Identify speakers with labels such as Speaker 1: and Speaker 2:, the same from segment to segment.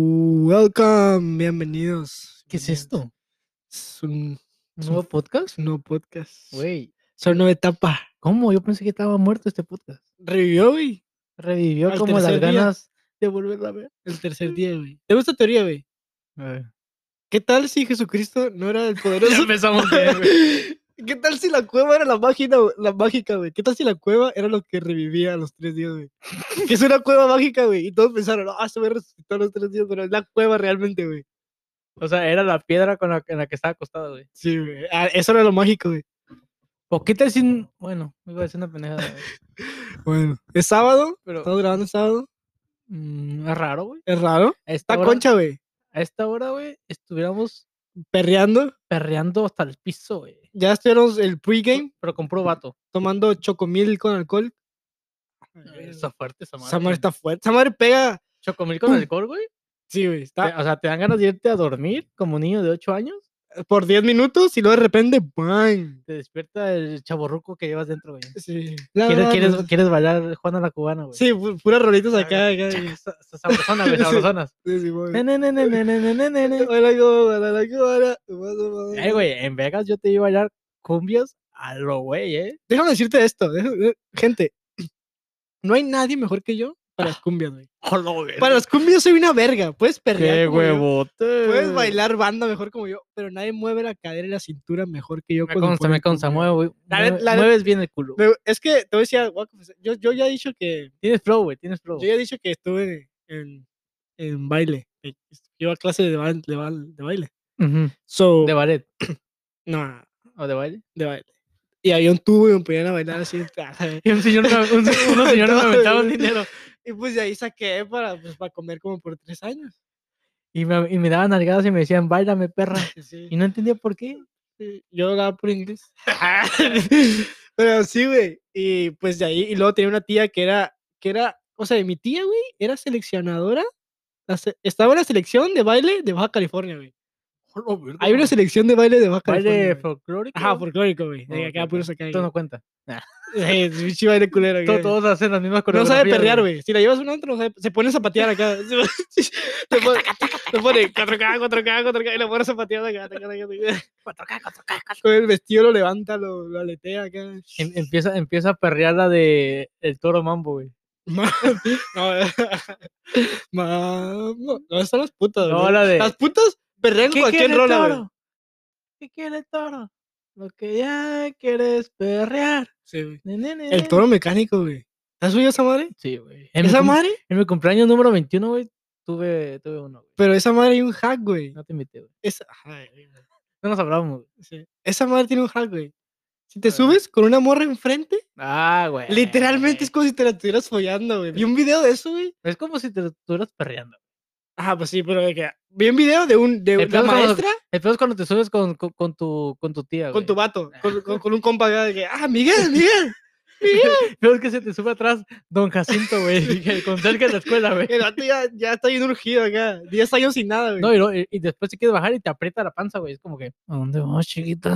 Speaker 1: Welcome, bienvenidos.
Speaker 2: ¿Qué es
Speaker 1: bienvenidos.
Speaker 2: esto?
Speaker 1: Es un
Speaker 2: ¿Un nuevo podcast?
Speaker 1: es un nuevo podcast.
Speaker 2: Güey,
Speaker 1: Son nueva etapa.
Speaker 2: ¿cómo? Yo pensé que estaba muerto este podcast.
Speaker 1: Revivió, güey.
Speaker 2: Revivió
Speaker 1: Al
Speaker 2: como las
Speaker 1: tercer día.
Speaker 2: ganas de volverla a ver.
Speaker 1: El
Speaker 2: Mm.
Speaker 1: tercer día, güey. ¿Te gusta teoría, güey? ¿Qué tal si Jesucristo no era el poderoso?
Speaker 2: empezamos
Speaker 1: ¿Qué tal si la cueva era la máquina, la mágica, güey? ¿Qué tal si la cueva era lo que revivía a los tres días, güey? Que es una cueva mágica, güey. Y todos pensaron, ah, se me resucitó a los tres días, pero es la cueva realmente, güey.
Speaker 2: O sea, era la piedra con la, en la que estaba acostado, güey.
Speaker 1: Sí, güey. Ah, Eso era lo mágico, güey.
Speaker 2: ¿O qué tal si... Bueno, me iba a decir una pendejada, güey.
Speaker 1: Bueno, es sábado.
Speaker 2: Pero
Speaker 1: Estamos grabando sábado.
Speaker 2: mm, es raro, güey.
Speaker 1: Es raro.
Speaker 2: A
Speaker 1: Está
Speaker 2: esta hora-
Speaker 1: concha, güey.
Speaker 2: A esta hora, güey, estuviéramos
Speaker 1: perreando.
Speaker 2: perreando hasta el piso, güey.
Speaker 1: Ya estuvieron el pregame
Speaker 2: Pero con puro vato.
Speaker 1: tomando chocomil con alcohol.
Speaker 2: Está fuerte esa madre.
Speaker 1: Samar
Speaker 2: güey.
Speaker 1: está fuerte. Samar pega.
Speaker 2: Chocomil con
Speaker 1: ¡Pum!
Speaker 2: alcohol, güey.
Speaker 1: Sí, güey.
Speaker 2: Te-
Speaker 1: Está
Speaker 2: O sea, te dan ganas de irte a dormir como niño de 8 años.
Speaker 1: por 10 minutos y luego de repente. ¡Bang!
Speaker 2: Te despierta el chaborruco que llevas dentro, güey.
Speaker 1: Sí.
Speaker 2: ¿Quieres, quieres, quieres bailar Juana la Cubana, güey?
Speaker 1: Sí, pu- puras rolitas
Speaker 2: Ah,
Speaker 1: acá. acá,
Speaker 2: Chaca,
Speaker 1: y-
Speaker 2: sa- sa- Sabrosonas, güey,
Speaker 1: Sí.
Speaker 2: sabrosonas.
Speaker 1: sí, sí, güey.
Speaker 2: Ne, ne, ne, ne, ne, ne, ne, ne, ne.
Speaker 1: Hola, ¿cómo van? Hola, ¿cómo van? ¿Cómo van?
Speaker 2: Eh, güey, en Vegas yo te iba a bailar cumbias a lo güey, ¿eh?
Speaker 1: Déjame decirte esto. deja- eh, Gente, no hay nadie mejor que yo para las cumbias, güey.
Speaker 2: A lo güey.
Speaker 1: Para las cumbias soy una verga. Puedes perrear.
Speaker 2: Ah, ¡Qué
Speaker 1: como yo.
Speaker 2: huevote!
Speaker 1: Puedes bailar banda mejor como yo, pero nadie mueve la cadera y la cintura mejor que yo.
Speaker 2: Me
Speaker 1: cuando
Speaker 2: consta,
Speaker 1: ponen
Speaker 2: me consta,
Speaker 1: cumbia.
Speaker 2: mueve, güey.
Speaker 1: La net-
Speaker 2: mueve-
Speaker 1: la net-
Speaker 2: Mueves bien el culo.
Speaker 1: Me- Es que te decía, voy a confesar, yo, yo ya he dicho que,
Speaker 2: Tienes flow, güey, tienes flow.
Speaker 1: yo ya he dicho que estuve en, en baile. que Iba a clase de, ba- de, ba- de baile.
Speaker 2: Ujú.
Speaker 1: So,
Speaker 2: ¿De ballet
Speaker 1: no,
Speaker 2: o de baile?
Speaker 1: de baile. Y había un tubo y me ponían a bailar así. ta, ta,
Speaker 2: Y un señor, me- un se- unos señores me
Speaker 1: Todo,
Speaker 2: aventaban
Speaker 1: güey.
Speaker 2: dinero.
Speaker 1: y pues de ahí saqué para, pues, para comer como por tres años.
Speaker 2: Y me, y me daban nalgadas y me decían, bailame, perra.
Speaker 1: Sí,
Speaker 2: Y no entendía por qué.
Speaker 1: sí, Yo hablaba por inglés. Pero sí, güey. Y pues de ahí, y luego tenía una tía que era, que era, o sea, mi tía, güey, era seleccionadora. la se- Estaba en la selección de baile de Baja California, güey. Hay una selección de baile de Baja California.
Speaker 2: Baile
Speaker 1: güey.
Speaker 2: folclórico.
Speaker 1: Ajá, folclórico, güey.
Speaker 2: Oh,
Speaker 1: De
Speaker 2: ok,
Speaker 1: acá
Speaker 2: ok.
Speaker 1: puros acá.
Speaker 2: Esto no cuenta.
Speaker 1: güey. Sí, pinche baile culero,
Speaker 2: To-
Speaker 1: güey.
Speaker 2: Todos hacen las mismas
Speaker 1: No
Speaker 2: cosas.
Speaker 1: sabe perrear, güey. Si la llevas a un antro, no sabe- se pone a zapatear acá. Se pone, se pone 4K, 4K, 4K, y la pone zapateando acá. taca, taca, taca. Con el vestido lo levanta, lo, lo aletea acá.
Speaker 2: Em, empieza, empieza a perrear la de El Toro Mambo, güey.
Speaker 1: Ma- No, Mambo. No, están las putas,
Speaker 2: No,
Speaker 1: güey.
Speaker 2: la de-
Speaker 1: Las putas perrean cualquier rola, güey.
Speaker 2: ¿Qué quiere el toro? Lo que ya quieres perrear.
Speaker 1: Sí, güey. Eh.
Speaker 2: Ne, ne, ne,
Speaker 1: El
Speaker 2: ne.
Speaker 1: toro mecánico, güey. ¿Te has oído esa madre?
Speaker 2: Sí, güey. En, mi
Speaker 1: ¿Esa
Speaker 2: cum-
Speaker 1: madre?
Speaker 2: en mi cumpleaños número 21, güey, tuve, tuve uno, güey.
Speaker 1: Pero esa madre hay un hack, güey.
Speaker 2: No te invité, güey.
Speaker 1: Esa... Ay, güey.
Speaker 2: No nos hablábamos, güey.
Speaker 1: Sí. Esa madre tiene un hack, güey. Si te
Speaker 2: A ver.
Speaker 1: subes con una morra enfrente,
Speaker 2: Ah, güey.
Speaker 1: literalmente es como si te la estuvieras follando, güey. Vi un video de eso, güey.
Speaker 2: Es como si te estuvieras perreando.
Speaker 1: Ah, pues sí, pero de que... Vi un video de un de
Speaker 2: El
Speaker 1: la
Speaker 2: pedo cuando-
Speaker 1: maestra
Speaker 2: El peor es cuando te subes con, con, con tu, con tu tía,
Speaker 1: con tu
Speaker 2: güey.
Speaker 1: vato, con, con- con un compa acá de que, ah, Miguel, Miguel, Miguel.
Speaker 2: Pero es que se te sube atrás Don Jacinto, güey, el conserje de la escuela, güey.
Speaker 1: El vato ya, ya está bien urgido acá. 10 años sin nada, güey.
Speaker 2: No, y, lo- y- y después te quieres bajar y te aprieta la panza, güey. Es como que, ¿a dónde vas, chiquita?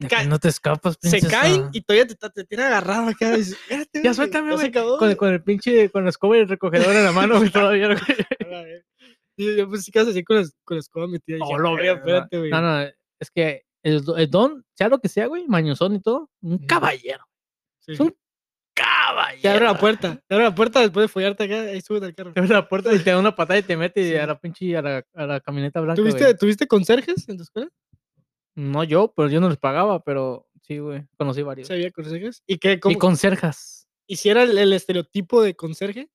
Speaker 2: De
Speaker 1: ca-
Speaker 2: que no te escapas,
Speaker 1: Se
Speaker 2: princesa".
Speaker 1: caen y todavía te, te, te tiene agarrado acá. dices, "Espérate,
Speaker 2: Ya
Speaker 1: güey,
Speaker 2: suéltame,
Speaker 1: no se
Speaker 2: güey.
Speaker 1: acabó,
Speaker 2: Con, el- con el pinche, con la escoba y el recogedor en la mano, güey, todavía, güey.
Speaker 1: A la ver- Yo, yo pensé que ibas así con la, con la escoba metida. y dije,
Speaker 2: Oh, lo
Speaker 1: "Verga,
Speaker 2: verga, no.
Speaker 1: espérate, güey.
Speaker 2: No, no, es que el, do- el don, sea lo que sea, güey, mañosón y todo, un
Speaker 1: Ujú.
Speaker 2: caballero.
Speaker 1: Sí.
Speaker 2: es un Caballero.
Speaker 1: Te abre la puerta. Te abre la puerta después de follarte acá. Ahí sube al carro.
Speaker 2: Te abre la puerta y te da una patada y te mete
Speaker 1: Sí.
Speaker 2: a la pinche, a la, a la camioneta blanca, güey.
Speaker 1: ¿Tuviste, ¿Tuviste conserjes en tu escuela?
Speaker 2: No yo, pero yo no les pagaba, pero sí, güey, conocí varios.
Speaker 1: Sí, había conserjes. ¿Y qué?
Speaker 2: y
Speaker 1: ¿Cómo?
Speaker 2: conserjas.
Speaker 1: ¿Hiciera el, el estereotipo de conserje?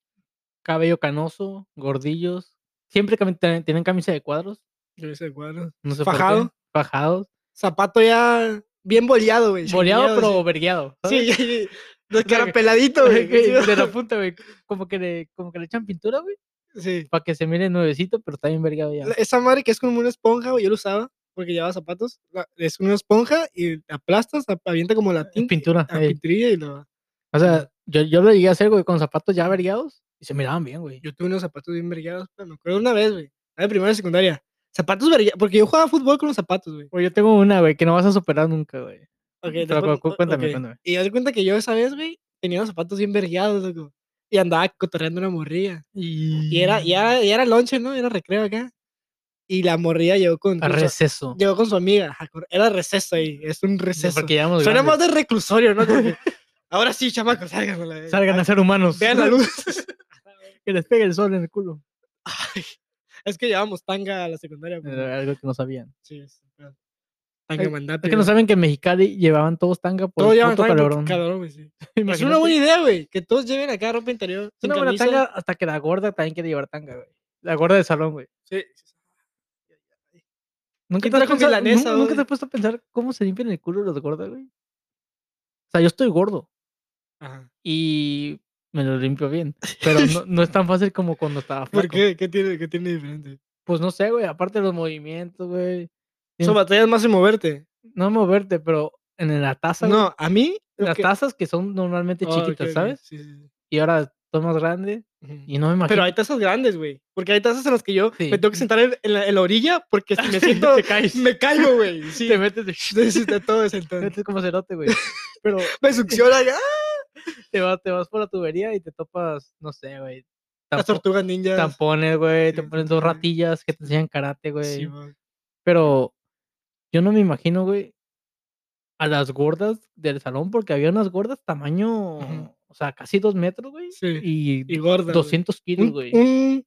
Speaker 2: cabello canoso, gordillos, siempre cami- te- tienen camisa de cuadros,
Speaker 1: Cabeza de cuadro.
Speaker 2: no sé por qué,
Speaker 1: Fajado.
Speaker 2: fajados,
Speaker 1: Zapato ya bien boleado, güey.
Speaker 2: boleado
Speaker 1: shineado,
Speaker 2: pero
Speaker 1: sí.
Speaker 2: vergueado,
Speaker 1: Sí,
Speaker 2: ¿sabes?
Speaker 1: ya, ya, ya, que era
Speaker 2: que-
Speaker 1: peladito, güey.
Speaker 2: Que de la
Speaker 1: Sí,
Speaker 2: punta, güey, como que le, como que le echan pintura, güey,
Speaker 1: sí.
Speaker 2: para que se mire nuevecito, pero está bien vergueado ya.
Speaker 1: La- Esa madre que es como una esponja, güey, yo lo usaba porque llevaba zapatos. la- es una esponja y la aplastas, ap- avienta como la
Speaker 2: Es
Speaker 1: tinta,
Speaker 2: Eh, pintura,
Speaker 1: la
Speaker 2: ey.
Speaker 1: pinturilla y la...
Speaker 2: o sea, yo, yo lo llegué a hacer, güey, con zapatos ya vergueados y se miraban bien, güey.
Speaker 1: Yo tuve unos zapatos bien vergueados, pero me acuerdo una vez, güey. Estaba en primera y secundaria. Zapatos vergueados, porque yo jugaba fútbol con los zapatos, güey.
Speaker 2: Güey, yo tengo una, güey, que no vas a superar nunca, güey.
Speaker 1: Ok,
Speaker 2: Pero
Speaker 1: te
Speaker 2: cu-
Speaker 1: cuento-
Speaker 2: cu- cuéntame,
Speaker 1: ok.
Speaker 2: cuéntame.
Speaker 1: Y haz de cuenta que yo esa vez, güey, tenía los zapatos bien vergueados, loco. y andaba cotorreando una morrilla.
Speaker 2: Y,
Speaker 1: Y era,
Speaker 2: Mm.
Speaker 1: y era, y era lonche, ¿no? Era recreo acá. Y la morrilla llegó con,
Speaker 2: A
Speaker 1: con su-
Speaker 2: receso.
Speaker 1: llegó con su amiga. ajá, con- Era receso ahí, es un receso.
Speaker 2: Porque ya
Speaker 1: Suena más de reclusorio, ¿no? Como que, ahora sí, chamacos, salgan. a la-
Speaker 2: Salgan a ser humanos.
Speaker 1: Vean la luz.
Speaker 2: Que les pegue el sol en el culo.
Speaker 1: Ay, es que llevamos tanga a la secundaria. pues,
Speaker 2: Era algo que no sabían.
Speaker 1: Sí, es- pero- tanga mandate.
Speaker 2: Es que no saben que en Mexicali llevaban todos tanga por
Speaker 1: Todo
Speaker 2: el
Speaker 1: llevan
Speaker 2: puto
Speaker 1: tanga
Speaker 2: calorón.
Speaker 1: porque calorón, güey, sí. Es
Speaker 2: Imagínate,
Speaker 1: una buena idea, güey. Que todos lleven acá ropa interior.
Speaker 2: es
Speaker 1: sin
Speaker 2: una buena
Speaker 1: camisa.
Speaker 2: tanga hasta que la gorda también quiere llevar tanga, güey. La gorda del salón, güey.
Speaker 1: Sí.
Speaker 2: ¿Nunca
Speaker 1: ¿Qué
Speaker 2: te, has
Speaker 1: trajo
Speaker 2: pensado- nun-
Speaker 1: milanesa,
Speaker 2: nunca
Speaker 1: güey?
Speaker 2: te has puesto a pensar cómo se limpian el culo los gordas, güey. O sea, yo estoy gordo
Speaker 1: Ajá.
Speaker 2: y me lo limpio bien. Pero no, no es tan fácil como cuando estaba flaco.
Speaker 1: ¿Por qué? ¿Qué tiene, qué tiene diferente?
Speaker 2: Pues no sé, güey. Aparte de los movimientos, güey. Tienes-
Speaker 1: Son batallas más en moverte.
Speaker 2: No moverte, pero en la taza, güey.
Speaker 1: No, a mí. lo
Speaker 2: Las
Speaker 1: que-
Speaker 2: tazas que son normalmente
Speaker 1: Ah, ok,
Speaker 2: chiquitas,
Speaker 1: ok,
Speaker 2: ¿sabes?
Speaker 1: sí, sí, sí.
Speaker 2: Y ahora son más grandes
Speaker 1: Ujú.
Speaker 2: y no me imagino.
Speaker 1: Pero hay tazas grandes, güey. Porque hay tazas en las que yo
Speaker 2: Sí.
Speaker 1: me tengo que sentar en, en la, en la orilla porque si me siento.
Speaker 2: te caes.
Speaker 1: me caigo, güey. Sí.
Speaker 2: Te metes de...
Speaker 1: Necesita todo ese
Speaker 2: te
Speaker 1: entonces.
Speaker 2: metes como cerote, güey. Pero
Speaker 1: Me succiona ya.
Speaker 2: te, va- te vas por la tubería y te topas, no sé, güey.
Speaker 1: Las
Speaker 2: tampo-
Speaker 1: tortugas ninjas.
Speaker 2: Tampones, güey. Te
Speaker 1: Sí,
Speaker 2: ponen dos
Speaker 1: sí.
Speaker 2: ratillas que te enseñan karate, güey.
Speaker 1: Sí, man.
Speaker 2: Pero yo no me imagino, güey, a las gordas del salón, porque había unas gordas tamaño, o sea, casi dos metros, güey.
Speaker 1: Sí,
Speaker 2: Y,
Speaker 1: y gorda. güey.
Speaker 2: 200 kilos,
Speaker 1: Un-
Speaker 2: güey. Un,
Speaker 1: Un.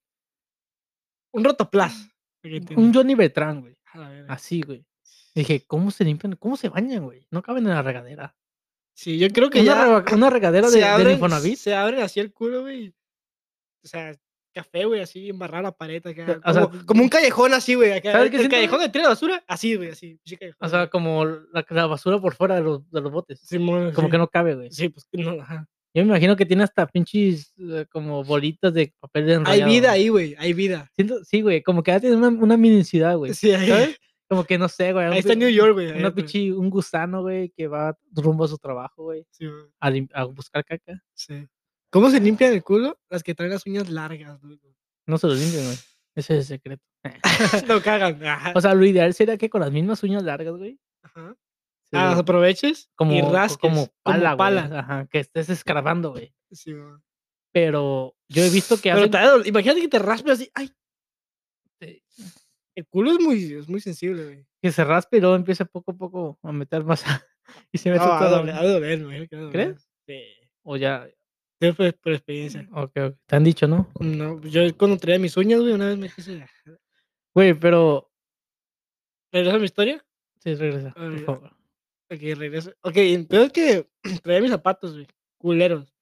Speaker 1: Un rotoplas. porque tiene-
Speaker 2: Johnny Beltrán, güey.
Speaker 1: A la verga.
Speaker 2: Así, güey. Dije, ¿cómo se limpian? ¿Cómo se bañan, güey? No caben en la regadera.
Speaker 1: Sí, yo creo que
Speaker 2: una,
Speaker 1: ya.
Speaker 2: rega- una regadera de,
Speaker 1: se
Speaker 2: del
Speaker 1: abren,
Speaker 2: Infonavit.
Speaker 1: se abren así el culo, güey. O sea, café, güey, así, embarrar la pared acá.
Speaker 2: O sea,
Speaker 1: como, como un callejón así, güey. acá,
Speaker 2: ¿sabes
Speaker 1: el-
Speaker 2: qué
Speaker 1: el
Speaker 2: siento, güey?
Speaker 1: callejón de tira de basura, así, güey, así. pinche callejón,
Speaker 2: O sea,
Speaker 1: güey.
Speaker 2: como la, la basura por fuera de los, de los botes.
Speaker 1: Simón,
Speaker 2: Como
Speaker 1: sí.
Speaker 2: que no cabe, güey.
Speaker 1: Sí, pues no, ajá.
Speaker 2: Yo me imagino que tiene hasta pinches eh, como bolitas de papel de
Speaker 1: Hay
Speaker 2: enrollado.
Speaker 1: vida
Speaker 2: güey.
Speaker 1: ahí, güey, hay vida.
Speaker 2: Siento- sí, güey, como que ya tiene una, una mini ciudad, güey.
Speaker 1: Sí, ahí,
Speaker 2: ¿Sabes? Como que no sé, güey.
Speaker 1: ahí
Speaker 2: un
Speaker 1: está
Speaker 2: pi-
Speaker 1: New York, güey. ahí
Speaker 2: Una
Speaker 1: está.
Speaker 2: pinche, un gusano, güey, que va rumbo a su trabajo, güey,
Speaker 1: Sí, güey,
Speaker 2: a, lim- a buscar caca.
Speaker 1: sí. ¿Cómo se limpian el culo? Las que traen las uñas largas, güey.
Speaker 2: No se lo limpian, güey. Ese es el secreto.
Speaker 1: no cagan. Ajá.
Speaker 2: O sea, lo ideal sería que con las mismas uñas largas, güey.
Speaker 1: ajá.
Speaker 2: se-
Speaker 1: Ah, las aproveches
Speaker 2: como,
Speaker 1: y
Speaker 2: co-
Speaker 1: rasques.
Speaker 2: como pala, güey,
Speaker 1: pala.
Speaker 2: Ajá, que estés escarbando, güey.
Speaker 1: Sí, güey.
Speaker 2: Pero yo he visto que
Speaker 1: Pero
Speaker 2: hacen...
Speaker 1: te ha de doler, Imagínate que te raspes así. Ay,
Speaker 2: eh,
Speaker 1: El culo es muy, es muy sensible, güey.
Speaker 2: que se raspe y luego empieza poco a poco a meter más y se
Speaker 1: No,
Speaker 2: mete
Speaker 1: ha de
Speaker 2: todo.
Speaker 1: doler, ha de doler, me imagino que ha de doler.
Speaker 2: ¿Crees?
Speaker 1: Sí.
Speaker 2: O ya,
Speaker 1: Yo por, por experiencia.
Speaker 2: ok, ok, te han dicho, ¿no?
Speaker 1: No, yo cuando traía mis uñas, güey, una vez me quise.
Speaker 2: Güey, pero...
Speaker 1: ¿Regresa mi historia?
Speaker 2: Sí, regresa,
Speaker 1: Ah,
Speaker 2: por
Speaker 1: ya.
Speaker 2: favor.
Speaker 1: Ok, regreso. Ok, entonces que traía mis zapatos, güey, culeros.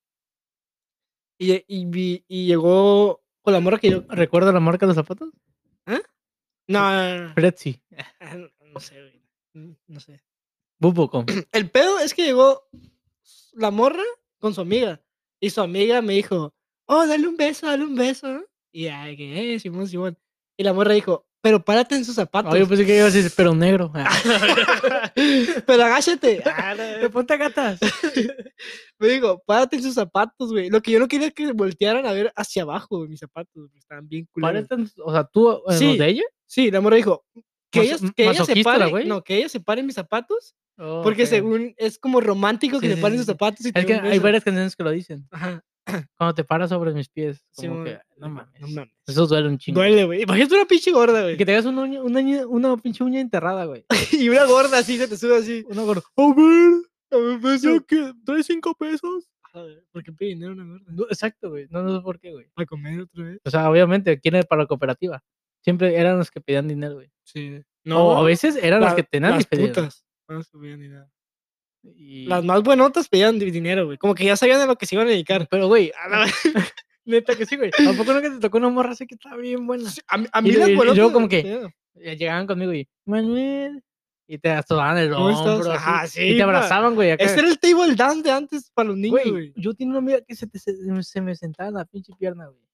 Speaker 1: Y, lle- y, vi- y llegó con la morra que yo.
Speaker 2: ¿Recuerda la marca de los zapatos?
Speaker 1: No, no, no, no,
Speaker 2: Pretzi,
Speaker 1: ah, no, no sé, güey. n- No sé.
Speaker 2: Bubocom.
Speaker 1: El pedo es que llegó s- la morra con su amiga. Y su amiga me dijo, oh, dale un beso, dale un beso. Y ya, de que, eh, Simón, Simón. Y la morra dijo, pero párate en sus zapatos.
Speaker 2: Ah, yo pensé que ibas a decir, pero negro. Ah,
Speaker 1: pero agáchate. Ah, no,
Speaker 2: Pero ponte gatas.
Speaker 1: me dijo, párate en sus zapatos, güey. Lo que yo no quería es que voltearan a ver hacia abajo güey, mis zapatos, porque estaban bien culeros.
Speaker 2: Parecen- O sea, tú, en
Speaker 1: Sí.
Speaker 2: los de ella.
Speaker 1: Sí, la morra dijo, que,
Speaker 2: Maso-
Speaker 1: ellas-
Speaker 2: m-
Speaker 1: que ella se
Speaker 2: masoquista la
Speaker 1: pare,
Speaker 2: güey.
Speaker 1: no, que ella se pare en mis zapatos,
Speaker 2: Oh,
Speaker 1: porque
Speaker 2: ok.
Speaker 1: según es como romántico que
Speaker 2: Sí,
Speaker 1: se
Speaker 2: sí,
Speaker 1: paren
Speaker 2: sí,
Speaker 1: sus
Speaker 2: sí.
Speaker 1: zapatos y te
Speaker 2: Es
Speaker 1: dé
Speaker 2: que
Speaker 1: un
Speaker 2: hay
Speaker 1: beso.
Speaker 2: varias canciones que lo dicen.
Speaker 1: Ajá,
Speaker 2: Cuando te paras sobre mis pies. Como
Speaker 1: Simón.
Speaker 2: que, no mames.
Speaker 1: No mames.
Speaker 2: Eso duele un chingo.
Speaker 1: Duele, güey. Imagínate una pinche gorda,
Speaker 2: Y
Speaker 1: güey.
Speaker 2: Que te hagas una, uña- una, uña- una pinche uña enterrada, güey.
Speaker 1: Y una gorda así se te sube así.
Speaker 2: Una gorda. A ver,
Speaker 1: A ver, beso.
Speaker 2: yo que trae cinco pesos.
Speaker 1: A ver, "Ah, ¿Por qué pide dinero una gorda?
Speaker 2: No, exacto, güey. No, no sé por qué, güey.
Speaker 1: ¿Para comer otra vez?
Speaker 2: O sea, obviamente, aquí era para la cooperativa. Siempre eran los que pedían dinero, güey.
Speaker 1: Sí.
Speaker 2: No, a veces eran las
Speaker 1: la-
Speaker 2: que tenían
Speaker 1: Las
Speaker 2: que pedir.
Speaker 1: putas. No se pedían dinero.
Speaker 2: Y-
Speaker 1: Las más buenotas pedían di- dinero, güey. Como que ya sabían a lo que se iban a dedicar.
Speaker 2: Pero, güey,
Speaker 1: A, la-
Speaker 2: neta que sí, güey. Tampoco nunca te tocó una morra así que estaba bien buena.
Speaker 1: Pues a mí- a
Speaker 2: Y-
Speaker 1: mí
Speaker 2: y-
Speaker 1: las
Speaker 2: y
Speaker 1: buenotas.
Speaker 2: luego como que,
Speaker 1: pedían.
Speaker 2: Eh, Llegaban conmigo y, Manuel. Y te azotaban el
Speaker 1: ¿Cómo estás?
Speaker 2: hombro. así,
Speaker 1: Ajá, sí.
Speaker 2: y te
Speaker 1: pa.
Speaker 2: abrazaban, güey. acá.
Speaker 1: Ese era el table dance de antes para los niños,
Speaker 2: Güey,
Speaker 1: güey.
Speaker 2: yo tenía una amiga que se, te- se- se me sentaba en la pinche pierna, güey.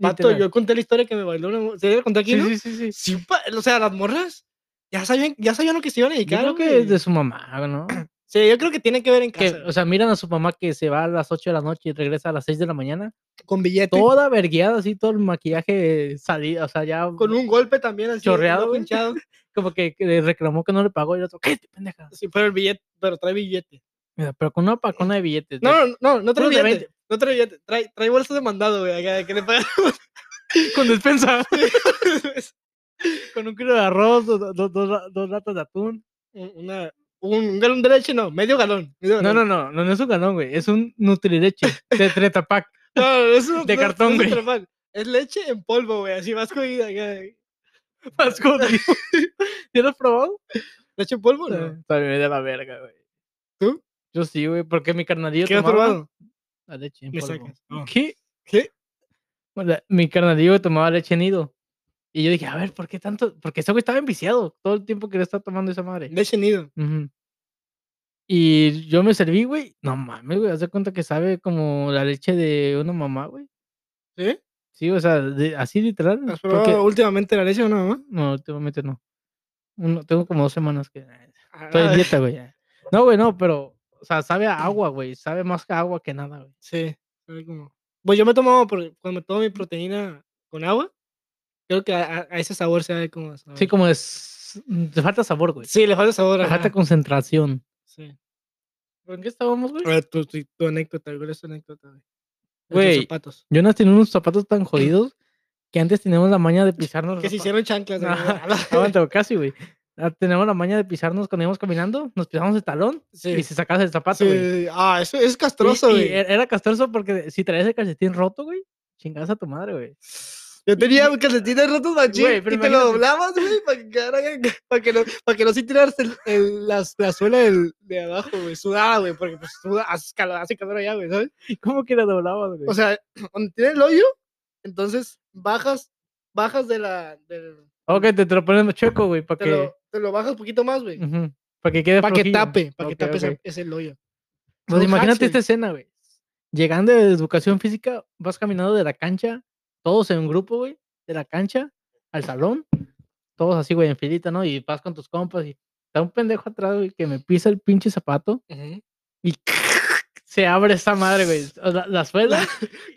Speaker 1: Pato,
Speaker 2: Literal.
Speaker 1: yo conté la historia que me bailó una. mo- ¿Se la conté aquí, no?
Speaker 2: Sí, sí, sí, sí.
Speaker 1: Sí, pa- o sea, las morras ya sabían, ya sabían lo que se iban a
Speaker 2: Yo
Speaker 1: dedicar.
Speaker 2: creo que es
Speaker 1: güey.
Speaker 2: de su mamá, ¿no?
Speaker 1: Sí, yo creo que tiene que ver en
Speaker 2: Que,
Speaker 1: casa.
Speaker 2: o
Speaker 1: güey,
Speaker 2: sea, miran a su mamá que se va a las 8 de la noche y regresa a las 6 de la mañana.
Speaker 1: con billete.
Speaker 2: Toda vergueada, así, todo el maquillaje salido, o sea, ya
Speaker 1: Con un golpe también así.
Speaker 2: Chorreado,
Speaker 1: todo
Speaker 2: güey.
Speaker 1: hinchado.
Speaker 2: como que, que le reclamó que no le pagó y el otro, ¿qué, pendeja?
Speaker 1: Sí, pero el billete, pero trae billete.
Speaker 2: Mira, pero con una pacona de billetes. de-
Speaker 1: No, no, no, no trae
Speaker 2: Unos de
Speaker 1: billete. No trae billete. Trae, trae bolsas de mandado, güey. acá, que le pagan.
Speaker 2: Con despensa. con un kilo de arroz, dos, dos- dos ra- dos latas de atún.
Speaker 1: Un- una- un galón de leche, no. Medio galón. medio
Speaker 2: No,
Speaker 1: galón.
Speaker 2: no, no, no, no es un galón, güey. Es un Nutrileche de Tretapac.
Speaker 1: No, no, es un-
Speaker 2: De
Speaker 1: no- no
Speaker 2: cartón,
Speaker 1: es
Speaker 2: güey.
Speaker 1: Ultraman, Es leche en polvo, güey. Así vas comida. acá.
Speaker 2: Más jodido. ¿Ya lo has probado?
Speaker 1: ¿Leche en polvo? No.
Speaker 2: No, También de la verga, güey.
Speaker 1: ¿Tú?
Speaker 2: Yo sí, güey, porque mi carnalillo
Speaker 1: ¿Qué has
Speaker 2: tomaba
Speaker 1: probado?
Speaker 2: La leche en
Speaker 1: Me
Speaker 2: polvo.
Speaker 1: sacas, no.
Speaker 2: ¿Qué?
Speaker 1: ¿Qué?
Speaker 2: Bueno, la- mi carnalillo tomaba leche en nido. Y yo dije, a ver, ¿por qué tanto? Porque ese güey estaba enviciado todo el tiempo que le estaba tomando esa madre.
Speaker 1: Leche nido.
Speaker 2: Ujú. Y yo me serví, güey. No mames, güey. Haz de cuenta que sabe como la leche de una mamá, güey.
Speaker 1: ¿Sí?
Speaker 2: Sí, o sea, de- así literal.
Speaker 1: ¿Has
Speaker 2: porque-
Speaker 1: probado últimamente la leche o no, mamá?
Speaker 2: No, últimamente no. Uno- tengo como dos semanas que eh, estoy en
Speaker 1: Ah, Mm.
Speaker 2: dieta, güey. No, güey, no, pero, o sea, sabe a agua, güey. Sabe más que agua que nada, güey.
Speaker 1: Sí. sabe como- Pues yo me tomaba, por- cuando me tomo mi proteína con agua, creo que a, a- a ese sabor se da como...
Speaker 2: Sí,
Speaker 1: sabor.
Speaker 2: como es. Te falta sabor, güey.
Speaker 1: Sí, le falta sabor.
Speaker 2: Te falta
Speaker 1: ajá,
Speaker 2: concentración.
Speaker 1: sí.
Speaker 2: ¿Pero en qué estábamos, güey?
Speaker 1: A ver, tu, tu, tu anécdota, ¿cuál es tu anécdota? güey? De tus
Speaker 2: Güey,
Speaker 1: zapatos.
Speaker 2: Jonas tenía unos zapatos tan jodidos que antes teníamos la maña de pisarnos.
Speaker 1: Que se
Speaker 2: ropa.
Speaker 1: hicieron chanclas. güey,
Speaker 2: Ajá,
Speaker 1: a la-
Speaker 2: Aguanta, güey, casi, güey. Ah, Teníamos la maña de pisarnos cuando íbamos caminando, nos pisábamos el talón
Speaker 1: Sí.
Speaker 2: y se sacaba el zapato,
Speaker 1: Sí,
Speaker 2: güey.
Speaker 1: sí, sí. Ah, eso es
Speaker 2: Y-
Speaker 1: castroso,
Speaker 2: y
Speaker 1: güey.
Speaker 2: er- era castroso porque si traías el calcetín roto, güey, chingas a tu madre, güey.
Speaker 1: Yo tenía calcetines rotos machín
Speaker 2: Güey,
Speaker 1: y
Speaker 2: pero
Speaker 1: te lo
Speaker 2: imagínate.
Speaker 1: doblabas, güey, para que quedara bien- para que no, para que no se tirarse el, el- la, la suela del, de abajo, güey, sudaba, güey, porque pues suda, hace calor, hace calor allá, güey, ¿sabes?
Speaker 2: ¿Cómo que la doblabas, güey?
Speaker 1: O sea, donde tiene el hoyo, entonces bajas, bajas de la, del,
Speaker 2: ok, te, te lo pones más chueco, güey, para
Speaker 1: te,
Speaker 2: que,
Speaker 1: lo, te lo bajas un poquito más, güey,
Speaker 2: ujú, pa' que quede
Speaker 1: para que
Speaker 2: flojillo.
Speaker 1: tape, para que
Speaker 2: Mm, Ok,
Speaker 1: tape esa-
Speaker 2: ok.
Speaker 1: ese el hoyo.
Speaker 2: Pues
Speaker 1: Son hacks,
Speaker 2: imagínate
Speaker 1: güey.
Speaker 2: esta escena, güey. Llegando de educación física, vas caminando de la cancha, todos en un grupo, güey, de la cancha al salón, todos así, güey, en filita, ¿no? Y vas con tus compas y está un pendejo atrás, güey, que me pisa el pinche zapato y se abre esta madre, güey. O La, la suela,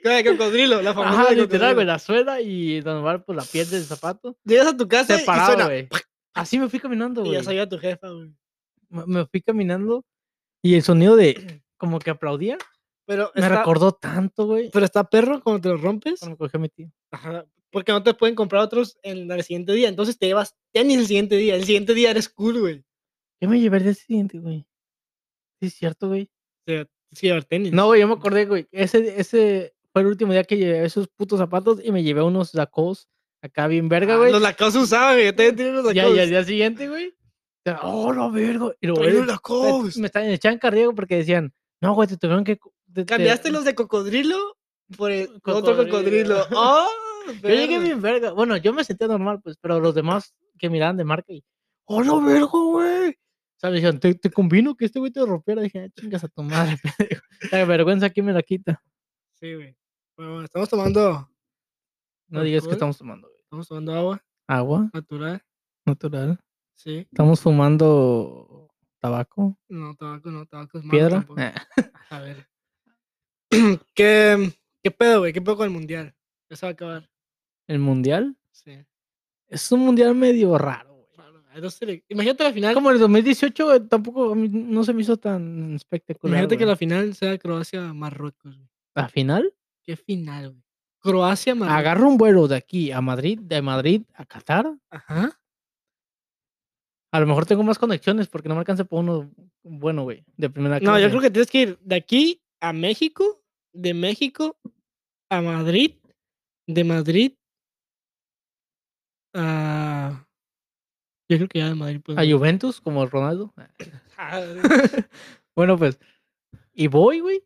Speaker 1: Cara de cocodrilo, la famosa
Speaker 2: ajá,
Speaker 1: de
Speaker 2: literal, güey,
Speaker 1: cocodrilo.
Speaker 2: la suela y normal, pues la piel del zapato,
Speaker 1: Llegas a tu casa y
Speaker 2: separado,
Speaker 1: suena,
Speaker 2: güey. Así me fui caminando,
Speaker 1: y
Speaker 2: güey.
Speaker 1: ya sabía tu jefa, güey.
Speaker 2: Me me fui caminando y el sonido de como que aplaudía
Speaker 1: Pero
Speaker 2: me
Speaker 1: está,
Speaker 2: recordó tanto, güey.
Speaker 1: pero está perro cuando te lo rompes.
Speaker 2: cuando cogió mi tío.
Speaker 1: Ajá, porque no te pueden comprar otros en el siguiente día. Entonces te llevas tenis el siguiente día. El siguiente día eres cool, güey.
Speaker 2: Yo me llevé el día siguiente, güey. Sí, es cierto, güey.
Speaker 1: O sea, tienes que llevar tenis.
Speaker 2: No, güey, yo me acordé, güey. Ese, ese fue el último día que llevé esos putos zapatos y me llevé unos Lacos acá bien verga,
Speaker 1: Ah,
Speaker 2: güey.
Speaker 1: Los lacos usaban, güey. Yo también tenía los
Speaker 2: y, al- y al
Speaker 1: lacos.
Speaker 2: día siguiente, güey. ya, Oh, la verga. Y
Speaker 1: Traía
Speaker 2: luego, güey, Este,
Speaker 1: los Lacoste.
Speaker 2: me, estaban, echaban carrillo porque decían, no, güey, te tuvieron que. co- te- te-
Speaker 1: Cambiaste los de cocodrilo por el otro
Speaker 2: Cocodrilo.
Speaker 1: cocodrilo. ¡Oh!
Speaker 2: Yo llegué
Speaker 1: verga.
Speaker 2: bien verga. Bueno, yo me sentía normal, pues, pero los demás que miraban de marca y. ¡Oh, la verga, güey! O sea, me dijeron, te, te convino que este güey te rompiera. Dije, "Ah, chingas a tu madre, pendejo. La vergüenza aquí me la quita.
Speaker 1: Sí, güey. Bueno, estamos tomando,
Speaker 2: No digas que
Speaker 1: Alcohol.
Speaker 2: estamos tomando güey.
Speaker 1: estamos tomando agua
Speaker 2: agua
Speaker 1: natural.
Speaker 2: natural.
Speaker 1: Sí.
Speaker 2: Estamos fumando tabaco,
Speaker 1: No, tabaco, no, tabaco es malo
Speaker 2: piedra.
Speaker 1: tampoco.
Speaker 2: eh,
Speaker 1: A ver. ¿Qué, ¿Qué pedo, güey? ¿Qué pedo con el mundial? Ya se va a acabar.
Speaker 2: El mundial
Speaker 1: Sí.
Speaker 2: es un mundial medio raro, güey.
Speaker 1: Claro, hay dos sele- Imagínate la final.
Speaker 2: Como el 2018 güey, tampoco a mí no se me hizo tan espectacular.
Speaker 1: Imagínate que
Speaker 2: güey.
Speaker 1: la final sea Croacia-Marruecos. güey.
Speaker 2: la final
Speaker 1: ¿Qué final, güey? Croacia-Marruecos.
Speaker 2: agarro un vuelo de aquí a Madrid, de Madrid a Qatar.
Speaker 1: Ajá.
Speaker 2: A lo mejor tengo más conexiones porque no me alcanza por uno bueno, güey, de primera
Speaker 1: No, yo
Speaker 2: clase.
Speaker 1: creo que tienes que ir de aquí a México, de México a Madrid, de Madrid a. Yo creo que ya de Madrid. Pues,
Speaker 2: a
Speaker 1: güey.
Speaker 2: Juventus como Ronaldo.
Speaker 1: Ah, güey.
Speaker 2: Bueno, pues y voy, güey.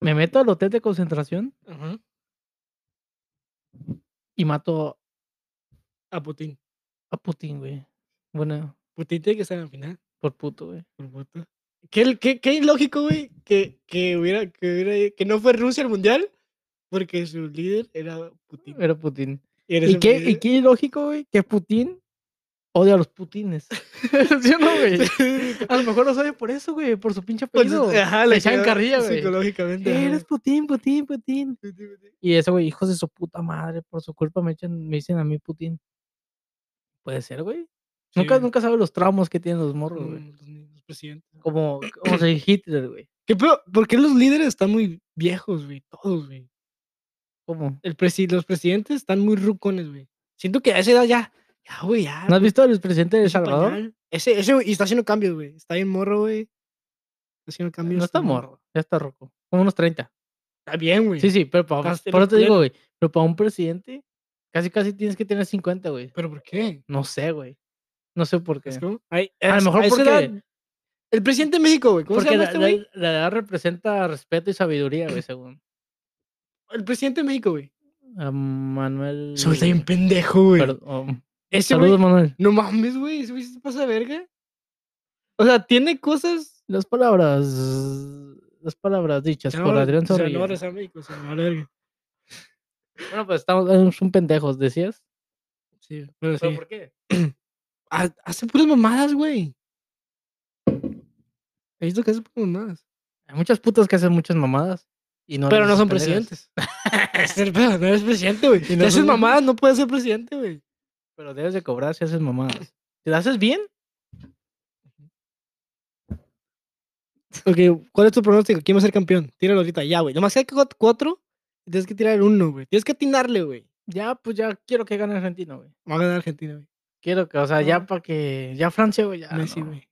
Speaker 2: Me meto al hotel de concentración.
Speaker 1: Ajá,
Speaker 2: y mato
Speaker 1: A Putin.
Speaker 2: a Putin, güey. Bueno,
Speaker 1: Putin tiene que estar en la final.
Speaker 2: por puto, güey.
Speaker 1: por voto. Qué, qué, qué ilógico, güey, que, que, hubiera, que, hubiera, que no fue Rusia al mundial porque su líder era Putin.
Speaker 2: Era Putin.
Speaker 1: Y en
Speaker 2: Eh, ¿Y
Speaker 1: ese
Speaker 2: qué, y
Speaker 1: mundial-
Speaker 2: qué ilógico, güey, que Putin odia a los Putines. ¿Sí Pues, ah, o no, güey? A lo mejor los odia por eso, güey, por su pinche
Speaker 1: Con su-
Speaker 2: apellido.
Speaker 1: Pues, ajá,
Speaker 2: le
Speaker 1: la
Speaker 2: echan
Speaker 1: ciudad
Speaker 2: carrilla, güey.
Speaker 1: Psicológicamente. ajá.
Speaker 2: Eres Putin, Putin, Putin. Y ese, güey, hijos de su puta madre, por su culpa me, echan, me dicen a mí Putin. Puede ser, güey.
Speaker 1: Sí,
Speaker 2: nunca,
Speaker 1: güey.
Speaker 2: nunca sabe los traumas que tienen los morros, güey.
Speaker 1: Mm, los niños. presidente.
Speaker 2: Como, como se dice Hitler, güey.
Speaker 1: ¿Qué pedo? ¿Por qué los líderes están muy viejos, güey? Todos, güey.
Speaker 2: ¿Cómo?
Speaker 1: El presi- los presidentes están muy rucones, güey. Siento que a esa edad ya, ya, güey, ya.
Speaker 2: ¿No has visto al presidente de El
Speaker 1: pinche
Speaker 2: Salvador?
Speaker 1: pañal. Ese, ese, güey, y está haciendo cambios, güey. Está bien morro, güey. Está haciendo cambios.
Speaker 2: Ah, No está morro, ya está roco. Como unos 30.
Speaker 1: Está bien, güey.
Speaker 2: Sí, sí, pero para,
Speaker 1: Casi
Speaker 2: por
Speaker 1: lo
Speaker 2: eso te
Speaker 1: pleno.
Speaker 2: digo, güey. Pero para un presidente, casi casi tienes que tener 50, güey.
Speaker 1: ¿Pero por qué?
Speaker 2: No sé, güey. No sé por qué.
Speaker 1: ¿Sabes cómo? Ay,
Speaker 2: A
Speaker 1: es-
Speaker 2: lo mejor
Speaker 1: esa
Speaker 2: porque,
Speaker 1: edad- El presidente de México, güey. ¿Cómo
Speaker 2: porque
Speaker 1: se llama
Speaker 2: la,
Speaker 1: este
Speaker 2: la-
Speaker 1: güey?
Speaker 2: la edad representa respeto y sabiduría, güey, según.
Speaker 1: El presidente de México, güey.
Speaker 2: a Manuel.
Speaker 1: Eso está bien pendejo, güey.
Speaker 2: Perdón, um,
Speaker 1: Ese güey.
Speaker 2: Saludos, Manuel.
Speaker 1: No mames, güey. Ese güey se pasa de verga. O sea, tiene cosas.
Speaker 2: Las palabras. Las palabras dichas por Adrián
Speaker 1: se
Speaker 2: Zorrilla.
Speaker 1: honores a México, se honores a verga.
Speaker 2: Bueno, pues estamos. Somos un pendejos, decías. pues,
Speaker 1: Sí, bueno,
Speaker 2: ¿Pero
Speaker 1: sí.
Speaker 2: por qué?
Speaker 1: Ha- Ah, Hace puras mamadas, güey. He visto que hace puras mamadas.
Speaker 2: Hay muchas putas que hacen muchas mamadas. Y no
Speaker 1: Pero
Speaker 2: eran
Speaker 1: no
Speaker 2: esas
Speaker 1: son
Speaker 2: pendejas.
Speaker 1: presidentes. Ese es el pedo, no eres presidente, güey. Si
Speaker 2: no
Speaker 1: haces
Speaker 2: son-
Speaker 1: mamadas, no puedes ser presidente, güey.
Speaker 2: Pero debes de cobrar si haces mamadas. ¿Te la haces bien?
Speaker 1: Ok, ¿cuál es tu pronóstico? ¿Quién va a ser campeón? Tíralo ahorita, ya, güey. Nomás que hay cu- cuatro, tienes que tirar uno, güey. Tienes que atinarle, güey.
Speaker 2: Ya, pues ya quiero que gane Argentina, güey.
Speaker 1: Va a ganar Argentina, güey.
Speaker 2: Quiero que, o sea, ya
Speaker 1: No.
Speaker 2: para que. Ya Francia, güey. Ya,
Speaker 1: Messi,
Speaker 2: no.
Speaker 1: güey.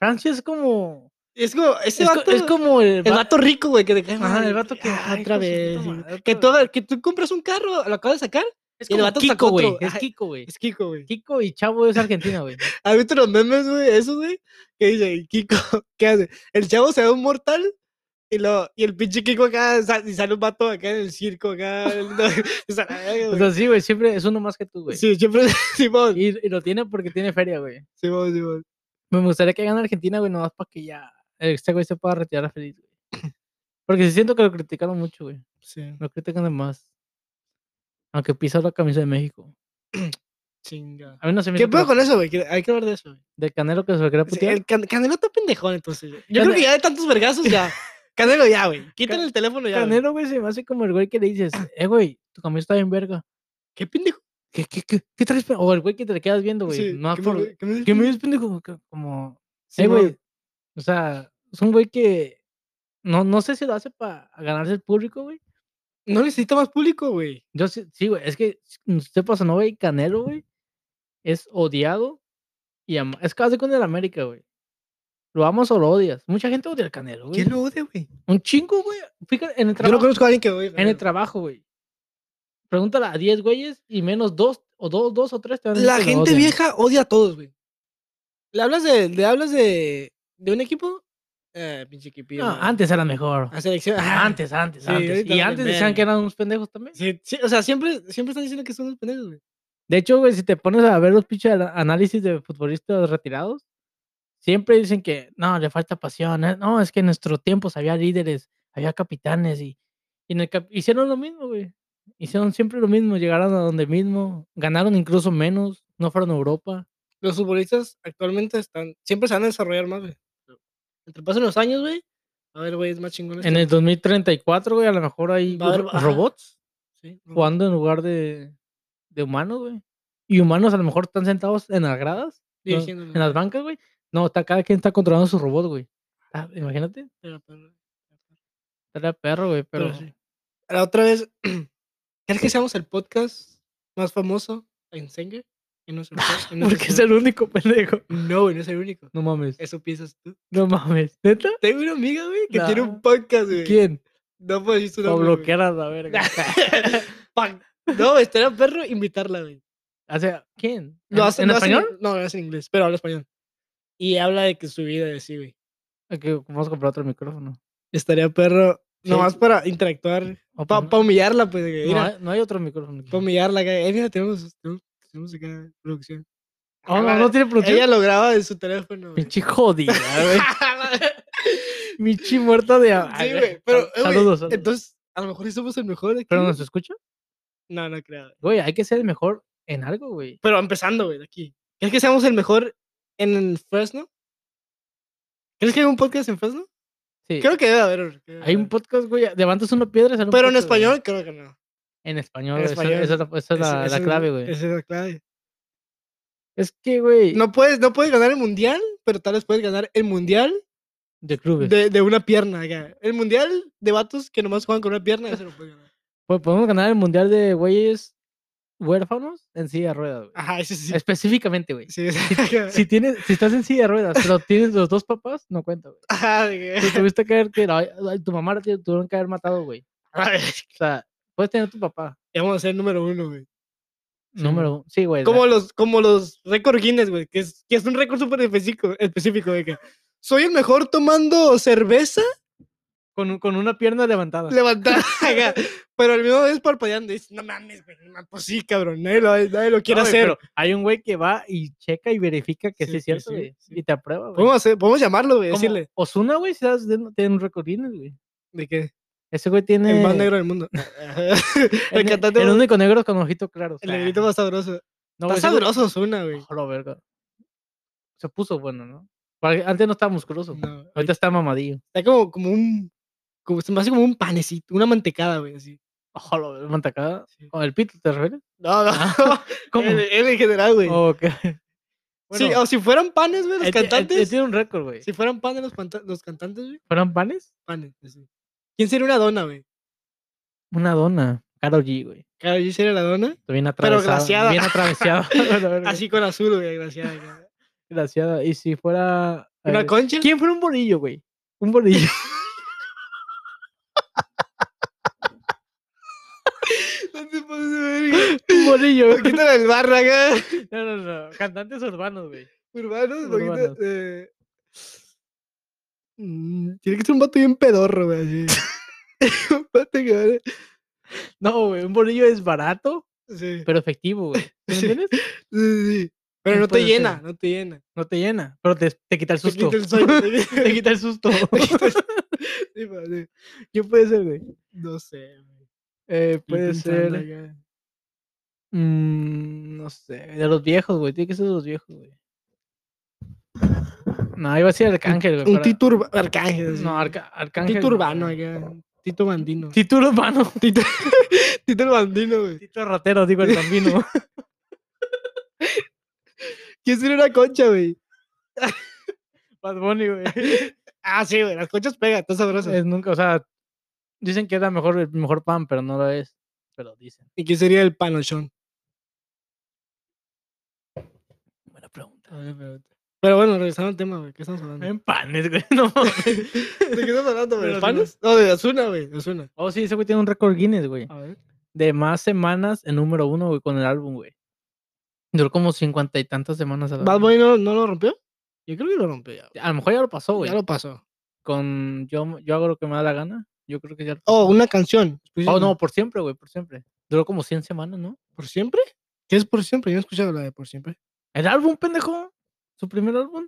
Speaker 2: Francia es como.
Speaker 1: Es como, ese
Speaker 2: Es, co-
Speaker 1: vato,
Speaker 2: es como el.
Speaker 1: el
Speaker 2: va-
Speaker 1: vato rico, güey, que te cae
Speaker 2: Ajá,
Speaker 1: mal,
Speaker 2: el vato que.
Speaker 1: ah,
Speaker 2: ay,
Speaker 1: otra
Speaker 2: hijo de su
Speaker 1: vez.
Speaker 2: puta
Speaker 1: güey.
Speaker 2: madre,
Speaker 1: Que,
Speaker 2: otra
Speaker 1: todo-
Speaker 2: vez.
Speaker 1: que tú compras un carro, lo acabas de sacar.
Speaker 2: Es
Speaker 1: y el
Speaker 2: como
Speaker 1: vato sacó
Speaker 2: Kiko, güey.
Speaker 1: otro,
Speaker 2: Es
Speaker 1: ajá.
Speaker 2: Kiko, güey.
Speaker 1: Es Kiko, güey.
Speaker 2: Kiko y Chavo es argentina, güey.
Speaker 1: ¿Has visto los memes, güey? Esos, güey. Que dice, Kiko, ¿qué hace? El chavo se da un mortal y, lo, y el pinche Kiko acá sa- y sale un vato acá en el circo, acá. no, o sea, la verga,
Speaker 2: O
Speaker 1: güey.
Speaker 2: sea, sí, güey, siempre es uno más que tú, güey.
Speaker 1: sí, siempre. Simón,
Speaker 2: Y, y lo tiene porque tiene feria, güey.
Speaker 1: Simón, Simón.
Speaker 2: Me gustaría que gane Argentina, güey, nomás para que ya este güey se pueda retirar feliz, güey. Porque sí siento que lo criticaron mucho, güey.
Speaker 1: Sí,
Speaker 2: Lo critican de más. Aunque pisa la camisa de México.
Speaker 1: chinga.
Speaker 2: A mí no se me
Speaker 1: ¿Qué
Speaker 2: hizo que
Speaker 1: puedo
Speaker 2: lo-
Speaker 1: con eso, güey? Que- Hay que hablar de eso, güey.
Speaker 2: De Canelo que se lo quería
Speaker 1: Sí,
Speaker 2: putear.
Speaker 1: el can- Canelo está pendejón, entonces. güey. Yo creo
Speaker 2: Cane-
Speaker 1: que ya de tantos vergazos, ya. Canelo, ya, güey. Quítale
Speaker 2: Can-
Speaker 1: el teléfono ya. güey.
Speaker 2: Canelo, güey, se me hace como el güey que le dices, eh, güey, tu camisa está bien verga.
Speaker 1: ¿Qué pendejo?
Speaker 2: ¿Qué, qué, qué, qué traes? pe-?" O el güey que te le quedas viendo, güey.
Speaker 1: Sí,
Speaker 2: nomás
Speaker 1: ¿qué
Speaker 2: por-
Speaker 1: me- qué me-
Speaker 2: ¿Qué me ves, pendejo? Que- Como,
Speaker 1: Sí,
Speaker 2: "Eh,
Speaker 1: güey.
Speaker 2: güey. O sea, es un güey que no, no sé si lo hace para ganarse el público, güey.
Speaker 1: No necesita más público, güey.
Speaker 2: Yo sí, sí, güey. Es que, mm, usted pasa, ¿no, güey? Canelo, güey, es odiado y ama- Es casi con el América, güey. ¿Lo amas o lo odias? Mucha gente odia al Canelo, güey.
Speaker 1: ¿Quién lo odia, güey?
Speaker 2: Un chingo, güey. Fíjate, en el
Speaker 1: Yo no
Speaker 2: trabajo,
Speaker 1: conozco a alguien que odie.
Speaker 2: en el
Speaker 1: Canelo.
Speaker 2: trabajo, güey. Pregúntale a 10 güeyes y menos dos o dos, dos o tres te van a decir
Speaker 1: La
Speaker 2: que lo
Speaker 1: gente
Speaker 2: odian.
Speaker 1: vieja odia a todos, güey. ¿Le hablas de, le hablas de, de un equipo? Eh, pinche equipillo.
Speaker 2: No,
Speaker 1: güey.
Speaker 2: antes era mejor. Ah,
Speaker 1: A selección. ajá.
Speaker 2: Antes, antes,
Speaker 1: Sí,
Speaker 2: antes.
Speaker 1: ahorita
Speaker 2: Y
Speaker 1: valen
Speaker 2: antes decían que
Speaker 1: verga.
Speaker 2: eran unos pendejos también.
Speaker 1: Sí, sí, o sea, siempre, siempre están diciendo que son unos pendejos, güey.
Speaker 2: De hecho, güey, si te pones a ver los pinches ana- análisis de futbolistas retirados, siempre dicen que no, le falta pasión. eh, No, es que en nuestro tiempo había líderes, había capitanes y, y en el cap- hicieron lo mismo, güey. Hicieron siempre lo mismo, llegaron a donde mismo, ganaron incluso menos, no fueron a Europa.
Speaker 1: Los futbolistas actualmente están, siempre se van a desarrollar más, güey. Entre pasan los años, güey. A ver, güey, es más chingón.
Speaker 2: En el 2034, güey, Pues a lo mejor hay
Speaker 1: Va a haber-
Speaker 2: ro-
Speaker 1: ajá.
Speaker 2: robots
Speaker 1: Sí, no,
Speaker 2: jugando en lugar de, de humanos, güey. Y humanos a lo mejor están sentados en las gradas no,
Speaker 1: dirigiendo,
Speaker 2: en las bancas, güey. No, está, cada quien está controlando su robot, güey. Ah, imagínate,
Speaker 1: pero- pero-
Speaker 2: estaría perro, güey, pero,
Speaker 1: pero sí. La otra vez, ¿crees que seamos el podcast más famoso en Sengue? En nuestro pod- en nuestro
Speaker 2: porque es el único pendejo.
Speaker 1: No, güey, no es el único.
Speaker 2: No mames,
Speaker 1: Eso piensas tú.
Speaker 2: no mames. ¿Neta?
Speaker 1: Tengo una amiga, güey, que tiene
Speaker 2: Nah.
Speaker 1: un podcast, güey.
Speaker 2: ¿Quién?
Speaker 1: No puedo decir su
Speaker 2: O
Speaker 1: nombre. güey.
Speaker 2: bloquear a la verga.
Speaker 1: Fuck. No, estaría perro invitarla, güey.
Speaker 2: O sea, ¿quién?
Speaker 1: Lo
Speaker 2: ¿En-
Speaker 1: hace-
Speaker 2: ¿En
Speaker 1: lo hace
Speaker 2: español?
Speaker 1: no, lo hace en inglés, pero habla español. Y habla de que su vida y así, güey.
Speaker 2: Ok, vamos a comprar otro micrófono.
Speaker 1: Estaría perro.
Speaker 2: Sí.
Speaker 1: Nomás para interactuar.
Speaker 2: O
Speaker 1: Para
Speaker 2: pues
Speaker 1: humillarla, pues. de que,
Speaker 2: no, no eh.
Speaker 1: mira,
Speaker 2: hay, no hay otro micrófono. aquí.
Speaker 1: para humillarla. acá, Eh, mira, tenemos, tenemos, tenemos acá producción.
Speaker 2: Oh, no,
Speaker 1: la-
Speaker 2: no tiene Bluetooth.
Speaker 1: Ella lo graba de su teléfono. güey.
Speaker 2: Pinche jodida, güey. Pinche muerta de. a-
Speaker 1: sí,
Speaker 2: a-
Speaker 1: güey. Pero, eh, güey,
Speaker 2: saludos, saludos.
Speaker 1: Entonces, a lo mejor somos el mejor aquí.
Speaker 2: ¿Pero
Speaker 1: güey.
Speaker 2: nos escucha?
Speaker 1: No, no creo. güey.
Speaker 2: Güey, hay que ser el mejor en algo, güey.
Speaker 1: Pero empezando, güey, de aquí. ¿Crees que seamos el mejor en Fresno? ¿Crees que hay un podcast en Fresno?
Speaker 2: Sí.
Speaker 1: Creo que debe haber. creo que debe
Speaker 2: Hay un
Speaker 1: haber.
Speaker 2: podcast, güey. Levantas una piedra y sale un
Speaker 1: Pero en
Speaker 2: podcast, güey.
Speaker 1: español creo que no.
Speaker 2: En español,
Speaker 1: En
Speaker 2: güey, esa-
Speaker 1: español.
Speaker 2: Esa, es la- esa es
Speaker 1: Ese-
Speaker 2: la,
Speaker 1: ese
Speaker 2: la
Speaker 1: es-
Speaker 2: clave, güey.
Speaker 1: Esa es la clave.
Speaker 2: Es que, güey.
Speaker 1: No puedes, no puedes ganar el mundial pero tal vez puedes ganar el mundial
Speaker 2: de clubes.
Speaker 1: de, de una pierna. acá. El mundial de vatos que nomás juegan con una pierna, ese lo puedes ganar.
Speaker 2: Pues podemos ganar el mundial de güeyes huérfanos en silla de ruedas, güey.
Speaker 1: Ajá, ese Ah, sí.
Speaker 2: Específicamente, güey.
Speaker 1: sí, ese-
Speaker 2: Si, tienes, si estás en silla de ruedas, pero tienes los dos papás, no cuenta, güey.
Speaker 1: Ajá, de que-
Speaker 2: Tú tuviste que haber tirado- ay, tu mamá la te- tuvieron que haber matado, güey.
Speaker 1: A ver,
Speaker 2: O sea, puedes tener tu papá.
Speaker 1: ya vamos a ser número uno, güey. Sí,
Speaker 2: Número uno. Sí, güey. o sea,
Speaker 1: Como los, como los récord Guinness, güey, que es, que es un récord súper específico, específico de que soy el mejor tomando cerveza
Speaker 2: con, un- con una pierna levantada.
Speaker 1: levantada, acá, pero al mismo vez parpadeando. y dices, no mames, güey, no mames, pues sí, cabrón, nadie lo, nadie lo quiere
Speaker 2: No, güey,
Speaker 1: hacer.
Speaker 2: pero hay un güey que va y checa y verifica que sí,
Speaker 1: Sí,
Speaker 2: es
Speaker 1: sí,
Speaker 2: cierto,
Speaker 1: sí,
Speaker 2: güey.
Speaker 1: sí.
Speaker 2: Y te aprueba, güey.
Speaker 1: podemos, hacer- podemos llamarlo, güey, decirle,
Speaker 2: Osuna, güey, si sabes, tiene tiene un récord Guinness, güey.
Speaker 1: de que
Speaker 2: Ese güey tiene.
Speaker 1: el más negro del mundo.
Speaker 2: el
Speaker 1: el
Speaker 2: ne-
Speaker 1: cantante,
Speaker 2: el
Speaker 1: más-
Speaker 2: único negro con ojitos claros.
Speaker 1: el
Speaker 2: Ah,
Speaker 1: negrito más sabroso. Está
Speaker 2: no, güey, ese güey-
Speaker 1: sabroso Osuna, güey.
Speaker 2: Ojo, la verga. Se puso bueno, ¿no? Porque Antes no estaba musculoso.
Speaker 1: No,
Speaker 2: Ahorita está mamadillo.
Speaker 1: está como, como un, como, se me hace como un panecito, una mantecada, güey, así.
Speaker 2: Ojo, la verga, mantacada.
Speaker 1: Sí.
Speaker 2: ¿Con el pito te refieres?
Speaker 1: No, no,
Speaker 2: Ah, ¿Cómo? Oh,
Speaker 1: él, él en general, güey.
Speaker 2: Ok.
Speaker 1: sí, o si fueran panes, güey, los
Speaker 2: él ti- él- él
Speaker 1: cantantes.
Speaker 2: tiene un récord, güey.
Speaker 1: Si fueran panes los, panta- los cantantes, güey,
Speaker 2: ¿Fueron panes?
Speaker 1: panes. así. ¿Quién sería una dona, güey?
Speaker 2: Una dona. Carol G, güey.
Speaker 1: Claro, yo sería la dona.
Speaker 2: Bien atravesada.
Speaker 1: glaseada.
Speaker 2: Bien atravesada. la verga.
Speaker 1: Así con azul, güey, desgraciada. acá.
Speaker 2: Glaseada. Y si fuera. a
Speaker 1: ¿Una
Speaker 2: ver,
Speaker 1: concha?
Speaker 2: ¿Quién fuera un bolillo, güey? Un bolillo.
Speaker 1: No te pases de verga.
Speaker 2: un bolillo. güey.
Speaker 1: Quítale el barra acá.
Speaker 2: No, no, no. Cantantes urbanos, güey.
Speaker 1: Urbanos, lo quita-
Speaker 2: Urbanos.
Speaker 1: eh, mm, Tiene que ser un vato bien pedorro, güey, así. un vato que vale.
Speaker 2: No, güey. Un bolillo es barato,
Speaker 1: Sí,
Speaker 2: pero efectivo, güey. ¿Sí me
Speaker 1: Sí.
Speaker 2: entiendes?
Speaker 1: sí, sí. Pero
Speaker 2: ¿Quién
Speaker 1: no te
Speaker 2: puede
Speaker 1: llena,
Speaker 2: ser?
Speaker 1: no te llena.
Speaker 2: No te llena, pero te, te quita el
Speaker 1: Te
Speaker 2: susto.
Speaker 1: quita el sueño. te quita-
Speaker 2: Te quita el susto.
Speaker 1: te quita el- Sí, pa, sí.
Speaker 2: ¿Quién puede ser, güey?
Speaker 1: No sé, güey.
Speaker 2: Eh,
Speaker 1: Estoy
Speaker 2: puede
Speaker 1: pensando
Speaker 2: ser.
Speaker 1: acá.
Speaker 2: mm, no sé. De los viejos, güey. Tiene que ser de los viejos, güey. No, iba a ser Arcángel, güey.
Speaker 1: Un
Speaker 2: para-
Speaker 1: Tito Urba- Arcángel. sí.
Speaker 2: No, Arca- Arcángel.
Speaker 1: Tito
Speaker 2: no.
Speaker 1: Urbano acá. Tito Bandino.
Speaker 2: Tito Urbano.
Speaker 1: Tito, Tito el Bandino, güey.
Speaker 2: Tito Ratero, digo el bambino.
Speaker 1: ¿Quién sería una concha, güey?
Speaker 2: Bad Bunny, güey.
Speaker 1: Ah, sí, güey. Las conchas pegan, estás sabroso.
Speaker 2: Es nunca, o sea, dicen que es la mejor, el mejor pan, pero no lo es. Pero dicen.
Speaker 1: ¿Y quién sería el panochón?
Speaker 2: Buena pregunta.
Speaker 1: Pero bueno, regresando al tema, güey. ¿Qué estamos hablando?
Speaker 2: En panes, güey. No mames.
Speaker 1: Em, ¿De qué estamos hablando, güey?
Speaker 2: Pero
Speaker 1: ¿Los
Speaker 2: sí,
Speaker 1: panes? No, de Osuna, güey. de Ozuna.
Speaker 2: Oh, sí, ese güey tiene un récord Guinness, güey.
Speaker 1: A ver.
Speaker 2: De más semanas en número uno, güey, con el álbum, güey. Duró como cincuenta y tantas semanas. A, la
Speaker 1: ¿Bad
Speaker 2: verga.
Speaker 1: Bunny no, no lo rompió? Yo creo que lo rompió ya. güey.
Speaker 2: a lo mejor ya lo pasó, güey.
Speaker 1: Ya lo pasó.
Speaker 2: Con yo, yo hago lo que me da la gana. Yo creo que ya lo...
Speaker 1: Oh, una canción.
Speaker 2: Oh, no,
Speaker 1: específica.
Speaker 2: por siempre, güey, por siempre. Duró como 100 semanas, ¿no?
Speaker 1: ¿Por siempre? ¿Qué es por siempre? Yo no he escuchado la de por siempre.
Speaker 2: El álbum, pendejo. Su primer álbum.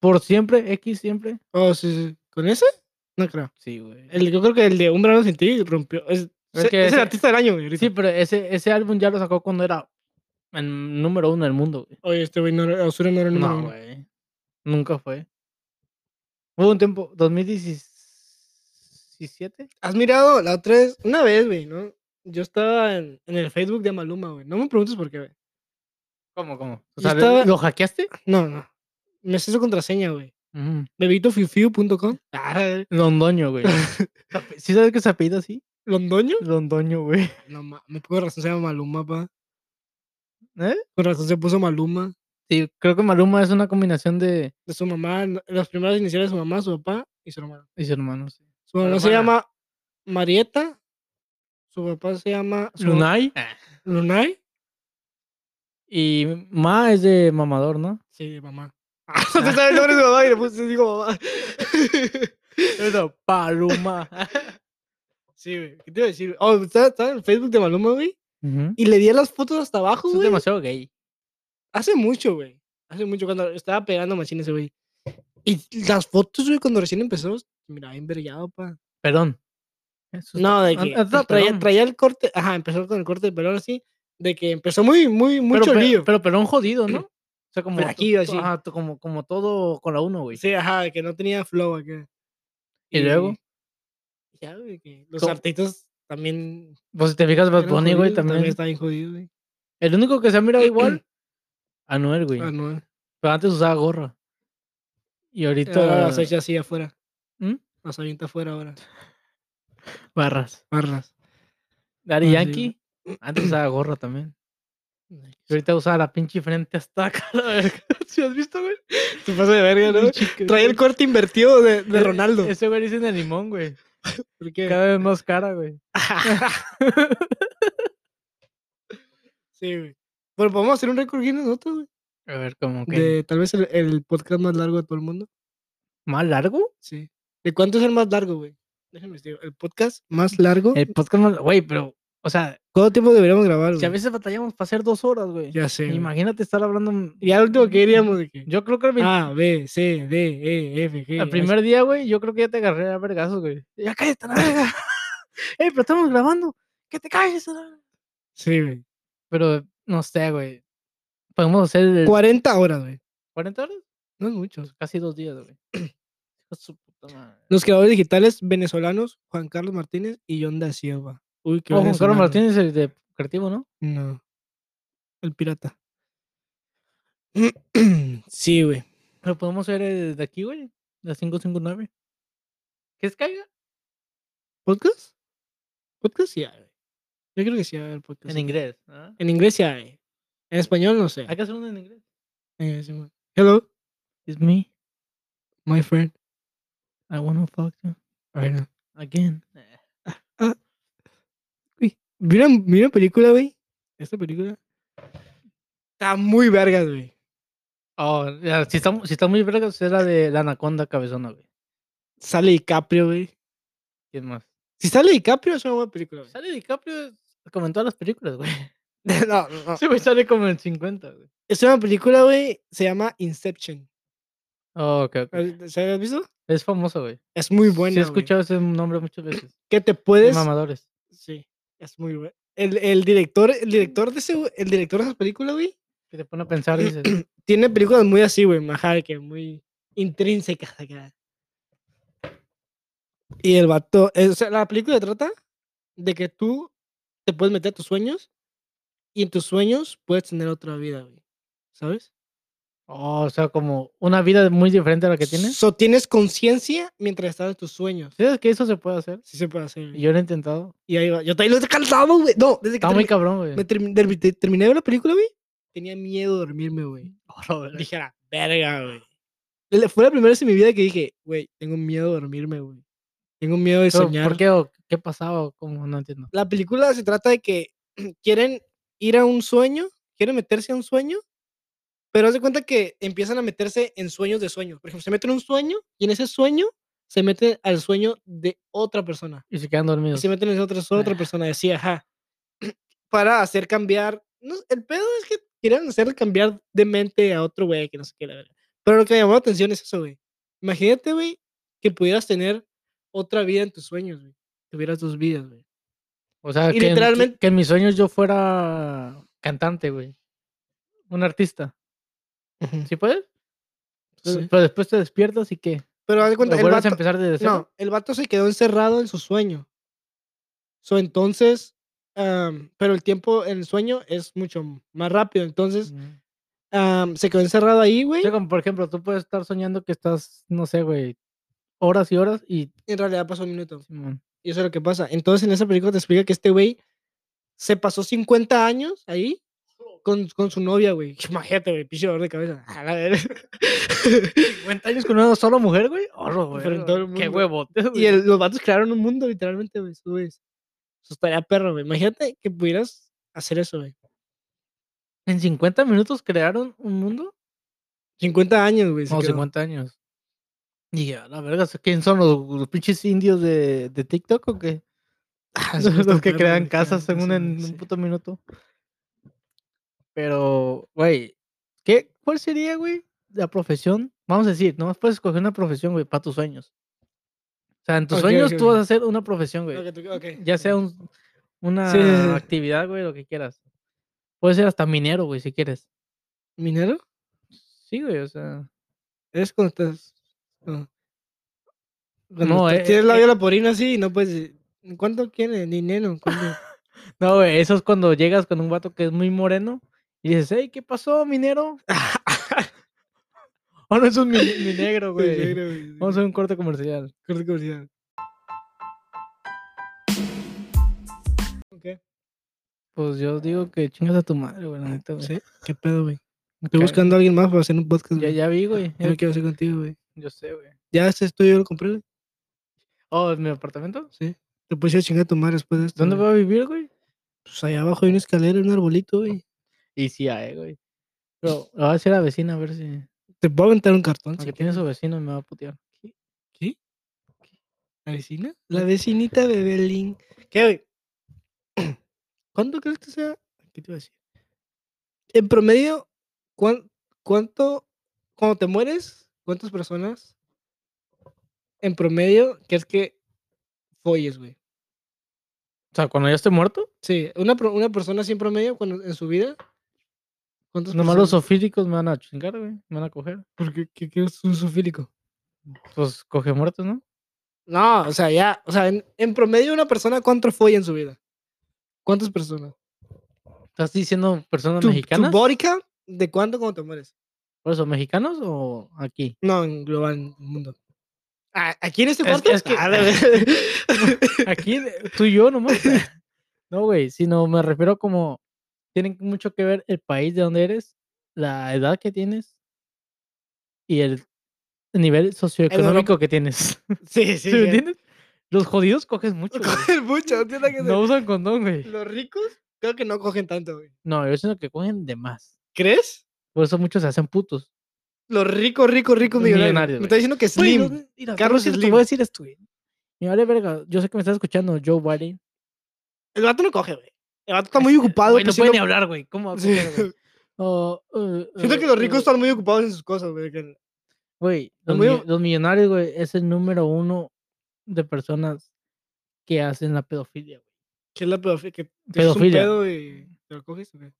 Speaker 2: Por siempre, X siempre.
Speaker 1: Oh, sí, sí. ¿Con ese? No creo.
Speaker 2: Sí, güey.
Speaker 1: El, yo creo que el de Un verano sin ti rompió. Es,
Speaker 2: Es
Speaker 1: se-
Speaker 2: que
Speaker 1: es el
Speaker 2: ese-
Speaker 1: artista del año, güey. ahorita.
Speaker 2: Sí, pero ese, ese álbum ya lo sacó cuando era el número uno del mundo, güey.
Speaker 1: Oye, este güey no era, Ozuna no era el número
Speaker 2: No,
Speaker 1: uno.
Speaker 2: güey. Nunca fue. Hubo un tiempo, 2017.
Speaker 1: ¿Has mirado la otra vez? Una vez, güey, ¿no? Yo estaba en, en el Facebook de Maluma, güey. No me preguntes por qué, güey.
Speaker 2: ¿Cómo, cómo? O
Speaker 1: Yo
Speaker 2: sea, ¿lo-
Speaker 1: estaba-
Speaker 2: ¿lo hackeaste?
Speaker 1: No, no. Me sé su contraseña, güey.
Speaker 2: Mm,
Speaker 1: Bebitofiufiu.com. Ah,
Speaker 2: Londoño, güey. ¿Sí sabes que se apellida así?
Speaker 1: ¿Londoño?
Speaker 2: Londoño, güey.
Speaker 1: No, ma- me con razón se llama Maluma, pa.
Speaker 2: ¿Eh?
Speaker 1: Con razón se puso Maluma.
Speaker 2: Sí, creo que Maluma es una combinación de...
Speaker 1: De su mamá, n- las primeras iniciales de su mamá, su papá y su hermano.
Speaker 2: Dice, hermanos.
Speaker 1: Su mamá se
Speaker 2: Hermana.
Speaker 1: llama Marieta. Su papá se llama su-
Speaker 2: Lunay.
Speaker 1: Lunay.
Speaker 2: Y Ma es de mamador, ¿no?
Speaker 1: Sí, mamá. Ah, no te sabes el nombre de su mamá y le puse, digo mamá.
Speaker 2: Eso, Paluma.
Speaker 1: Sí, güey. ¿Qué te iba a decir? güey? Oh, estaba, estaba en el Facebook de Maluma, güey.
Speaker 2: Ujú.
Speaker 1: Y le di a las fotos hasta abajo,
Speaker 2: Eso es
Speaker 1: güey.
Speaker 2: demasiado gay.
Speaker 1: Hace mucho, güey. Hace mucho, cuando estaba pegando machines ese güey. Y las fotos, güey, cuando recién empezó, mira, bien vergueado, pa.
Speaker 2: Perdón. Eso está-
Speaker 1: No, de
Speaker 2: Ah,
Speaker 1: que
Speaker 2: ah, está,
Speaker 1: traía,
Speaker 2: perdón.
Speaker 1: traía el corte. Ajá, empezó con el corte de pelón así. De que empezó muy, muy, muy
Speaker 2: pero, pe-
Speaker 1: cholillo.
Speaker 2: Pero Pelón jodido, ¿no? O sea, como, to-
Speaker 1: Flaquillo,
Speaker 2: to-
Speaker 1: así.
Speaker 2: ajá, to- como, como todo con la uno, güey.
Speaker 1: Sí, ajá, de que no tenía flow acá.
Speaker 2: ¿Y luego?
Speaker 1: Ya, güey, que los
Speaker 2: ¿Cómo?
Speaker 1: artistas también.
Speaker 2: Pues si te fijas, Bad
Speaker 1: eran
Speaker 2: Bunny, güey,
Speaker 1: jodidos,
Speaker 2: también.
Speaker 1: está bien jodido, güey.
Speaker 2: El único que se ha mirado igual, Anuel, güey.
Speaker 1: Ah, no.
Speaker 2: Pero Pero antes usaba gorra. Y ahorita.
Speaker 1: Ahora las echa así afuera.
Speaker 2: ¿Mm?
Speaker 1: Las avienta afuera ahora.
Speaker 2: Barras.
Speaker 1: Barras.
Speaker 2: Daddy
Speaker 1: Ah, sí,
Speaker 2: Yankee. Antes usaba gorra también. Y ahorita usaba la pinche frente hasta acá. La verga. ¿Sí has visto, güey?
Speaker 1: Te pasa de verga, ¿no?
Speaker 2: Pinche que-
Speaker 1: Trae el corte invertido de, de
Speaker 2: Eh,
Speaker 1: Ronaldo.
Speaker 2: Ese güey dice en el limón, güey.
Speaker 1: ¿Por qué?
Speaker 2: Cada vez más cara, güey.
Speaker 1: sí, güey. Bueno, podemos hacer un récord Guinness nosotros, güey.
Speaker 2: A ver, como que.
Speaker 1: De tal vez el, el podcast más largo de todo el mundo.
Speaker 2: ¿Más largo?
Speaker 1: Sí. ¿De cuánto es el más largo, güey? Déjame decir, el podcast más largo.
Speaker 2: El podcast más. Güey, pero. O sea,
Speaker 1: ¿Cuánto tiempo deberíamos grabar, güey?
Speaker 2: si a veces batallamos para hacer dos horas, güey.
Speaker 1: Ya sé. güey.
Speaker 2: Imagínate estar hablando. m-
Speaker 1: Y Ah, al último que iríamos de que
Speaker 2: Yo creo que el, vein-
Speaker 1: A, B, C, D, E, F, G.
Speaker 2: el primer día, güey, yo creo que ya te agarré a vergazos, güey. Ya cállate, a la verga. ¡Ey, pero estamos grabando! ¡Que te calles! a la verga!
Speaker 1: H. Sí, güey.
Speaker 2: Pero no sé, güey. Podemos hacer el
Speaker 1: 40 horas, güey.
Speaker 2: 40 horas, pues,
Speaker 1: No es mucho.
Speaker 2: casi dos días, güey. Hijo de su puta madre.
Speaker 1: Los creadores digitales venezolanos, Juan Carlos Martínez y John da Silva. Uy, qué
Speaker 2: Oh, Juan Carlos
Speaker 1: venezolano.
Speaker 2: Martínez, el de creativo, ¿no?
Speaker 1: No. El pirata. sí, güey.
Speaker 2: Pero podemos ver el de aquí, güey. La 559. ¿Qué es caiga?
Speaker 1: ¿Podcast? ¿Podcast? Sí, hay, güey. Yo creo que sí, hay el podcast.
Speaker 2: En inglés. ¿ah?
Speaker 1: En inglés sí hay. En español no sé.
Speaker 2: Hay que hacer uno en inglés.
Speaker 1: Eh, sí, güey. Hello,
Speaker 2: It's me.
Speaker 1: my friend.
Speaker 2: I wanna fuck you
Speaker 1: I know.
Speaker 2: again.
Speaker 1: Eh. Vi una, vi una película, güey. Esta película. Está muy vergas, güey.
Speaker 2: Oh, ya, si está, mu- si está muy verga, es la de la anaconda cabezona, güey.
Speaker 1: Sale DiCaprio, güey.
Speaker 2: ¿Quién más?
Speaker 1: Si sale DiCaprio es una buena película, güey.
Speaker 2: Sale DiCaprio como en todas las películas, güey.
Speaker 1: Pues No, no, no.
Speaker 2: Ese güey sale como en 50, güey.
Speaker 1: Es una película, güey. Se llama Inception.
Speaker 2: Oh, ok, ok.
Speaker 1: ¿Se has visto?
Speaker 2: Es famoso, güey.
Speaker 1: Es muy buena.
Speaker 2: Sí, he
Speaker 1: güey.
Speaker 2: escuchado ese nombre muchas veces.
Speaker 1: Que te
Speaker 2: De
Speaker 1: puedes.
Speaker 2: Mamadores.
Speaker 1: Sí, es muy bueno. El, el director, el director de ese, el director de esa película, güey,
Speaker 2: Que te pone
Speaker 1: Oh.
Speaker 2: a pensar y dices,
Speaker 1: tiene películas muy así, güey, ajá, que muy intrínsecas acá. Y el vato, eh, o sea, la película trata de que tú te puedes meter a tus sueños y en tus sueños puedes tener otra vida, güey. ¿Sabes?
Speaker 2: oh, o sea, como una vida muy diferente a la que tienes.
Speaker 1: So, tienes conciencia mientras estás en tus sueños.
Speaker 2: ¿Sabes que eso se puede hacer?
Speaker 1: Sí se puede hacer.
Speaker 2: Y
Speaker 1: güey.
Speaker 2: Yo lo he intentado.
Speaker 1: Y ahí va. Yo también lo he calzado, güey. No, desde que
Speaker 2: Está muy
Speaker 1: termi-
Speaker 2: cabrón, güey.
Speaker 1: me termi- termi- te- terminé de ver la película, güey, tenía miedo de dormirme, güey. dijera, verga, güey. Le- Fue la primera vez en mi vida que dije, güey, tengo miedo de dormirme, güey. Tengo miedo de
Speaker 2: Pero,
Speaker 1: soñar.
Speaker 2: ¿Por qué? ¿O ¿Qué pasaba? ¿O ¿Cómo? No entiendo.
Speaker 1: La película se trata de que quieren ir a un sueño, quieren meterse a un sueño, pero hace cuenta que empiezan a meterse en sueños de sueños. Por ejemplo, se meten en un sueño y en ese sueño se meten al sueño de otra persona.
Speaker 2: Y se quedan
Speaker 1: Y
Speaker 2: dormidos.
Speaker 1: se meten en otra,
Speaker 2: Ah.
Speaker 1: otra persona, decía, ajá. Para hacer cambiar. No, el pedo es que querían hacer cambiar de mente a otro güey, que no sé qué, la verdad. Pero lo que me llamó la atención es eso, güey. Imagínate, güey, que pudieras tener otra vida en tus sueños, güey. Tuvieras dos vidas, güey.
Speaker 2: O
Speaker 1: Y
Speaker 2: sea, que, en- que-
Speaker 1: literalmente-
Speaker 2: que en mis sueños yo fuera cantante, güey. Un artista.
Speaker 1: Sí,
Speaker 2: ¿Sí puedes? Pero-
Speaker 1: sí.
Speaker 2: Pero después te despiertas y ¿qué?
Speaker 1: Pero haz de
Speaker 2: ¿O
Speaker 1: cuenta, el
Speaker 2: vuelves
Speaker 1: vato,
Speaker 2: a empezar desde cero?
Speaker 1: no, el vato se quedó encerrado en su sueño. So, entonces, am, pero el tiempo en el sueño es mucho más rápido. Entonces,
Speaker 2: Mm.
Speaker 1: am, se quedó encerrado ahí, güey.
Speaker 2: O sea, como por ejemplo, tú puedes estar soñando que estás, no sé, güey, horas y horas y...
Speaker 1: En realidad pasó un minuto.
Speaker 2: Simón,
Speaker 1: Y eso es lo que pasa. Entonces en esa película te explica que este güey se pasó 50 años ahí con, con su novia, güey. Imagínate, güey, pinche dolor de cabeza. A la verga.
Speaker 2: 50 años con una sola mujer, güey. Horror, güey.
Speaker 1: Pero en todo el
Speaker 2: Qué
Speaker 1: mundo.
Speaker 2: huevo.
Speaker 1: y el- los vatos crearon un mundo, literalmente, güey. Eso es. Eso estaría perro, güey. Imagínate que pudieras hacer eso, güey.
Speaker 2: En 50 minutos crearon un mundo.
Speaker 1: 50 años, güey. se
Speaker 2: No,
Speaker 1: quedó.
Speaker 2: 50 Oh, años. Y a la verga, ¿quién son los, los pinches indios de, de TikTok o qué?
Speaker 1: Ah, eso
Speaker 2: Los
Speaker 1: está
Speaker 2: que
Speaker 1: perro,
Speaker 2: crean
Speaker 1: güey, crear
Speaker 2: casas en un,
Speaker 1: casas,
Speaker 2: en
Speaker 1: güey, sí.
Speaker 2: un puto minuto. Pero, güey, ¿qué, ¿cuál sería, güey, la profesión? Vamos a decir, nomás puedes escoger una profesión, güey, para tus sueños. O sea, en tus
Speaker 1: Ok,
Speaker 2: sueños
Speaker 1: ok,
Speaker 2: tú
Speaker 1: ok.
Speaker 2: vas a hacer una profesión, güey.
Speaker 1: Lo que tú- ok,
Speaker 2: Ya
Speaker 1: ok.
Speaker 2: sea un- una
Speaker 1: sí, sí.
Speaker 2: actividad, güey, lo que quieras. Puede ser hasta minero, güey, si quieres.
Speaker 1: ¿Minero?
Speaker 2: Sí, güey, o sea.
Speaker 1: Es cuando estás. No. Cuando
Speaker 2: No,
Speaker 1: estás-
Speaker 2: eh,
Speaker 1: Tienes la
Speaker 2: eh,
Speaker 1: viola porina así y no puedes. ¿Cuánto quieres? Ni neno. ¿cuánto?
Speaker 2: No, güey, eso es cuando llegas con un vato que es muy moreno y dices, hey, ¿qué pasó, minero? Oh, no, eso es mi, mi negro,
Speaker 1: güey.
Speaker 2: güey. Vamos a hacer un corte comercial.
Speaker 1: Corte comercial. ¿Qué?
Speaker 2: Pues yo digo que chingas a tu madre, güey, la neta, güey.
Speaker 1: ¿Sí? ¿Qué pedo, güey? Estoy
Speaker 2: Ok.
Speaker 1: buscando a alguien más para hacer un podcast.
Speaker 2: Ya,
Speaker 1: güey.
Speaker 2: ya vi, güey.
Speaker 1: Ya
Speaker 2: Ya
Speaker 1: no
Speaker 2: vi.
Speaker 1: quiero hacer contigo, güey.
Speaker 2: Yo sé, güey.
Speaker 1: Ya este estudio lo compré, güey.
Speaker 2: Oh, ¿en mi apartamento?
Speaker 1: Sí. Te puse a chingar a tu madre después de esto.
Speaker 2: ¿Dónde
Speaker 1: güey.
Speaker 2: voy a vivir, güey?
Speaker 1: Pues allá abajo hay una escalera, un arbolito, güey.
Speaker 2: Y sí, hay, güey. Pero le voy a decir a la vecina a ver si.
Speaker 1: Te puedo aventar un cartón. si
Speaker 2: Aunque tiene
Speaker 1: quieres.
Speaker 2: su vecino, me va a putear.
Speaker 1: ¿Qué? ¿La vecina? La vecinita de Belín. ¿Qué, güey? ¿Cuánto crees que sea? ¿Qué te iba a decir? En promedio, ¿cuán- ¿cuánto, cuando te mueres, cuántas personas en promedio crees que folles, güey?
Speaker 2: O sea, cuando ya esté muerto,
Speaker 1: Sí, una, pro- una persona así en promedio cuando, en su vida. ¿Cuántas
Speaker 2: nomás los
Speaker 1: personas?
Speaker 2: sofílicos me van a chingar, güey. Me van a coger.
Speaker 1: ¿Por qué, qué- qué es un zoofílico?
Speaker 2: Pues coge muertos, ¿no?
Speaker 1: No, o sea, ya, o sea, en, en promedio una persona cuánto folla en su vida. ¿Cuántas personas?
Speaker 2: ¿Estás diciendo personas
Speaker 1: ¿Tu, tu
Speaker 2: mexicanas?
Speaker 1: body count? ¿De cuánto cuando te mueres?
Speaker 2: ¿Por eso, ¿Pues, mexicanos o aquí?
Speaker 1: No, en global, en el mundo. Ah, ¿Aquí en este
Speaker 2: Es-
Speaker 1: cuarto?
Speaker 2: es que-
Speaker 1: Ah, la ver-
Speaker 2: Aquí, tú y yo nomás. güey. No, güey, sino me refiero como. Tienen mucho que ver el país de donde eres, la edad que tienes y el nivel socioeconómico que tienes.
Speaker 1: sí, sí.
Speaker 2: ¿Sí me
Speaker 1: ya.
Speaker 2: entiendes? Los jodidos coges mucho. güey.
Speaker 1: Cogen mucho, ¿entiendes que se-
Speaker 2: No usan condón, güey.
Speaker 1: Los ricos creo que no cogen tanto, güey.
Speaker 2: No, yo siento que cogen de más.
Speaker 1: ¿Crees?
Speaker 2: Por eso muchos se hacen putos.
Speaker 1: Los ricos, ricos, ricos
Speaker 2: Los
Speaker 1: millonarios.
Speaker 2: millonarios,
Speaker 1: Me está diciendo que
Speaker 2: Güey,
Speaker 1: Slim.
Speaker 2: no, mira,
Speaker 1: Carlos
Speaker 2: te voy a decir- Te
Speaker 1: Slim.
Speaker 2: voy a decir esto, güey. Me vale verga. Yo sé que me estás escuchando, Joe Biden.
Speaker 1: El vato no coge, güey. El vato está muy
Speaker 2: Este,
Speaker 1: ocupado.
Speaker 2: güey, no
Speaker 1: pues, siendo-
Speaker 2: puede ni hablar, güey. ¿Cómo va a
Speaker 1: Sí.
Speaker 2: coger, güey? O, eh,
Speaker 1: Siento
Speaker 2: eh,
Speaker 1: que los ricos
Speaker 2: eh,
Speaker 1: están muy ocupados en sus cosas, güey. que-
Speaker 2: Güey, los,
Speaker 1: muy-
Speaker 2: mi- los millonarios, güey, es el número uno de personas que hacen la pedofilia, güey.
Speaker 1: ¿Qué es la pedofilia? ¿Que te haces
Speaker 2: Pedofilia.
Speaker 1: un pedo y te lo coges o qué?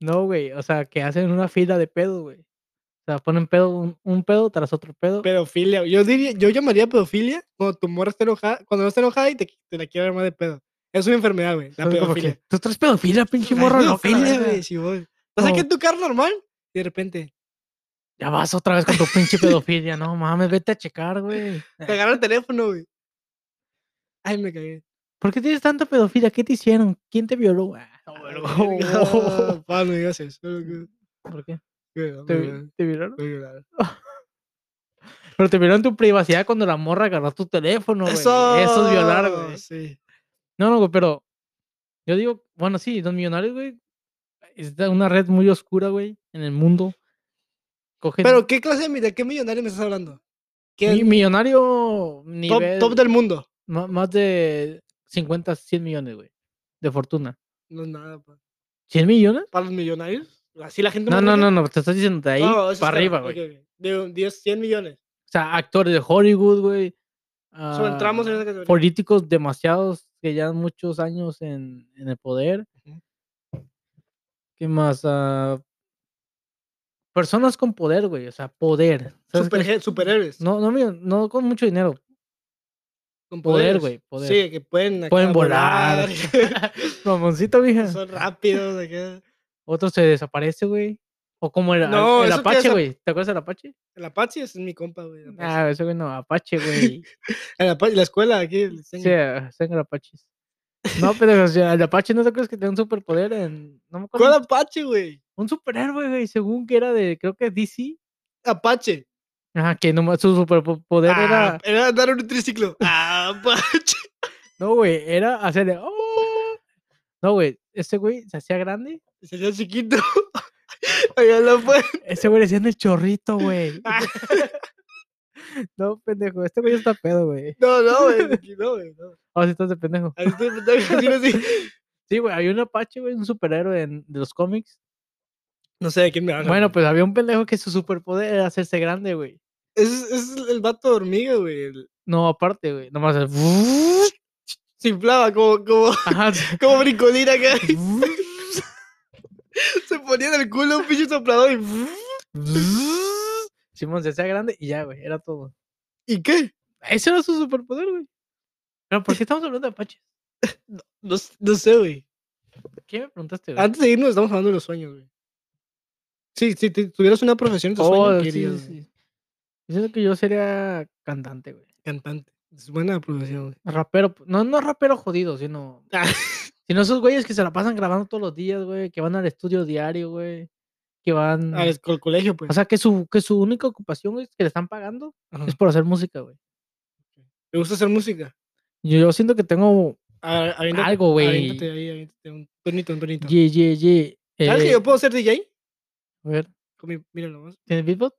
Speaker 2: No, güey. O sea, que hacen una fila de pedos, güey. O sea, ponen pedo, un, un pedo tras otro pedo.
Speaker 1: Pedofilia. Yo diría, yo llamaría pedofilia cuando tu morra está enojada, cuando no está enojada y te, te la quiere armar de pedo. Es una enfermedad, güey. La
Speaker 2: Son como que,
Speaker 1: pedofilia.
Speaker 2: Tú traes pedofilia, pinche morro loca, la
Speaker 1: pedofilia,
Speaker 2: verga".
Speaker 1: güey. Si voy. Vas aquí
Speaker 2: No.
Speaker 1: en tu carro normal y de repente
Speaker 2: Ya vas otra vez con tu pinche pedofilia. No mames, vete a checar, güey.
Speaker 1: te agarra el teléfono, güey. Ay, me cagué.
Speaker 2: ¿Por qué tienes tanta pedofilia? ¿Qué te hicieron? ¿Quién te violó? Ah, no,
Speaker 1: Ah,
Speaker 2: verga.
Speaker 1: verga, pa, no digas eso. no, no,
Speaker 2: ¿Por qué?
Speaker 1: no,
Speaker 2: ¿Te,
Speaker 1: no,
Speaker 2: vi-
Speaker 1: no,
Speaker 2: te violaron?
Speaker 1: no, no.
Speaker 2: Pero te violaron tu privacidad cuando la morra agarró tu teléfono, güey. Eso es violar, güey.
Speaker 1: Sí.
Speaker 2: No, no, güey, pero yo digo, bueno, sí, los millonarios, güey, es de una red muy oscura, güey, en el mundo. Cogen
Speaker 1: Pero, ¿qué clase de, mi- de qué millonario me estás hablando? ¿Qué
Speaker 2: mi- millonario
Speaker 1: top,
Speaker 2: nivel
Speaker 1: top del mundo?
Speaker 2: ma- más de 50, 100 millones, güey, de fortuna.
Speaker 1: No es nada, pa.
Speaker 2: ¿100 millones?
Speaker 1: ¿Para los millonarios? Así la gente
Speaker 2: No,
Speaker 1: más
Speaker 2: no,
Speaker 1: rica.
Speaker 2: no, no, te estás diciendo de ahí
Speaker 1: No, eso
Speaker 2: para
Speaker 1: está-
Speaker 2: arriba, güey.
Speaker 1: ok, ok. De 10, 100 millones.
Speaker 2: O sea, actores de Hollywood, güey.
Speaker 1: So, entramos en
Speaker 2: ah,
Speaker 1: esa categoría.
Speaker 2: Políticos demasiados que ya han muchos años en, en el poder.
Speaker 1: Ujú.
Speaker 2: ¿Qué más? Ah, personas con poder, güey. O sea, poder. ¿sabes qué?
Speaker 1: Superhe- superhéroes.
Speaker 2: No, no, mira, no con mucho dinero.
Speaker 1: con
Speaker 2: Poder,
Speaker 1: poderes.
Speaker 2: güey. Poder.
Speaker 1: Sí, que pueden, acá
Speaker 2: Pueden volar. Mamoncito,
Speaker 1: que
Speaker 2: mija.
Speaker 1: son rápidos. acá.
Speaker 2: Otro se desaparece, güey. O como el,
Speaker 1: No,
Speaker 2: el
Speaker 1: eso que
Speaker 2: Apache,
Speaker 1: desa-
Speaker 2: güey. ¿Te acuerdas del Apache?
Speaker 1: El Apache es mi compa, güey. el Apache.
Speaker 2: Ah, ese güey no, Apache, güey.
Speaker 1: El Apache, la escuela aquí. les
Speaker 2: Sí, ah,
Speaker 1: enseñan.
Speaker 2: sangre apaches. No, pero o sea, el apache no te crees que tenía un superpoder en. No me acuerdo.
Speaker 1: ¿Cuál Apache, güey?
Speaker 2: Un superhéroe, güey, según que era de, creo que DC.
Speaker 1: Apache.
Speaker 2: Ajá, que nomás su superpoder
Speaker 1: Ah,
Speaker 2: era.
Speaker 1: era andar en un triciclo. Ah, Apache.
Speaker 2: No, güey, era hacerle. "Oh". No, güey, ese güey se hacía grande.
Speaker 1: Se hacía chiquito. Allá la fue.
Speaker 2: Ese este güey le decían el chorrito, güey. No, pendejo, este güey está pedo, güey.
Speaker 1: No, no, güey. No, güey. No.
Speaker 2: Ah, sí, estás de pendejo.
Speaker 1: Ahí estoy así, así.
Speaker 2: Sí, güey, había un apache, güey, un superhéroe en- de los cómics.
Speaker 1: No sé de quién me habla.
Speaker 2: Bueno, pues había un pendejo que su superpoder era hacerse grande, güey.
Speaker 1: Es, es el vato hormiga, güey. el-
Speaker 2: No, aparte, güey. Nomás. el
Speaker 1: Se inflaba como, como,
Speaker 2: Ajá. sí.
Speaker 1: como brincolina acá. Se ponía en el culo un pinche soplador y.
Speaker 2: Simón se hacía grande y ya, güey. Era todo.
Speaker 1: ¿Y qué?
Speaker 2: Ese era su superpoder, güey. Pero ¿por qué estamos hablando de Apache?
Speaker 1: No, s- no sé, güey.
Speaker 2: ¿Qué me preguntaste, güey?
Speaker 1: Antes de irnos, estamos hablando de los sueños, güey. Sí, si te- tuvieras una profesión, en tu sueño,
Speaker 2: Oh,
Speaker 1: ¿qué
Speaker 2: sí, sí,
Speaker 1: harías, güey?
Speaker 2: sí. Yo siento que yo sería cantante, güey.
Speaker 1: Cantante. Es buena profesión, güey.
Speaker 2: Rapero, p- no, no rapero jodido, sino.
Speaker 1: Ah.
Speaker 2: sino esos güeyes que se la pasan grabando todos los días, güey, que van al estudio diario, güey,
Speaker 1: Ah,
Speaker 2: que van.
Speaker 1: Al co- colegio, pues.
Speaker 2: Mm. O sea, que su, que su única ocupación, güey, que le están pagando
Speaker 1: Ajá.
Speaker 2: es por hacer música, güey.
Speaker 1: ¿Te gusta hacer música?
Speaker 2: Yo, yo siento que tengo.
Speaker 1: A- aviéntate-
Speaker 2: Algo, güey.
Speaker 1: aviéntate ahí, aviéntate un tonito, un tonito.
Speaker 2: Ye, ye, ye.
Speaker 1: ¿Sabes que
Speaker 2: eh,
Speaker 1: yo puedo ser DJ?
Speaker 2: A ver,
Speaker 1: Con mi- mira nomás.
Speaker 2: ¿tienes beatbox?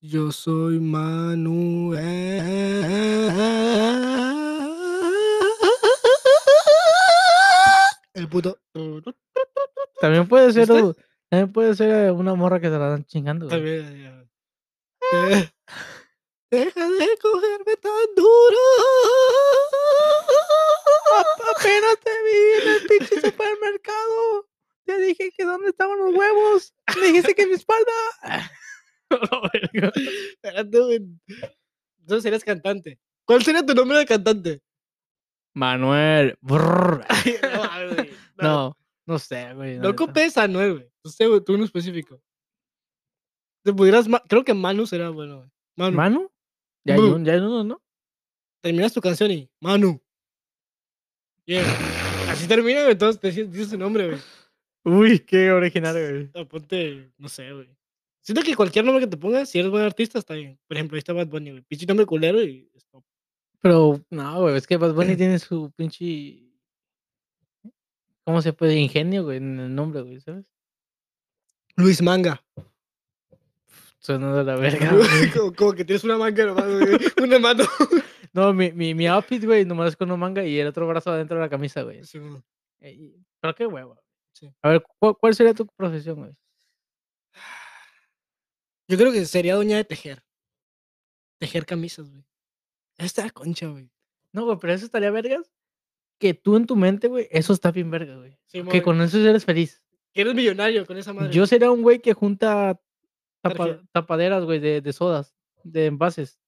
Speaker 1: Yo soy Manuel. El puto.
Speaker 2: También puede ser.
Speaker 1: ¿Viste?
Speaker 2: uh, También puede ser eh, una morra que se la dan chingando, güey.
Speaker 1: También, ya. Eh, Deja de cogerme tan duro.
Speaker 2: Apenas te vi en el pinche supermercado. Te dije que dónde estaban los huevos. Me dijiste que mi espalda.
Speaker 1: Espérate, güey. Entonces serías cantante. ¿Cuál sería tu nombre de cantante?
Speaker 2: Manuel. brr.
Speaker 1: No, mames, güey.
Speaker 2: No, no sé, güey. la
Speaker 1: No
Speaker 2: neta.
Speaker 1: ocupes a nueve. No sé, güey, tú uno específico. Te pudieras. ma- Creo que Manu será bueno, güey. Manu.
Speaker 2: ¿Manu? Ya hay,
Speaker 1: Bu.
Speaker 2: un, ya hay uno, ¿no?
Speaker 1: terminas tu canción y. Manu. Bien. Así termina, güey. Entonces te dices- dices su nombre, güey.
Speaker 2: Uy, qué original, güey.
Speaker 1: O ponte, no sé, güey. Siento que cualquier nombre que te pongas, si eres buen artista, está bien. Por ejemplo, ahí está Bad Bunny, güey. Pinche nombre culero y. stop.
Speaker 2: Pero, no, güey, es que Bad Bunny tiene su pinche. ¿Cómo se puede? Ingenio, güey, en el nombre, güey, ¿sabes?
Speaker 1: Luis Manga.
Speaker 2: Suena de la verga. güey.
Speaker 1: como, como que tienes una manga nomás, güey. Una mano.
Speaker 2: No, mi, mi, mi outfit, güey, nomás con una manga y el otro brazo adentro de la camisa, güey.
Speaker 1: Sí, güey.
Speaker 2: Eh, y- Pero qué huevo.
Speaker 1: Sí.
Speaker 2: A ver, ¿cu- ¿cuál, sería tu profesión, güey?
Speaker 1: Yo creo que sería doña de tejer. Tejer camisas, güey. Esta concha, güey.
Speaker 2: No, güey, pero eso estaría vergas. Que tú en tu mente, güey, eso está bien verga, güey.
Speaker 1: Simón,
Speaker 2: que
Speaker 1: güey.
Speaker 2: con eso eres feliz.
Speaker 1: Que eres millonario con esa madre.
Speaker 2: Yo sería un güey que junta tapa-
Speaker 1: Tarjeta.
Speaker 2: tapaderas, güey, de, de sodas, de envases.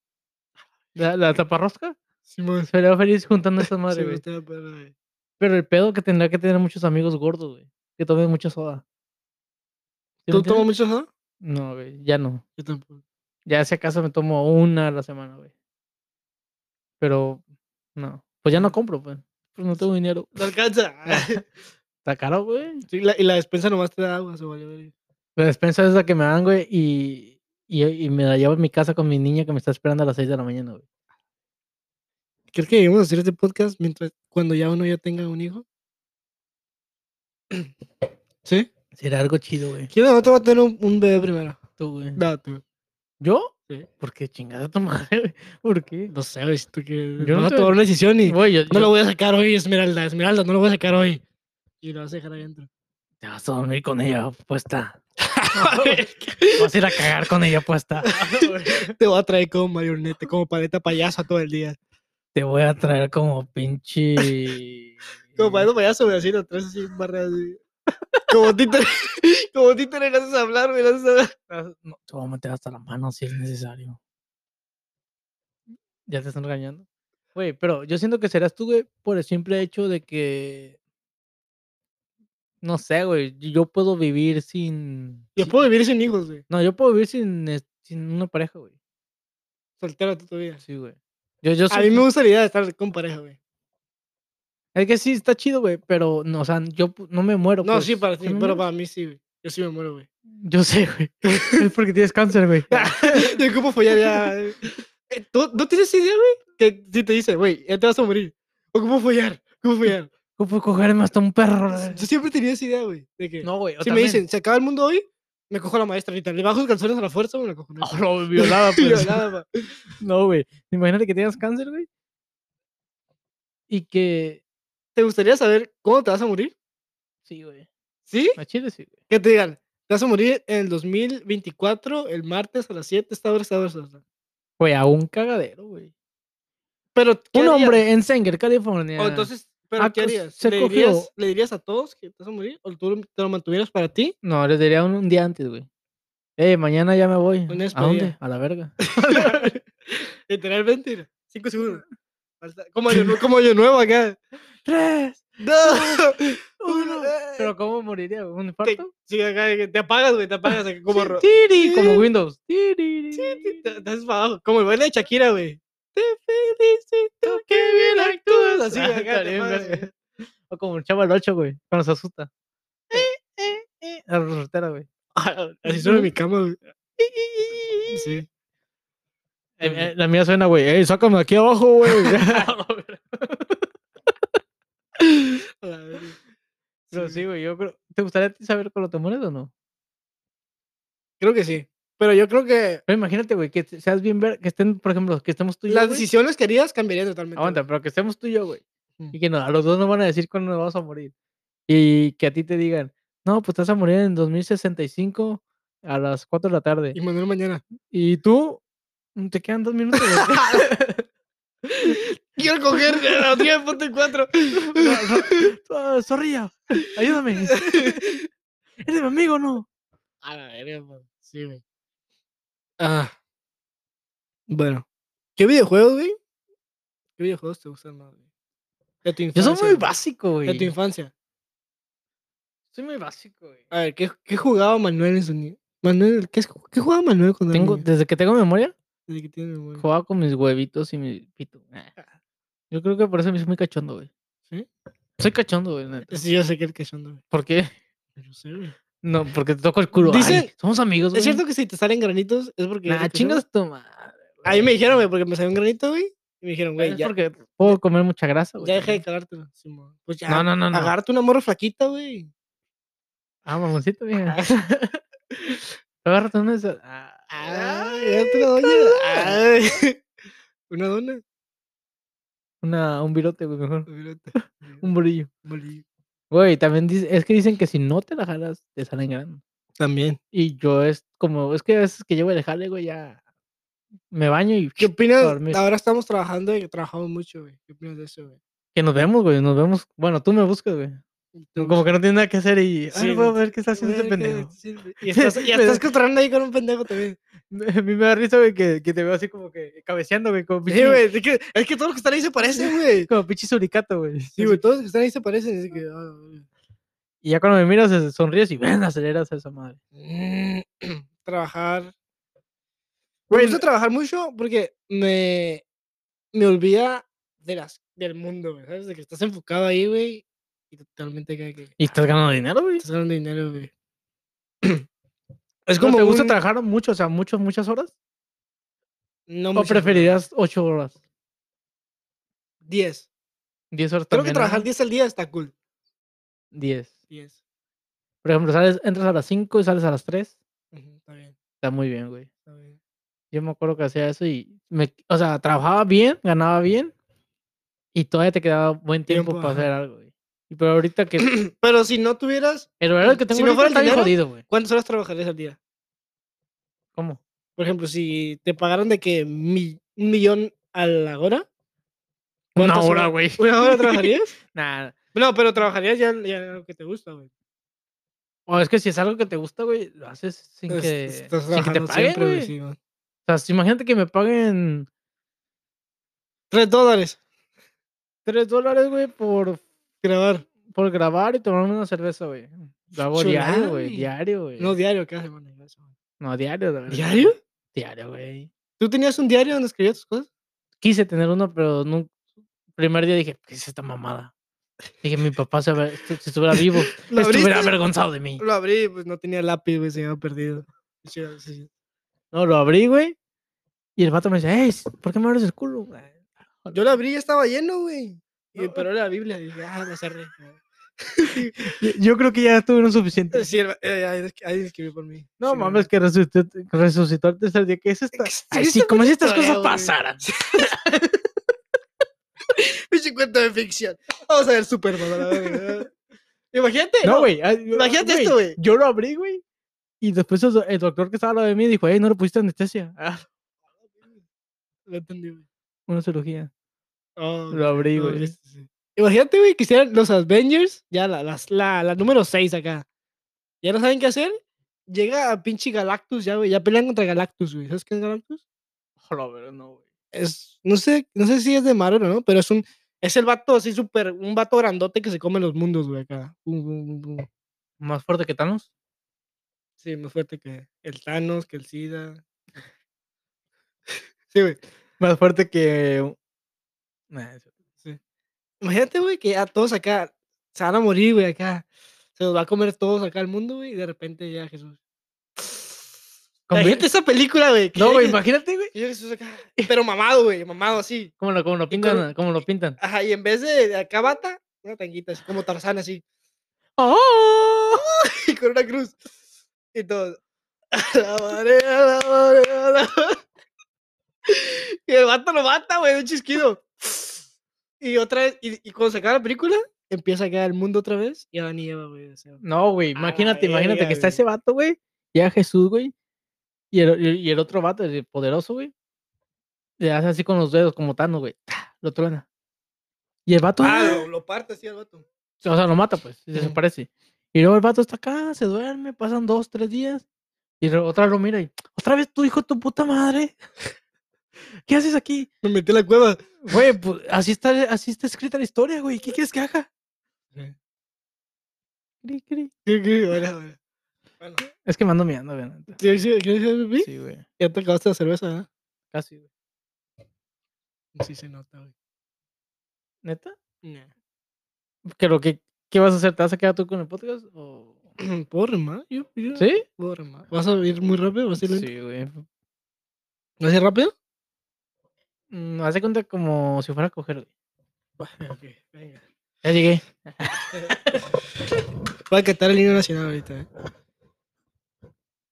Speaker 2: La, la taparrosca.
Speaker 1: Simón.
Speaker 2: Sería feliz juntando esas
Speaker 1: Sí,
Speaker 2: madres,
Speaker 1: güey,
Speaker 2: güey.
Speaker 1: estaba perra, güey.
Speaker 2: Pero el pedo que tendría que tener muchos amigos gordos, güey. Que tomen mucha soda. ¿Sí me
Speaker 1: ¿Tú tomas
Speaker 2: entiendes?
Speaker 1: mucho soda?
Speaker 2: No, güey, ya no.
Speaker 1: Yo tampoco.
Speaker 2: Ya si acaso me tomo una a la semana, güey. Pero no. Pues ya no compro, pues. Pues no tengo dinero.
Speaker 1: No alcanza.
Speaker 2: Está caro, güey.
Speaker 1: Sí, la- y la despensa nomás te da agua, se vale, verga.
Speaker 2: La despensa es la que me dan, güey. Y, y, y me la llevo en mi casa con mi niña que me está esperando a las 6 de la mañana, güey.
Speaker 1: ¿Crees que debemos hacer este podcast mientras cuando ya uno ya tenga un hijo? ¿Sí?
Speaker 2: Será algo chido, güey.
Speaker 1: ¿Quién de nosotros va a tener un, un bebé primero?
Speaker 2: Tú, güey.
Speaker 1: No, tú.
Speaker 2: ¿Yo?
Speaker 1: Sí.
Speaker 2: ¿Por qué chingada tu madre, güey? ¿Por qué?
Speaker 1: No sé, güey, si tú que
Speaker 2: Yo no
Speaker 1: vas a
Speaker 2: te-
Speaker 1: tomar una decisión y
Speaker 2: Güey, yo,
Speaker 1: no
Speaker 2: yo-
Speaker 1: lo voy a sacar hoy, Esmeralda, Esmeralda, no lo voy a sacar hoy. Y lo vas a dejar ahí adentro.
Speaker 2: Te vas a dormir con ella puesta. Vas a ir a cagar con ella puesta.
Speaker 1: te voy a traer como marionete, como paleta payaso todo el día.
Speaker 2: Te voy a traer como pinche.
Speaker 1: Como paleta payaso, güey, así lo traes así en barra así. Como títere, como títere, le haces hablar, güey, le haces hablar.
Speaker 2: Ah, No, te voy a meter hasta la mano si es necesario. Mm. Ya te están regañando. Güey, pero yo siento que serás tú, güey, por el simple hecho de que. No sé, güey. Yo puedo vivir sin.
Speaker 1: Yo
Speaker 2: sin-
Speaker 1: puedo vivir sin hijos, güey.
Speaker 2: No, yo puedo vivir sin, es- sin una pareja, güey.
Speaker 1: Soltero tú todavía.
Speaker 2: Sí, güey. Yo, yo
Speaker 1: A
Speaker 2: soy-
Speaker 1: mí me gusta la idea de estar con pareja, güey.
Speaker 2: Es que sí, está chido, güey, pero no, o sea, yo pu- no me muero.
Speaker 1: No,
Speaker 2: pues,
Speaker 1: sí, para ti,
Speaker 2: me
Speaker 1: pero
Speaker 2: mueres?
Speaker 1: para mí sí, güey. Yo sí me muero, güey.
Speaker 2: Yo sé, güey. es porque tienes cáncer, güey.
Speaker 1: Yo ocupo follar ya. eh. Eh, ¿Tú no tienes idea, güey? Que si te dice, güey, ya te vas a morir. Ocupo follar, ocupo follar.
Speaker 2: ¿Cómo puedo cogerme hasta un perro? la
Speaker 1: Yo
Speaker 2: verga?
Speaker 1: siempre tenía esa idea, güey. De que
Speaker 2: No, güey. o
Speaker 1: si me
Speaker 2: también-
Speaker 1: dicen, se acaba el mundo hoy, me cojo a la maestra ahorita. Le bajo los calzones a la fuerza o me la cojo. No,
Speaker 2: Oh, lo violaba,
Speaker 1: Yo,
Speaker 2: pues.
Speaker 1: nada más.
Speaker 2: No, güey. Imagínate que tengas cáncer, güey. Y que.
Speaker 1: ¿Te gustaría saber cómo te vas a morir?
Speaker 2: Sí, güey.
Speaker 1: ¿Sí?
Speaker 2: A Chile sí, güey.
Speaker 1: Que te digan, te vas a morir en el 2024, el martes a las 7, esta hora, esta hora, esta hora.
Speaker 2: Güey, a un cagadero, güey.
Speaker 1: Pero, ¿qué
Speaker 2: Un
Speaker 1: harías?
Speaker 2: hombre en Sanger, California.
Speaker 1: O Oh, entonces, ¿pero
Speaker 2: Ah,
Speaker 1: qué
Speaker 2: cos-
Speaker 1: harías?
Speaker 2: se
Speaker 1: ¿Le
Speaker 2: cogió.
Speaker 1: dirías, ¿Le dirías a todos que te vas a morir? ¿O tú lo- te lo mantuvieras para ti?
Speaker 2: No, les diría un, un día antes, güey. Eh, mañana ya me voy.
Speaker 1: Una
Speaker 2: ¿A dónde?
Speaker 1: despedida.
Speaker 2: A la verga.
Speaker 1: Literalmente, mira, cinco segundos. Falta- Como yo, como yo nuevo acá.
Speaker 2: Tres,
Speaker 1: ¡No!
Speaker 2: Uno.
Speaker 1: eh,
Speaker 2: Pero ¿cómo moriría? güey? ¿Un
Speaker 1: te,
Speaker 2: infarto?
Speaker 1: sí, acá de que te apagas, güey, te apagas acá como... ro-
Speaker 2: Tiri, como
Speaker 1: Sí.
Speaker 2: Windows.
Speaker 1: te-
Speaker 2: Tiri.
Speaker 1: te haces para abajo, como el baile de Shakira, güey. Te felicito, que bien actúas. Así,
Speaker 2: Ah,
Speaker 1: acá te
Speaker 2: estaría bien,
Speaker 1: apagas,
Speaker 2: verga.
Speaker 1: güey.
Speaker 2: O como el chavo del 8, güey, cuando se asusta. Eh, eh, eh. A la rotera, güey.
Speaker 1: Así suena mi cama, güey. Sí. Em,
Speaker 2: Eh, eh, la mía suena, güey. Ey, sácame de aquí abajo, güey.
Speaker 1: A la verga.
Speaker 2: Pero
Speaker 1: Sí,
Speaker 2: sí, güey, yo creo. ¿Te gustaría a ti saber cuando te mueres o no?
Speaker 1: Creo que sí. Pero yo creo que
Speaker 2: Pero imagínate, güey, que te- seas bien ver, que estén, por ejemplo, que estemos tú y yo.
Speaker 1: las
Speaker 2: güey.
Speaker 1: decisiones queridas cambiarían totalmente. güey.
Speaker 2: Aguanta, pero que estemos tú y yo, güey.
Speaker 1: Mm.
Speaker 2: Y que no, a los dos nos van a decir cuándo nos vamos a morir. Y que a ti te digan, no, pues te vas a morir en 2065 a las 4 de la tarde.
Speaker 1: Y Manuel mañana.
Speaker 2: Y tú, mm, te quedan dos minutos. güey.
Speaker 1: Quiero coger a la 3.4.
Speaker 2: No, no, ah, Zorrilla, ayúdame. ¿Eres mi amigo o no?
Speaker 1: A la verga, pues, Sí, güey. Ah. Bueno. ¿Qué videojuegos, güey? ¿Qué videojuegos te gustan más, güey? De tu
Speaker 2: Yo
Speaker 1: infancia.
Speaker 2: soy muy
Speaker 1: güey.
Speaker 2: básico,
Speaker 1: De tu
Speaker 2: güey.
Speaker 1: infancia.
Speaker 2: Soy muy básico, güey.
Speaker 1: A ver, ¿qué, qué jugaba Manuel en su niño? Manuel, ¿qué, es- qué jugaba Manuel cuando era
Speaker 2: Tengo,
Speaker 1: niño?
Speaker 2: desde que tengo memoria,
Speaker 1: Desde que tiene memoria.
Speaker 2: jugaba con mis huevitos y mi pito. Ah. Yo creo que por eso me hice muy cachondo, güey.
Speaker 1: ¿Sí?
Speaker 2: Soy cachondo, güey. neta.
Speaker 1: Sí, yo sé que es cachondo, güey.
Speaker 2: ¿Por qué?
Speaker 1: Yo sé, güey.
Speaker 2: No, porque te toco el culo. Ay,
Speaker 1: Dicen-
Speaker 2: somos amigos, güey.
Speaker 1: Es cierto que si te salen granitos es porque. eres
Speaker 2: Nah,
Speaker 1: cachondo?
Speaker 2: chingas tu madre.
Speaker 1: A mí me dijeron, güey, porque me salió un granito, güey. Y me dijeron, güey,
Speaker 2: Es
Speaker 1: ya,
Speaker 2: porque puedo comer mucha grasa, güey.
Speaker 1: ya dejé de
Speaker 2: también.
Speaker 1: cagártelo. Simón. Pues ya.
Speaker 2: No, no, no, no.
Speaker 1: Agárrate una morra flaquita, güey.
Speaker 2: Ah, mamoncito, vieja. Agárrate una de esas. Ah,
Speaker 1: Ay, agárrate una doña. Ay. Una dona.
Speaker 2: Una, un virote, güey, mejor.
Speaker 1: Mírate, mírate,
Speaker 2: Un bolillo.
Speaker 1: bolillo.
Speaker 2: Güey, también dice, es que dicen que si no te la jalas, te salen granos.
Speaker 1: También.
Speaker 2: Y yo es como, es que a veces que llevo el jale, güey, ya me baño y
Speaker 1: ¿Qué opinas?
Speaker 2: dormir.
Speaker 1: Ahora estamos trabajando y trabajamos mucho, güey. ¿Qué opinas de eso, güey?
Speaker 2: que nos vemos, güey, nos vemos. Bueno, tú me buscas, güey. Como que no tienes nada que hacer y,
Speaker 1: Sí,
Speaker 2: ay, voy a
Speaker 1: no
Speaker 2: ver qué está haciendo este
Speaker 1: Verga,
Speaker 2: pendejo.
Speaker 1: sirve. Y estás, y
Speaker 2: Me
Speaker 1: estás
Speaker 2: da-
Speaker 1: cotorreando ahí con un pendejo también.
Speaker 2: A mí me da risa, güey, que, que te veo así como que cabeceando, güey, como
Speaker 1: Sí,
Speaker 2: pinche,
Speaker 1: güey. Es que, es que todos los que están ahí se parecen, güey.
Speaker 2: como pinche suricato, güey.
Speaker 1: Sí, güey. Todos los que están ahí se parecen. así que, ah, güey.
Speaker 2: Y ya cuando me miras, eh, sonríes y ven, aceleras a esa madre.
Speaker 1: Mm, trabajar. Me
Speaker 2: Güey,
Speaker 1: gusta
Speaker 2: no-
Speaker 1: trabajar mucho porque me, me olvida de las, del mundo, güey, ¿sabes? De que estás enfocado ahí, güey, y totalmente cae que
Speaker 2: Y estás ganando dinero, güey.
Speaker 1: estás ganando dinero, güey. Es
Speaker 2: ¿No
Speaker 1: como
Speaker 2: ¿Te gusta
Speaker 1: un-
Speaker 2: trabajar mucho, o sea, muchas, muchas horas?
Speaker 1: No
Speaker 2: ¿O
Speaker 1: muchas, güey,
Speaker 2: preferirías ocho horas?
Speaker 1: 10.
Speaker 2: ¿Diez horas
Speaker 1: Creo
Speaker 2: también?
Speaker 1: que trabajar
Speaker 2: ¿no?
Speaker 1: 10 al día está cool.
Speaker 2: Diez.
Speaker 1: 10.
Speaker 2: Por ejemplo, sales, entras a las 5 y sales a las 3.
Speaker 1: Ujú, Está bien,
Speaker 2: Está muy bien, güey.
Speaker 1: está bien.
Speaker 2: Yo me acuerdo que hacía eso y me, o sea, trabajaba bien, ganaba bien y todavía te quedaba buen tiempo,
Speaker 1: Tiempo,
Speaker 2: para
Speaker 1: ajá.
Speaker 2: hacer algo, güey. Y pero ahorita que el
Speaker 1: Pero si no tuvieras,
Speaker 2: horario que
Speaker 1: Si
Speaker 2: tengo
Speaker 1: no
Speaker 2: ahorita
Speaker 1: fuera el
Speaker 2: está bien
Speaker 1: dinero,
Speaker 2: jodido, güey.
Speaker 1: ¿cuántas horas trabajarías al día?
Speaker 2: ¿Cómo?
Speaker 1: Por ejemplo, si te pagaran de que mi- un millón a la hora.
Speaker 2: Una
Speaker 1: ¿cuántas
Speaker 2: hora,
Speaker 1: horas-
Speaker 2: güey.
Speaker 1: ¿Una hora trabajarías?
Speaker 2: Nada.
Speaker 1: No, pero trabajarías ya, ya en lo que te gusta, güey.
Speaker 2: O es que si es algo que te gusta, güey, lo haces sin
Speaker 1: Es-
Speaker 2: que,
Speaker 1: estás
Speaker 2: sin que te
Speaker 1: trabajando
Speaker 2: paguen,
Speaker 1: siempre, güey,
Speaker 2: güey.
Speaker 1: sí, güey.
Speaker 2: O sea, si- imagínate que me paguen
Speaker 1: Tres dólares.
Speaker 2: 3 dólares, güey, por,
Speaker 1: Grabar.
Speaker 2: por grabar y tomarme una cerveza, güey. Lo hago
Speaker 1: Chulada,
Speaker 2: diario, güey.
Speaker 1: güey.
Speaker 2: Diario, güey.
Speaker 1: No, diario, cada semana. cada semana.
Speaker 2: No, diario, la verdad.
Speaker 1: ¿Diario?
Speaker 2: Diario, güey.
Speaker 1: ¿Tú tenías un diario donde escribías tus cosas?
Speaker 2: Quise tener uno, pero nunca. Primer día dije, ¿qué es esta mamada? Dije, mi papá se habrá- estu- si estuviera vivo,
Speaker 1: ¿Lo
Speaker 2: estuviera
Speaker 1: abriste?
Speaker 2: avergonzado de mí.
Speaker 1: Lo abrí, pues no tenía lápiz, güey, se había perdido. Sí, sí, sí.
Speaker 2: No, lo abrí, güey. Y el vato me dice, "Ey, ¿por qué me abres el culo? güey?"
Speaker 1: Yo lo abrí y estaba lleno, güey. Y-
Speaker 2: No,
Speaker 1: Pero era la Biblia. Y dije, ah, la cerré.
Speaker 2: Yo- Yo creo que ya tuvieron suficiente.
Speaker 1: Sí, el- eh, ahí es- ahí escribió por mí.
Speaker 2: No
Speaker 1: Sí,
Speaker 2: mames, que resucitó, que resucitó el tercer día. ¿Qué es esta?
Speaker 1: Ex-
Speaker 2: Ay,
Speaker 1: esa
Speaker 2: sí, como si estas
Speaker 1: historia,
Speaker 2: cosas
Speaker 1: güey.
Speaker 2: pasaran.
Speaker 1: Pinche cuento de ficción. Vamos a ver Superman. a la verga. Imagínate.
Speaker 2: No, güey. ah, yo-
Speaker 1: Imagínate esto, güey.
Speaker 2: Yo lo abrí, güey. Y después el, do- el doctor que estaba al lado de mí dijo, hey, no le pusiste anestesia. Ah,
Speaker 1: Lo entendí, güey.
Speaker 2: una cirugía.
Speaker 1: Ah,
Speaker 2: Lo abrí,
Speaker 1: No,
Speaker 2: güey.
Speaker 1: sí, sí, sí. Imagínate, güey, que hicieran los Avengers, ya la, las- la, la número 6 acá. Ya no saben qué hacer. Llega a pinche Galactus, ya, güey. Ya pelean contra Galactus, güey. ¿Sabes qué es Galactus?
Speaker 2: Hola, pero no, güey.
Speaker 1: Es, no, sé, no sé si es de Marvel o no, pero es un, Es el vato así súper, un vato grandote que se come los mundos, güey, acá. Bum, bum, bum, bum.
Speaker 2: Más fuerte que Thanos.
Speaker 1: Sí, más fuerte que el Thanos, que el SIDA. Sí, güey.
Speaker 2: Más fuerte que. Nah, es-
Speaker 1: Imagínate, güey, que ya todos acá se van a morir, güey, acá. Se los va a comer todos acá el mundo, güey, y de repente ya Jesús.
Speaker 2: Con vi-
Speaker 1: Imagínate esa película, güey. que
Speaker 2: No,
Speaker 1: llega
Speaker 2: güey,
Speaker 1: Jes-
Speaker 2: imagínate, güey.
Speaker 1: que llega Jesús acá, Pero mamado, güey, mamado así.
Speaker 2: ¿Cómo lo, cómo lo
Speaker 1: Y con-
Speaker 2: pintan? ¿Cómo lo pintan?
Speaker 1: Ajá, y en vez de, de acá bata, una tanguita, así como Tarzán, así.
Speaker 2: ¡Oh!
Speaker 1: y con una cruz. Y todo. Alabaré, alabaré, alabaré. Y el vato lo mata, güey, de un chisquido. Y otra vez, y, y cuando se acaba la película, empieza a caer el mundo otra vez. Y Adán y Eva, güey. o sea,
Speaker 2: No, güey,
Speaker 1: la
Speaker 2: imagínate, imagínate
Speaker 1: verga,
Speaker 2: que está
Speaker 1: güey.
Speaker 2: ese vato, Ah, güey. Ya Jesús, güey. Y el, y el- y el otro vato, el poderoso, güey. Le hace así con los dedos, como Thanos, güey. ¡ta! Lo truena. Y el vato.
Speaker 1: ah,
Speaker 2: ¡ah!
Speaker 1: lo, lo parte así al vato.
Speaker 2: O sea, lo mata, pues, y
Speaker 1: Ujú.
Speaker 2: desaparece. Y luego el vato está acá, se duerme, pasan dos, tres días. Y luego otra vez lo mira y, otra vez tu hijo, de tu puta madre. ¿Qué haces aquí?
Speaker 1: Me metí en la cueva.
Speaker 2: Güey, pues, así está, así está escrita la historia, güey. ¿Qué quieres que haga? Cri, cri.
Speaker 1: Sí, sí, ahora, ahora. Bueno,
Speaker 2: Es que mando mirando, obviamente.
Speaker 1: ¿sí, sí, ¿quieres hacer pipí?
Speaker 2: Sí, güey.
Speaker 1: Ya te acabaste la cerveza, ¿eh? ¿verdad?
Speaker 2: Casi, güey.
Speaker 1: Sí, se nota, güey.
Speaker 2: ¿Neta?
Speaker 1: Nah.
Speaker 2: ¿Que lo que, ¿Qué vas a hacer? ¿Te vas a quedar tú con el podcast? o-
Speaker 1: ¿Puedo remar? Yo, yo
Speaker 2: ¿Sí?
Speaker 1: puedo remar. ¿Vas a ir muy rápido? ¿Vas a ir lento?
Speaker 2: Sí, güey.
Speaker 1: ¿Vas a ir rápido?
Speaker 2: Mm, Hace cuenta como si fuera a coger, güey.
Speaker 1: Ok, venga.
Speaker 2: Ya llegué.
Speaker 1: Va a cantar el himno nacional ahorita, eh.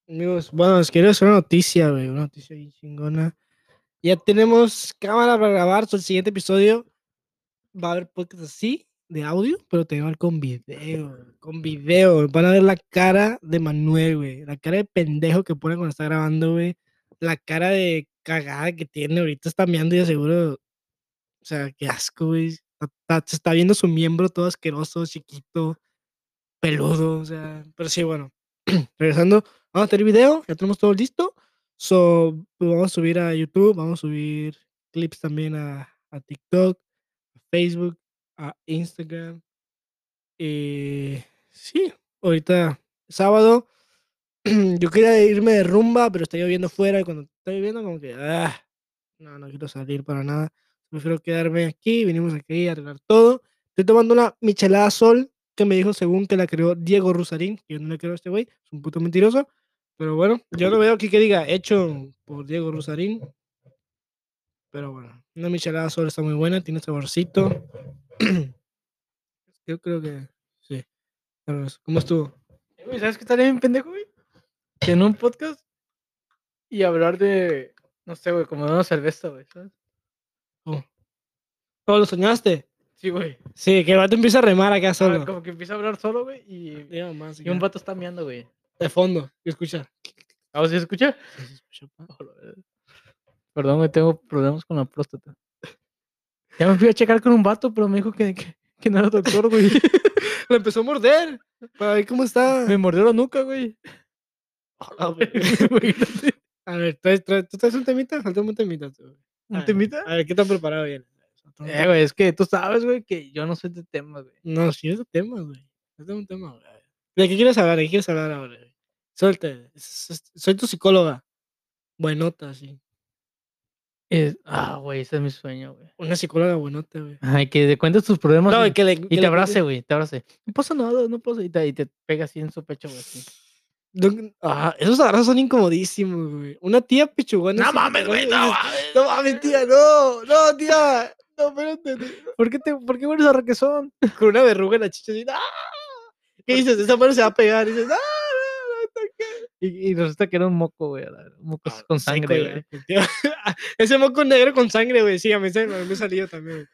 Speaker 1: Amigos, bueno, les quiero hacer una noticia, güey. Una noticia bien chingona. Ya tenemos cámara para grabar. so el siguiente episodio va a haber podcast así, de audio, pero te va a haber con video. Con video. Van a ver la cara de Manuel, güey. La cara de pendejo que pone cuando está grabando, güey. La cara de cagada que tiene. Ahorita está meando y de seguro. O sea, qué asco, güey. Está- está- se está viendo su miembro todo asqueroso, chiquito peludo, o sea, pero sí, bueno. Regresando, vamos a tener video, ya tenemos todo listo. So, lo vamos a subir a YouTube, vamos a subir clips también a, a TikTok, a Facebook, a Instagram. Y sí, ahorita sábado. Yo quería irme de rumba, pero está lloviendo fuera y cuando está lloviendo como que ah, no, no quiero salir para nada. Prefiero quedarme aquí, vinimos aquí a arreglar todo. Estoy tomando una michelada sol que me dijo según que la creó Diego Rusarín, que yo no le creo a este güey, es un puto mentiroso. Pero bueno, yo no veo aquí que diga hecho por Diego Rusarín. Pero bueno, una michelada sola está muy buena, tiene saborcito. yo creo que sí. Pero, ¿Cómo estuvo?
Speaker 2: Eh, güey, ¿Sabes qué estaría bien pendejo, güey? Que en un podcast y hablar de, no sé, güey, como de una cerveza, güey, ¿sabes?
Speaker 1: ¿Todo lo soñaste?
Speaker 2: Sí, güey.
Speaker 1: Sí, que el vato empieza a remar acá
Speaker 2: O sea,
Speaker 1: solo.
Speaker 2: Como que empieza a hablar solo, güey, y,
Speaker 1: Diga más,
Speaker 2: y un
Speaker 1: acá,
Speaker 2: vato está meando, güey.
Speaker 1: de fondo, ¿qué escucha?
Speaker 2: ¿A vos sí se escucha?
Speaker 1: Sí, se escucha, pa.
Speaker 2: eh. Perdón, güey, tengo problemas con la próstata. Ya me fui a checar con un vato, pero me dijo que, que, que no era doctor, güey.
Speaker 1: Lo empezó a morder para ver cómo está.
Speaker 2: me mordió la nuca, güey.
Speaker 1: A ver,
Speaker 2: Imagínate.
Speaker 1: a ver, ¿traes- traes- ¿tú traes un temita? Falta un temita. tú, güey. A
Speaker 2: ¿Un
Speaker 1: ver,
Speaker 2: temita?
Speaker 1: A ver, ¿qué tan preparado viene?
Speaker 2: Eh, güey, es que tú sabes, güey, que yo no sé de temas, güey.
Speaker 1: No, sí, es un tema, güey. Es un tema, güey. A ver, ¿De qué quieres hablar? ¿De qué quieres hablar ahora? güey? Suelte. s- s- Soy tu psicóloga. Buenota, sí.
Speaker 2: Es- ah, güey, ese es mi sueño, güey.
Speaker 1: Una psicóloga buenota, güey.
Speaker 2: Ay, que le cuentes tus problemas
Speaker 1: No,
Speaker 2: y,
Speaker 1: y que le. que
Speaker 2: y
Speaker 1: le
Speaker 2: te
Speaker 1: cuente-
Speaker 2: abrace, güey, te abrace. No pasa nada, no pasa. Y te, y te pega así en su pecho, güey. así.
Speaker 1: No- ah, esos abrazos son incomodísimos, güey. Una tía pichugona.
Speaker 2: No
Speaker 1: así,
Speaker 2: mames, güey, no
Speaker 1: dices,
Speaker 2: mames.
Speaker 1: No mames, tía, no. No, tía. No, espérate. tía".
Speaker 2: ¿Por qué, te, ¿Por qué vuelves a Requesón?
Speaker 1: Con una verruga en la chicha. así, ¡ah! ¿Qué dices? Esa mano se va a pegar. Y dices, ¡ah! no, no, no, no".
Speaker 2: Y, y resulta que era un moco, güey. a la verga, Un moco así
Speaker 1: Ah,
Speaker 2: con
Speaker 1: sí,
Speaker 2: sangre,
Speaker 1: colgado,
Speaker 2: güey.
Speaker 1: efectivamente. Ese moco negro con sangre, güey. Sí, a mí se me me ha salido también. güey.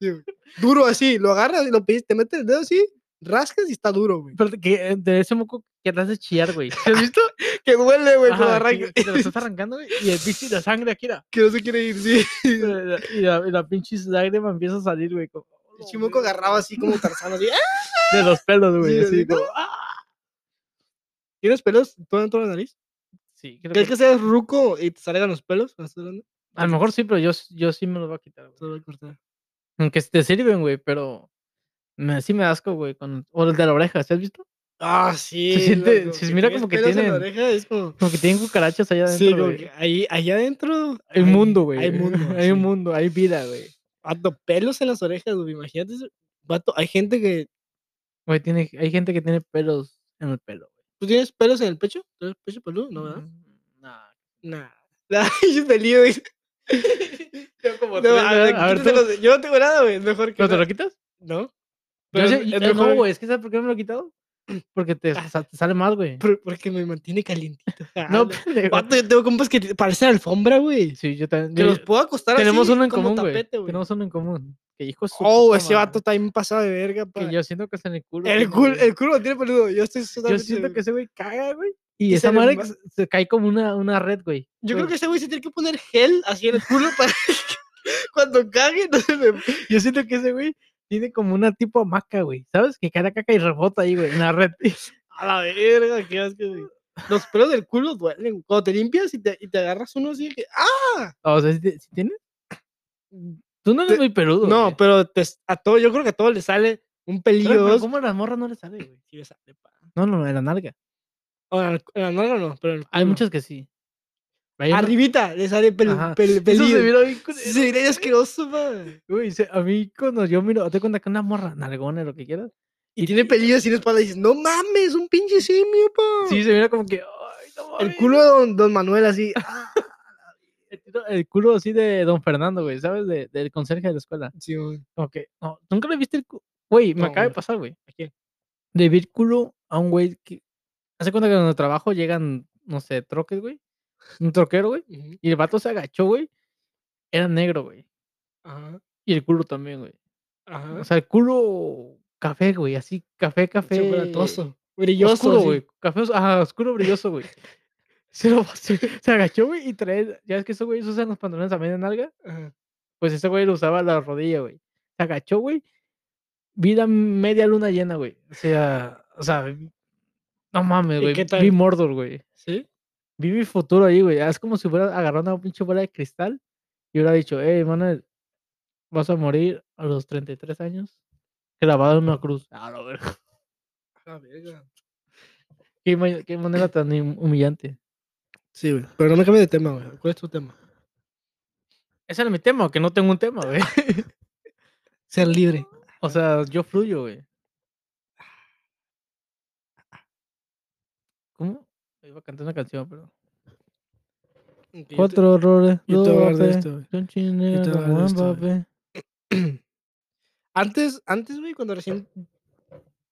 Speaker 1: Sí, güey. Duro así, lo agarras y lo pides, te metes el dedo así, rascas y está duro, güey.
Speaker 2: Pero que, eh, de ese moco que te hace chillar, güey. ¿Sí has visto?
Speaker 1: Que duele, güey, pero
Speaker 2: Ajá,
Speaker 1: arranca.
Speaker 2: que- que te lo estás arrancando, güey. Y el pinche la sangre aquí era.
Speaker 1: Que no se quiere ir, sí.
Speaker 2: Y la, y la, y la pinche lágrima empieza a salir, güey. como-
Speaker 1: El chimoco agarraba así como Tarzán, así. ¡ah!
Speaker 2: De los pelos, güey.
Speaker 1: Sí,
Speaker 2: así
Speaker 1: así,
Speaker 2: como- "Ah".
Speaker 1: ¿Tienes pelos todo dentro de la nariz?
Speaker 2: Sí, creo
Speaker 1: ¿Crees
Speaker 2: que,
Speaker 1: que seas ruco y te salgan los pelos? Vas a
Speaker 2: A lo mejor sí, pero yo, yo sí me los voy a quitar, güey.
Speaker 1: cortar.
Speaker 2: Aunque te sirven, güey, pero me, sí me da asco, güey. con- O el de la oreja, ¿sí has visto?
Speaker 1: Ah, sí.
Speaker 2: siente-
Speaker 1: loco,
Speaker 2: se
Speaker 1: que
Speaker 2: mira
Speaker 1: tengas
Speaker 2: como que
Speaker 1: pelos en la
Speaker 2: tienen-
Speaker 1: oreja es como-
Speaker 2: Como que tienen cucarachas allá adentro.
Speaker 1: Sí, como
Speaker 2: güey.
Speaker 1: que ahí, allá adentro.
Speaker 2: Hay un mundo, güey.
Speaker 1: Hay mundo.
Speaker 2: hay un
Speaker 1: sí.
Speaker 2: mundo, hay vida, güey.
Speaker 1: Vato, pelos en las orejas, güey. Imagínate. eso. Vato, hay gente que.
Speaker 2: Güey, tiene, hay gente que tiene pelos en el pelo.
Speaker 1: ¿Tú tienes pelos en el pecho? ¿Tú ¿Tienes pecho peludo? No, ¿verdad?
Speaker 2: Mm, nah.
Speaker 1: Nah. Nah, yo feliz, güey.
Speaker 2: como
Speaker 1: No, a ver,
Speaker 2: a ver,
Speaker 1: quítate
Speaker 2: tú-
Speaker 1: los- yo no tengo nada, güey. es Mejor que.
Speaker 2: ¿Pero te
Speaker 1: nada.
Speaker 2: lo quitas?
Speaker 1: No.
Speaker 2: Yo
Speaker 1: Pero
Speaker 2: sé-
Speaker 1: es-
Speaker 2: y-
Speaker 1: es
Speaker 2: eh, no,
Speaker 1: mejor-
Speaker 2: güey, es que ¿sabes por qué no me lo he quitado? Porque te,
Speaker 1: Ah.
Speaker 2: sa- te sale más, güey.
Speaker 1: por- Porque me mantiene calientito. Ah,
Speaker 2: No,
Speaker 1: la-
Speaker 2: pendejo.
Speaker 1: Vato, yo tengo compas que t- parecen alfombra, güey.
Speaker 2: Sí, yo también.
Speaker 1: Que
Speaker 2: yo-
Speaker 1: los puedo acostar
Speaker 2: tenemos
Speaker 1: así
Speaker 2: uno en
Speaker 1: como
Speaker 2: común, güey.
Speaker 1: tapete, güey.
Speaker 2: Tenemos uno en común. Que hijo de su
Speaker 1: Oh,
Speaker 2: puta
Speaker 1: ese
Speaker 2: madre,
Speaker 1: vato está bien pasado de verga, pa.
Speaker 2: Que yo siento que es en el culo.
Speaker 1: El
Speaker 2: tiene,
Speaker 1: culo,
Speaker 2: güey.
Speaker 1: el culo lo tiene peludo. Yo estoy
Speaker 2: Yo
Speaker 1: totalmente
Speaker 2: siento
Speaker 1: seguro.
Speaker 2: que ese güey caga, güey.
Speaker 1: Y
Speaker 2: Y
Speaker 1: se
Speaker 2: esa
Speaker 1: le
Speaker 2: madre
Speaker 1: va-
Speaker 2: se, se cae como una, una red, güey.
Speaker 1: Yo
Speaker 2: güey.
Speaker 1: creo que ese güey se tiene que poner gel así en el culo para que cuando cague no se le...
Speaker 2: Yo siento que ese güey tiene como una tipo hamaca, güey. ¿Sabes? Que cae la caca y rebota ahí, güey, en la red.
Speaker 1: A la verga, qué asco, güey. Los pelos del culo duelen. güey. Cuando te limpias y te, y te agarras uno así que... ¡Ah!
Speaker 2: O sea, si, te- si tienes. Tú no eres
Speaker 1: Mm, Te-
Speaker 2: muy peludo.
Speaker 1: No,
Speaker 2: güey.
Speaker 1: pero te- a todo, yo creo que a todo le sale un
Speaker 2: Pero, pero
Speaker 1: pelillo. dos.
Speaker 2: ¿Cómo a las morras no les sale, güey?
Speaker 1: Sí le sale, pa.
Speaker 2: No, no, en la nalga.
Speaker 1: O en el- en la nalga no, pero en el
Speaker 2: Hay
Speaker 1: culo.
Speaker 2: muchas que sí. Pero hay una-
Speaker 1: Arribita le sale pelu,
Speaker 2: Ajá.
Speaker 1: pel-
Speaker 2: Eso se
Speaker 1: pelillo.
Speaker 2: mira bien culero,
Speaker 1: Se ve asqueroso, pa.
Speaker 2: güey, se- a mí cuando yo miro, te cuenta que una morra, nalgona, lo que quieras.
Speaker 1: Y tiene pelillo así en la espalda y dices, no mames, un pinche simio, pa.
Speaker 2: Sí, se mira como que. "Ay, no
Speaker 1: el
Speaker 2: mames".
Speaker 1: culo de don, don Manuel así. ah,
Speaker 2: El tiro- El culo así de Don Fernando, güey, ¿sabes? De- del conserje de la escuela.
Speaker 1: Sí, güey.
Speaker 2: Como que, no, nunca le viste el culo. Güey, me
Speaker 1: No,
Speaker 2: acaba de
Speaker 1: güey.
Speaker 2: pasar, güey.
Speaker 1: ¿A quién?
Speaker 2: De ver culo a un güey que. Hace cuenta que donde trabajo llegan, no sé, troques, güey. Un troquero, güey.
Speaker 1: Ujú,
Speaker 2: Y el vato se agachó, güey. Era negro, güey.
Speaker 1: Ajá.
Speaker 2: Y el culo también, güey.
Speaker 1: Ajá.
Speaker 2: O sea, el culo café, güey, así, café, café.
Speaker 1: Chocolatoso. Brilloso.
Speaker 2: oscuro,
Speaker 1: así.
Speaker 2: güey. Café os- ajá, oscuro, brilloso, güey. Se, lo, se, se agachó, güey, y trae. Ya es que esos güeyes usan los pantalones a media nalga.
Speaker 1: Ajá.
Speaker 2: Pues ese güey lo usaba a la rodilla, güey. Se agachó, güey. Vi la media luna llena, güey. O
Speaker 1: ah,
Speaker 2: sea, o sea, vi- no mames,
Speaker 1: ¿Y
Speaker 2: güey.
Speaker 1: qué
Speaker 2: Vi
Speaker 1: tal?
Speaker 2: Mordor, güey.
Speaker 1: ¿Sí?
Speaker 2: Vi mi futuro ahí, güey. Ah, Es como si hubiera agarrado una pinche bola de cristal y hubiera dicho, hey, Manuel, vas a morir a los 33 años clavado en una cruz. A la verga.
Speaker 1: A la Ah, verga.
Speaker 2: Qué, ma- qué manera tan hum- humillante.
Speaker 1: Sí, güey. Pero no me cambies de tema, güey. ¿Cuál es tu tema?
Speaker 2: Ese era mi tema, que no tengo un tema, güey.
Speaker 1: Ser libre.
Speaker 2: O sea, yo fluyo, güey. ¿Cómo? Iba a cantar una canción, pero. Cuatro errores.
Speaker 1: yo te voy a hablar de
Speaker 2: dope,
Speaker 1: esto, güey.
Speaker 2: de un chinero,
Speaker 1: te voy a hablar de
Speaker 2: un
Speaker 1: esto, güey.
Speaker 2: Mbappé.
Speaker 1: Antes, antes, güey, cuando recién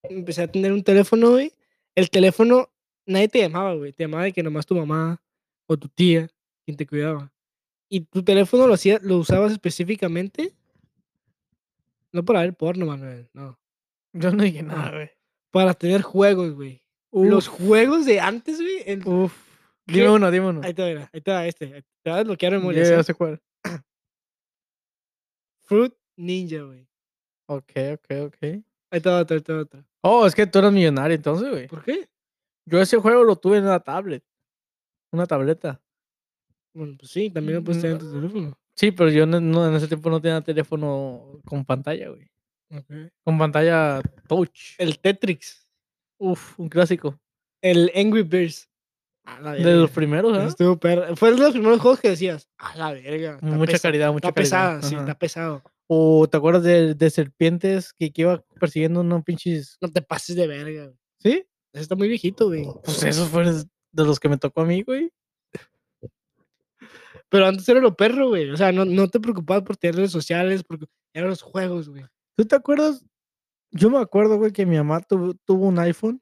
Speaker 1: empecé a tener un teléfono, güey, el teléfono, nadie te llamaba, güey. Te llamaba de que nomás tu mamá o tu tía, quien te cuidaba. Y tu teléfono lo, hacía, lo usabas específicamente, no para ver porno, Manuel, no.
Speaker 2: Yo no dije nada, güey.
Speaker 1: Ah. Para tener juegos, güey. Los juegos de antes, güey. el-
Speaker 2: Uf.
Speaker 1: ¿Qué?
Speaker 2: Dime uno, dime uno.
Speaker 1: Ahí te va, mira, ahí te va este. ahí Te va a desbloquear
Speaker 2: Ya,
Speaker 1: memoria.
Speaker 2: ya
Speaker 1: ¿sí?
Speaker 2: sé cuál.
Speaker 1: Fruit Ninja, güey.
Speaker 2: Ok, ok, ok.
Speaker 1: Ahí te va otro, ahí te va otro.
Speaker 2: Oh, es que tú eres millonario entonces, güey.
Speaker 1: ¿Por qué?
Speaker 2: Yo ese juego lo tuve en una tablet. Una tableta.
Speaker 1: Bueno, pues sí, también lo puedes tener en tu
Speaker 2: Mm,
Speaker 1: teléfono.
Speaker 2: Sí, pero yo no- no- en ese tiempo no tenía teléfono con pantalla, güey.
Speaker 1: Okay.
Speaker 2: Con pantalla touch.
Speaker 1: El Tetrix.
Speaker 2: Uf, un clásico.
Speaker 1: El Angry Birds.
Speaker 2: De los primeros, ¿eh?
Speaker 1: Estuvo perro. Fue uno de los primeros juegos que decías. A la verga. Este, está
Speaker 2: Mucha
Speaker 1: pesa-
Speaker 2: caridad, mucha
Speaker 1: Está
Speaker 2: caridad.
Speaker 1: pesada, sí,
Speaker 2: ajá.
Speaker 1: está pesado.
Speaker 2: O te acuerdas de, de serpientes que, que iba persiguiendo unos pinches.
Speaker 1: No te pases de verga. güey.
Speaker 2: ¿Sí?
Speaker 1: Ese está muy viejito, güey.
Speaker 2: Pues esos fueron de los que me tocó a mí, güey.
Speaker 1: Pero antes era lo perro, güey. O sea, no, no te preocupabas por tener redes sociales, porque eran los juegos, güey.
Speaker 2: ¿Tú te acuerdas? Yo me acuerdo, güey, que mi mamá tuvo, tuvo un iPhone.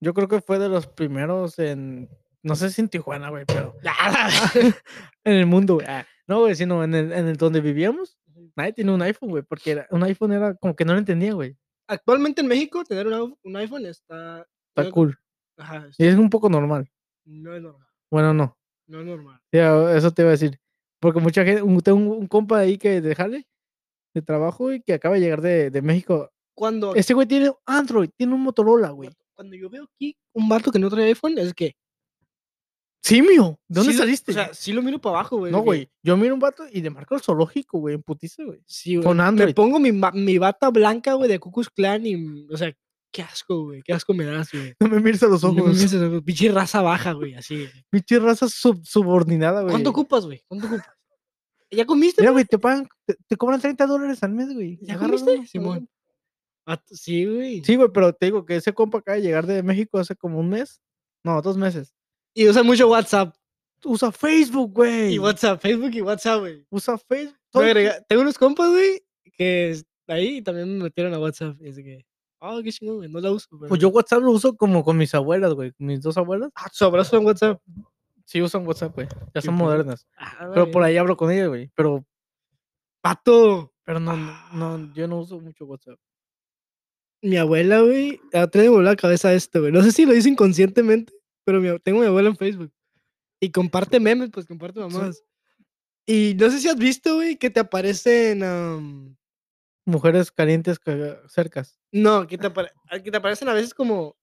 Speaker 2: Yo creo que fue de los primeros en. No sé si en Tijuana, güey, pero. en el mundo, güey. Ah, No, güey, sino en el, en el donde vivíamos. Nadie tiene un iPhone, güey, porque era- un iPhone era como que no lo entendía, güey.
Speaker 1: Actualmente en México, tener un, au- un iPhone está.
Speaker 2: Está
Speaker 1: no-
Speaker 2: cool.
Speaker 1: Ajá, es-
Speaker 2: Y es un poco normal.
Speaker 1: no es normal.
Speaker 2: Bueno, no.
Speaker 1: No es normal.
Speaker 2: Ya, eso te iba a decir. Porque mucha gente, un, tengo un, un compa ahí que dejarle de trabajo y que acaba de llegar de, de México.
Speaker 1: Cuando,
Speaker 2: Este güey tiene Android, tiene un Motorola, güey.
Speaker 1: cuando yo veo aquí un vato que no trae iPhone, es que.
Speaker 2: Simio, ¿de dónde
Speaker 1: Sí lo-
Speaker 2: saliste?
Speaker 1: O sea, sí lo miro para abajo, güey.
Speaker 2: no,
Speaker 1: de que-
Speaker 2: güey. Yo miro un vato y le marco el zoológico, güey, en putiza, güey.
Speaker 1: Sí, güey.
Speaker 2: Con
Speaker 1: Me
Speaker 2: Android.
Speaker 1: pongo mi, ma- mi bata blanca, güey, de Cucus Clan y, mm, o sea, qué asco, güey. Qué asco me das, güey.
Speaker 2: No me mires a los
Speaker 1: No
Speaker 2: ojos.
Speaker 1: mames, o sea, Pinche raza baja, güey, así.
Speaker 2: Pinche raza sub- subordinada, güey.
Speaker 1: ¿Cuánto ocupas, güey? ¿Cuánto ocupas? ¿Ya comiste?
Speaker 2: Mira,
Speaker 1: güey?
Speaker 2: güey, te pagan, te, te cobran 30 dólares al mes, güey.
Speaker 1: ¿Ya
Speaker 2: Agarra
Speaker 1: comiste?
Speaker 2: nomás,
Speaker 1: Simón. Ah, t- Sí, güey.
Speaker 2: Sí, güey, pero te digo que ese compa acaba de llegar de México hace como un mes. No, dos meses.
Speaker 1: Y usa mucho WhatsApp.
Speaker 2: Usa Facebook, güey.
Speaker 1: Y WhatsApp, Facebook y WhatsApp, güey.
Speaker 2: Usa Facebook.
Speaker 1: Me
Speaker 2: todo el
Speaker 1: agrega- Tengo unos compas, güey, que es- ahí también me metieron a WhatsApp. Y es de que, oh, qué chingón, güey, no la uso.
Speaker 2: chi-
Speaker 1: pero-
Speaker 2: Pues yo WhatsApp lo uso como con mis abuelas, güey. con Mis dos abuelas.
Speaker 1: Ah, su abrazo en WhatsApp.
Speaker 2: Sí, usan WhatsApp, güey. Ya
Speaker 1: Qué
Speaker 2: son
Speaker 1: pedo.
Speaker 2: modernas.
Speaker 1: Ah,
Speaker 2: Pero por
Speaker 1: vale.
Speaker 2: ahí hablo con ellas, güey. Pero,
Speaker 1: Pato.
Speaker 2: pero no, no,
Speaker 1: Ah.
Speaker 2: no, yo no uso mucho WhatsApp.
Speaker 1: Mi abuela, güey, atrás de volar la cabeza esto, güey. No sé si lo hice inconscientemente, pero mi ab- tengo a mi abuela en Facebook. Y comparte memes, pues comparte mamás. Y no sé si has visto, güey, que te aparecen. am,
Speaker 2: Mujeres calientes caga- cercas.
Speaker 1: No, que te, apare- a- que te aparecen a veces como,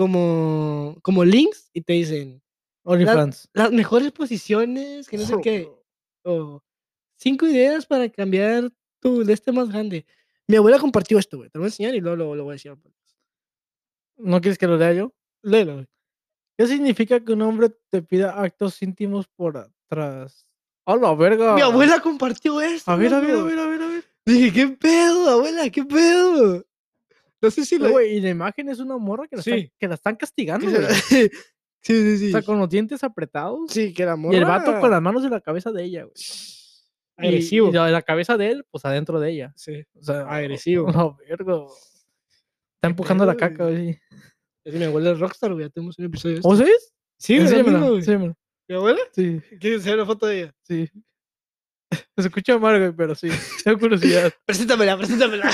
Speaker 1: como, como links y te dicen
Speaker 2: OnlyFans.
Speaker 1: las mejores posiciones, que no sé qué, o cinco ideas para cambiar tu de este más grande. Mi abuela compartió esto, güey. Te lo voy a enseñar y luego lo, lo voy a decir. pues.
Speaker 2: ¿No quieres que lo lea yo?
Speaker 1: Léelo, güey.
Speaker 2: ¿Qué significa que un hombre te pida actos íntimos por atrás? ¡A la verga!
Speaker 1: Mi abuela compartió esto.
Speaker 2: A ver, a ver, a
Speaker 1: loco.
Speaker 2: ver, a ver, a ver.
Speaker 1: Dije, ¿qué pedo, abuela? ¿Qué pedo? No sé si
Speaker 2: No,
Speaker 1: lo.
Speaker 2: güey, y la imagen es una morra que la,
Speaker 1: Sí.
Speaker 2: están, que la están castigando,
Speaker 1: que se-
Speaker 2: güey.
Speaker 1: sí, sí, sí.
Speaker 2: O sea, con los dientes apretados.
Speaker 1: Sí, que la
Speaker 2: Y el vato con
Speaker 1: morra-
Speaker 2: las manos en la cabeza de ella, güey. Y- y
Speaker 1: Agresivo.
Speaker 2: la, la cabeza de él, pues adentro de ella.
Speaker 1: Sí.
Speaker 2: O sea,
Speaker 1: Agresivo.
Speaker 2: a la verga. Está empujando la
Speaker 1: pedo,
Speaker 2: caca, güey.
Speaker 1: Es mi abuela es rockstar, güey. Ya tenemos un episodio de esto.
Speaker 2: ¿O sí es?
Speaker 1: Sí, güey, lo mismo, güey.
Speaker 2: enséñamela.
Speaker 1: ¿Mi abuela?
Speaker 2: Sí,
Speaker 1: ¿Quieres hacer una foto de ella?
Speaker 2: sí. Se escucha mal, güey, pero sí. Tengo curiosidad.
Speaker 1: Preséntamela, preséntamela.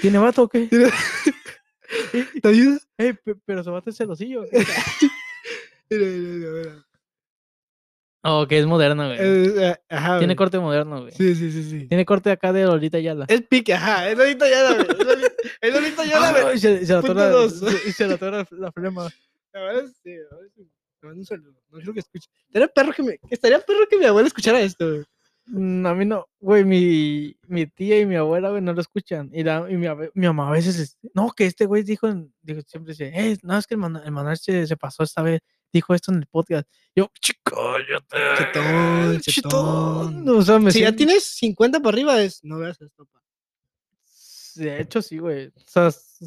Speaker 2: ¿Tiene vato o qué?
Speaker 1: ¿Te ayuda?
Speaker 2: Ey, pe- pero se bate el celosillo.
Speaker 1: Mira, mira, mira, mira.
Speaker 2: Oh, que es moderno, güey.
Speaker 1: Eh, eh, ajá,
Speaker 2: Tiene
Speaker 1: güey.
Speaker 2: corte moderno, güey.
Speaker 1: Sí, sí, sí, sí.
Speaker 2: Tiene corte acá de Lolita Yala.
Speaker 1: Es pique, ajá. Es Lolita Yala, güey. Es Loli- Es Lolita Yala, güey.
Speaker 2: Ah, se, se Eh, la
Speaker 1: punto
Speaker 2: atora,
Speaker 1: dos.
Speaker 2: se- se la atora la flema.
Speaker 1: La verdad es que te mando un saludo. No quiero que escuche. Estaría perro que, me, que estaría perro que mi abuela escuchara esto, güey.
Speaker 2: Mm, A mí no, güey, mi, mi tía y mi abuela, güey, no lo escuchan. Y, la, y mi, abue- mi mamá a veces, es, no, que este güey dijo, en- dijo- siempre dice, eh, no, es que el, Mana- el Manuel se, se pasó esta vez, dijo esto en el podcast. Yo, chico, yo te...
Speaker 1: Chetón, chetón.
Speaker 2: O sea, me
Speaker 1: Si ya
Speaker 2: siento-
Speaker 1: tienes 50 para arriba, es. No veas esto, pa.
Speaker 2: De hecho, sí, güey. O sea, s-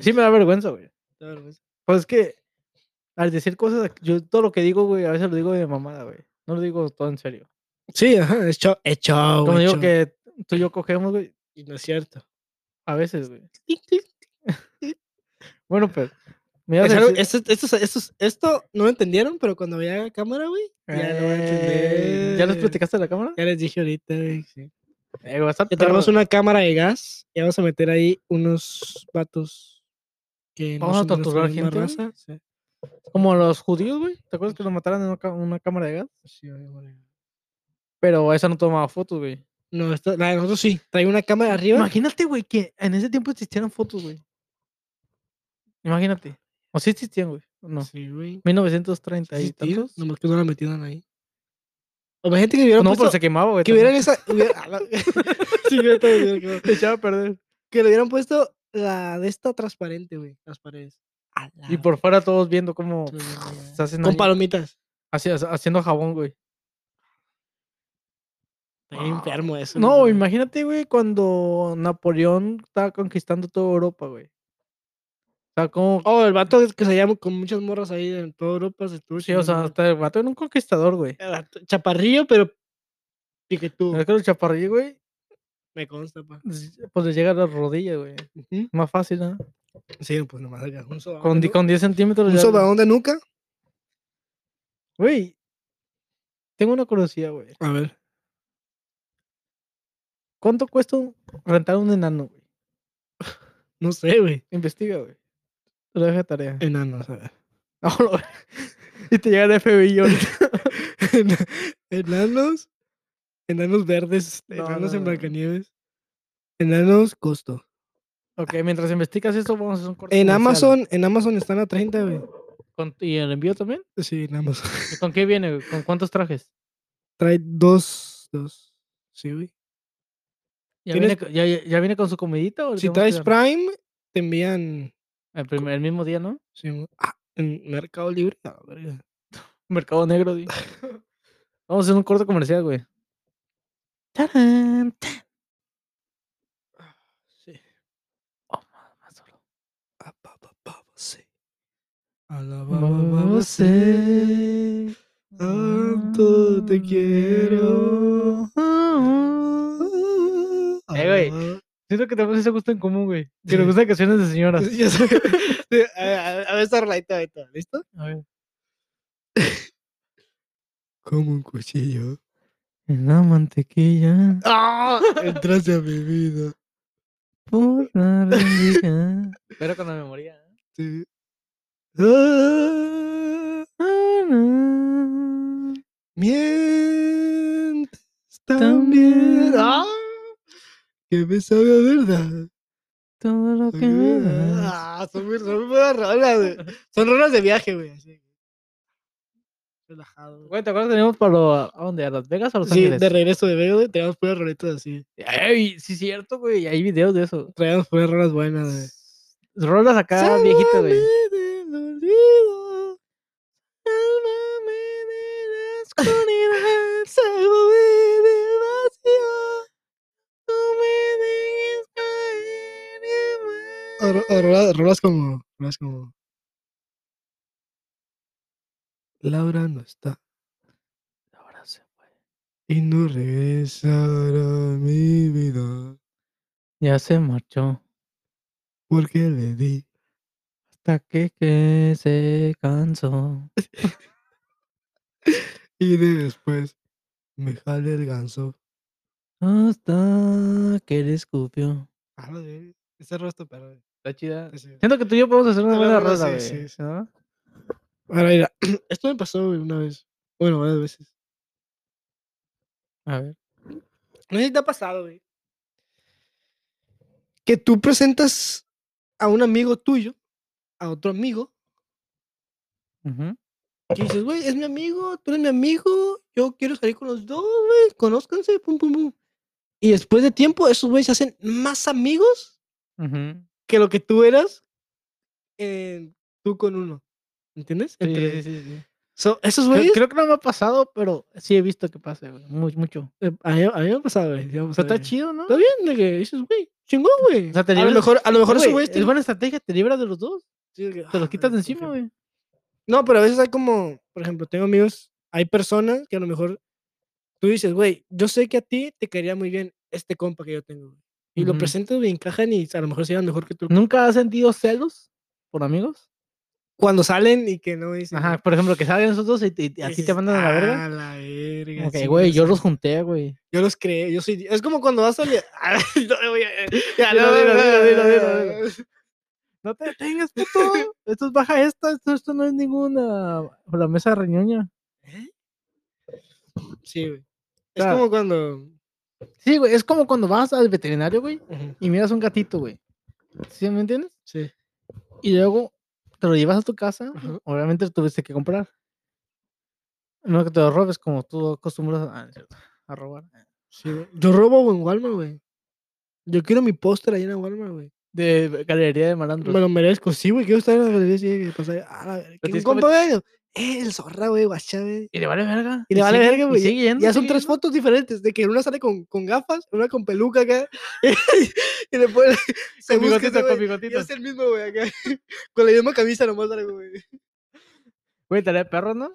Speaker 2: sí me da vergüenza, güey.
Speaker 1: da vergüenza.
Speaker 2: Pues es que al decir cosas, yo todo lo que digo, güey, a veces lo digo de mamada, güey. No lo digo todo en serio.
Speaker 1: Sí, ajá. Es show. Es show.
Speaker 2: Como
Speaker 1: es
Speaker 2: digo
Speaker 1: show.
Speaker 2: que tú y yo cogemos, güey,
Speaker 1: Y no es cierto.
Speaker 2: a veces, güey.
Speaker 1: Tic, tic.
Speaker 2: Bueno, pues. Me ibas
Speaker 1: Es
Speaker 2: a
Speaker 1: algo-
Speaker 2: decir-
Speaker 1: esto, esto, es- esto, es- esto no lo entendieron, pero cuando vea cámara, güey, ya lo van a
Speaker 2: Eh, ¿Ya les
Speaker 1: entender.
Speaker 2: platicaste a la cámara?
Speaker 1: Ya les dije ahorita, güey. sí.
Speaker 2: Eh, güey, está
Speaker 1: Ya tenemos
Speaker 2: perro.
Speaker 1: una cámara de gas y vamos a meter ahí unos vatos que no
Speaker 2: Vamos a
Speaker 1: son de nuestra
Speaker 2: torturar
Speaker 1: misma
Speaker 2: gente, güey.
Speaker 1: raza. Sí.
Speaker 2: Como los judíos, güey. ¿Te acuerdas que los mataron en una, ca- una cámara de gas?
Speaker 1: Sí, vale, vale.
Speaker 2: Pero esa no tomaba fotos, güey.
Speaker 1: No, esta- la de nosotros sí. Trae una cámara arriba.
Speaker 2: Imagínate, güey, que en ese tiempo existieran fotos, güey. Imagínate. O sí existían, güey. o No.
Speaker 1: Sí, güey.
Speaker 2: 1930 y
Speaker 1: Existía,
Speaker 2: tantos.
Speaker 1: Nomás que no la metieron ahí. O imagínate que hubieran
Speaker 2: no, pero
Speaker 1: puesto-
Speaker 2: se quemaba, güey.
Speaker 1: que
Speaker 2: también.
Speaker 1: hubieran esa. hubiera- a la- Sí, hubiera todo bien, claro.
Speaker 2: Se echaba a perder.
Speaker 1: que le hubieran puesto la de esta transparente, güey. Las paredes. A la
Speaker 2: Y por fuera todos viendo cómo
Speaker 1: tu madre.
Speaker 2: se hacen
Speaker 1: Con
Speaker 2: ahí,
Speaker 1: palomitas.
Speaker 2: hacia- haciendo jabón, güey.
Speaker 1: Está bien enfermo eso.
Speaker 2: Ah, No,
Speaker 1: mames.
Speaker 2: imagínate, güey, cuando Napoleón estaba conquistando toda Europa, güey. O sea, como...
Speaker 1: Oh, el vato es que se llama con muchas morras ahí en toda Europa. Se estuvo
Speaker 2: sí, o sea,
Speaker 1: chingando, güey.
Speaker 2: hasta el vato era un conquistador, güey.
Speaker 1: El vato- Chaparrillo, pero piquetú.
Speaker 2: Es que los chaparrillos, güey,
Speaker 1: Me consta, pa.
Speaker 2: les- pues les llega a las rodillas, güey.
Speaker 1: Ujú.
Speaker 2: Más fácil, ¿no?
Speaker 1: Sí, pues nomás acá, un sobaón.
Speaker 2: Con,
Speaker 1: de
Speaker 2: di-
Speaker 1: nu-
Speaker 2: con 10 centímetros.
Speaker 1: Un
Speaker 2: ya-
Speaker 1: sobaón de nuca.
Speaker 2: Güey, tengo una curiosidad, güey.
Speaker 1: A ver.
Speaker 2: ¿Cuánto cuesta un- rentar un enano, güey?
Speaker 1: No sé, güey.
Speaker 2: Investiga, güey. Te lo dejo de tarea.
Speaker 1: Enanos, a ver.
Speaker 2: No, lo- y te llega el FBI ahorita.
Speaker 1: enanos. Enanos verdes.
Speaker 2: No,
Speaker 1: enanos
Speaker 2: no,
Speaker 1: en
Speaker 2: no.
Speaker 1: Blancanieves. Enanos costo.
Speaker 2: Ok, mientras investigas eso, vamos a hacer un corte.
Speaker 1: En
Speaker 2: comercial.
Speaker 1: Amazon, en Amazon están a 30, güey.
Speaker 2: ¿Con- ¿Y el envío también?
Speaker 1: Sí, nada más.
Speaker 2: ¿Y ¿Con qué viene? güey? ¿Con cuántos trajes?
Speaker 1: Trae dos, dos. Sí, güey.
Speaker 2: ¿Ya,
Speaker 1: ¿Tienes-
Speaker 2: viene, co- ya, ya- ya viene con su comidita? o le
Speaker 1: Si
Speaker 2: tenemos
Speaker 1: traes
Speaker 2: que dar?
Speaker 1: Prime, te envían
Speaker 2: el, primer- el mismo día, ¿no?
Speaker 1: sí, mo- ah, en Mercado Libre. no, verga.
Speaker 2: Mercado Negro, di. Vamos a hacer un corto comercial, güey. ¡Tarán! tan.
Speaker 1: Sí.
Speaker 2: Oh, ma- más duro.
Speaker 1: Ah, ba, ba, ba, ba, sí. A la ba, ba, ba, ba, sí.
Speaker 2: Babosé,
Speaker 1: Tanto te quiero.
Speaker 2: Eh, güey.
Speaker 1: Ah,
Speaker 2: Siento que tenemos ese gusto en común, güey. Que
Speaker 1: Sí.
Speaker 2: nos gustan canciones de señoras.
Speaker 1: ya sé. Sí, A ver, a ver, a ver esta roladita ahorita, ¿listo?
Speaker 2: A ver.
Speaker 1: Como un cuchillo.
Speaker 2: En la mantequilla.
Speaker 1: ¡Ah! Entraste a mi vida.
Speaker 2: Por la rendija. Pero con la memoria. ¿eh?
Speaker 1: Sí. Ah,
Speaker 2: Ah, no.
Speaker 1: mientes también.
Speaker 2: También.
Speaker 1: ¡Ah! Que me sabe a verdad.
Speaker 2: Todo lo que me das.
Speaker 1: Ah, son muy, son muy buenas rolas, güey. Son rolas de viaje, güey. así. Relajado. güey.
Speaker 2: Güey, ¿te acuerdas que teníamos para lo- a dónde? ¿A Las Vegas o a Los
Speaker 1: Sí,
Speaker 2: Ángeles?
Speaker 1: de regreso de Vega, güey, teníamos puras roletas así.
Speaker 2: Ey, sí, cierto, güey. Hay videos de eso.
Speaker 1: Traíamos puras rolas buenas, güey.
Speaker 2: Rolas acá viejitas, güey.
Speaker 1: Sálvame del olvido.
Speaker 2: Sálvame de la
Speaker 1: Sálvame del vacío.
Speaker 2: No me dejes caer en
Speaker 1: O, ro- o rola- rolas como. Rolas como. Laura no está
Speaker 2: más. Ahora se fue.
Speaker 1: y no regresará a mi vida
Speaker 2: Ya se marchó.
Speaker 1: porque le di.
Speaker 2: Hasta que, que se cansó.
Speaker 1: Y después me jale el ganso.
Speaker 2: Hasta que le escupió.
Speaker 1: Ah, la verga, Ese rostro, perro.
Speaker 2: Está chida.
Speaker 1: ese-
Speaker 2: Siento que tú y yo podemos hacer una
Speaker 1: Una
Speaker 2: buena
Speaker 1: rola,
Speaker 2: rosa, güey.
Speaker 1: Ah, sí, sí, sí.
Speaker 2: ¿no?
Speaker 1: Ahora, mira, esto me pasó güey, una vez. Bueno, varias veces.
Speaker 2: A ver.
Speaker 1: No sé si te ha pasado, güey. Que tú presentas a un amigo tuyo, a otro amigo,
Speaker 2: Ujú.
Speaker 1: que dices, güey, es mi amigo, tú eres mi amigo, yo quiero salir con los dos, güey, conózcanse, pum, pum, pum. Y después de tiempo, esos güeyes se hacen más amigos
Speaker 2: Ujú.
Speaker 1: que lo que tú eras eh, tú con uno. ¿Entiendes?
Speaker 2: Sí,
Speaker 1: Entre-
Speaker 2: sí, sí, sí.
Speaker 1: So, esos
Speaker 2: Creo-
Speaker 1: güeyes.
Speaker 2: Creo, que no me ha pasado, pero sí he visto que pasa, güey. Mu- mucho.
Speaker 1: eh, A mí, a mí me ha pasado, güey. sí me ha
Speaker 2: O sea,
Speaker 1: pasado,
Speaker 2: está
Speaker 1: güey.
Speaker 2: chido, ¿no?
Speaker 1: Pues Está bien, de que dices, güey, chingón, güey.
Speaker 2: O sea, te
Speaker 1: a lo
Speaker 2: libras-
Speaker 1: mejor, a lo mejor
Speaker 2: Sí,
Speaker 1: esos
Speaker 2: güey,
Speaker 1: güeyes
Speaker 2: es
Speaker 1: tienen-
Speaker 2: buena estrategia, te libras de los dos.
Speaker 1: Sí, de que,
Speaker 2: Te
Speaker 1: "Ah,
Speaker 2: los quitas de
Speaker 1: güey, por
Speaker 2: encima,
Speaker 1: ejemplo".
Speaker 2: güey.
Speaker 1: No, pero a veces hay como, por ejemplo, tengo amigos, hay personas que a lo mejor tú dices, güey, yo sé que a ti te caería muy bien este compa que yo tengo. güey". Y lo
Speaker 2: Ujú.
Speaker 1: presentas, güey, encajan y a lo mejor se llevan mejor que tú.
Speaker 2: ¿Nunca has sentido celos por amigos?
Speaker 1: Cuando salen y que no dicen.
Speaker 2: Ajá, por ejemplo, que salgan esos dos y, te- y
Speaker 1: güey,
Speaker 2: a ti te
Speaker 1: dices,
Speaker 2: mandan a la verga.
Speaker 1: "Ah, la verga,
Speaker 2: Como que,
Speaker 1: chinga
Speaker 2: güey, yo
Speaker 1: su
Speaker 2: los
Speaker 1: madre".
Speaker 2: junté, güey.
Speaker 1: Yo los creé, yo soy. Es como cuando vas a. li- Ah, no, güey, eh, ya,
Speaker 2: Dilo,
Speaker 1: no,
Speaker 2: dilo,
Speaker 1: no,
Speaker 2: dilo, dilo,
Speaker 1: no,
Speaker 2: dilo,
Speaker 1: no,
Speaker 2: dilo.
Speaker 1: no.
Speaker 2: No te detengas, puto. Esto es baja esta, esto, esto no es ninguna la mesa reñoña.
Speaker 1: Sí, güey. Es
Speaker 2: Claro.
Speaker 1: como cuando.
Speaker 2: Sí, güey, es como cuando vas al veterinario, güey,
Speaker 1: Ujú,
Speaker 2: y miras un gatito, güey. ¿Sí me entiendes?
Speaker 1: Sí.
Speaker 2: Y luego te lo llevas a tu casa,
Speaker 1: Ajá.
Speaker 2: obviamente lo tuviste que comprar. No que te lo robes como tú acostumbras a, ah, no es cierto, a robar.
Speaker 1: Sí, güey. Yo robo en Walmart, güey. Yo quiero mi póster ahí en Walmart, güey.
Speaker 2: De galería de malandros.
Speaker 1: Me lo merezco, sí, güey. Quiero estar en la galería así de que pasa ahí, Ah, la verga, que un
Speaker 2: tienes que
Speaker 1: compa, güey. Eh, el zorra, güey, guachá, güey.
Speaker 2: y le vale verga.
Speaker 1: Y le vale
Speaker 2: sigue-
Speaker 1: verga,
Speaker 2: y
Speaker 1: güey.
Speaker 2: sigue yendo,
Speaker 1: Ya son
Speaker 2: sigue
Speaker 1: tres
Speaker 2: yendo.
Speaker 1: fotos diferentes, de que una sale con, con gafas, una con peluca acá, y le pone... Se
Speaker 2: Con
Speaker 1: busca
Speaker 2: bigotito,
Speaker 1: ese,
Speaker 2: con
Speaker 1: güey, y
Speaker 2: bigotito.
Speaker 1: es el mismo, güey, acá. Con la misma camisa nomás algo, güey.
Speaker 2: Güey, tarea de perro, ¿no?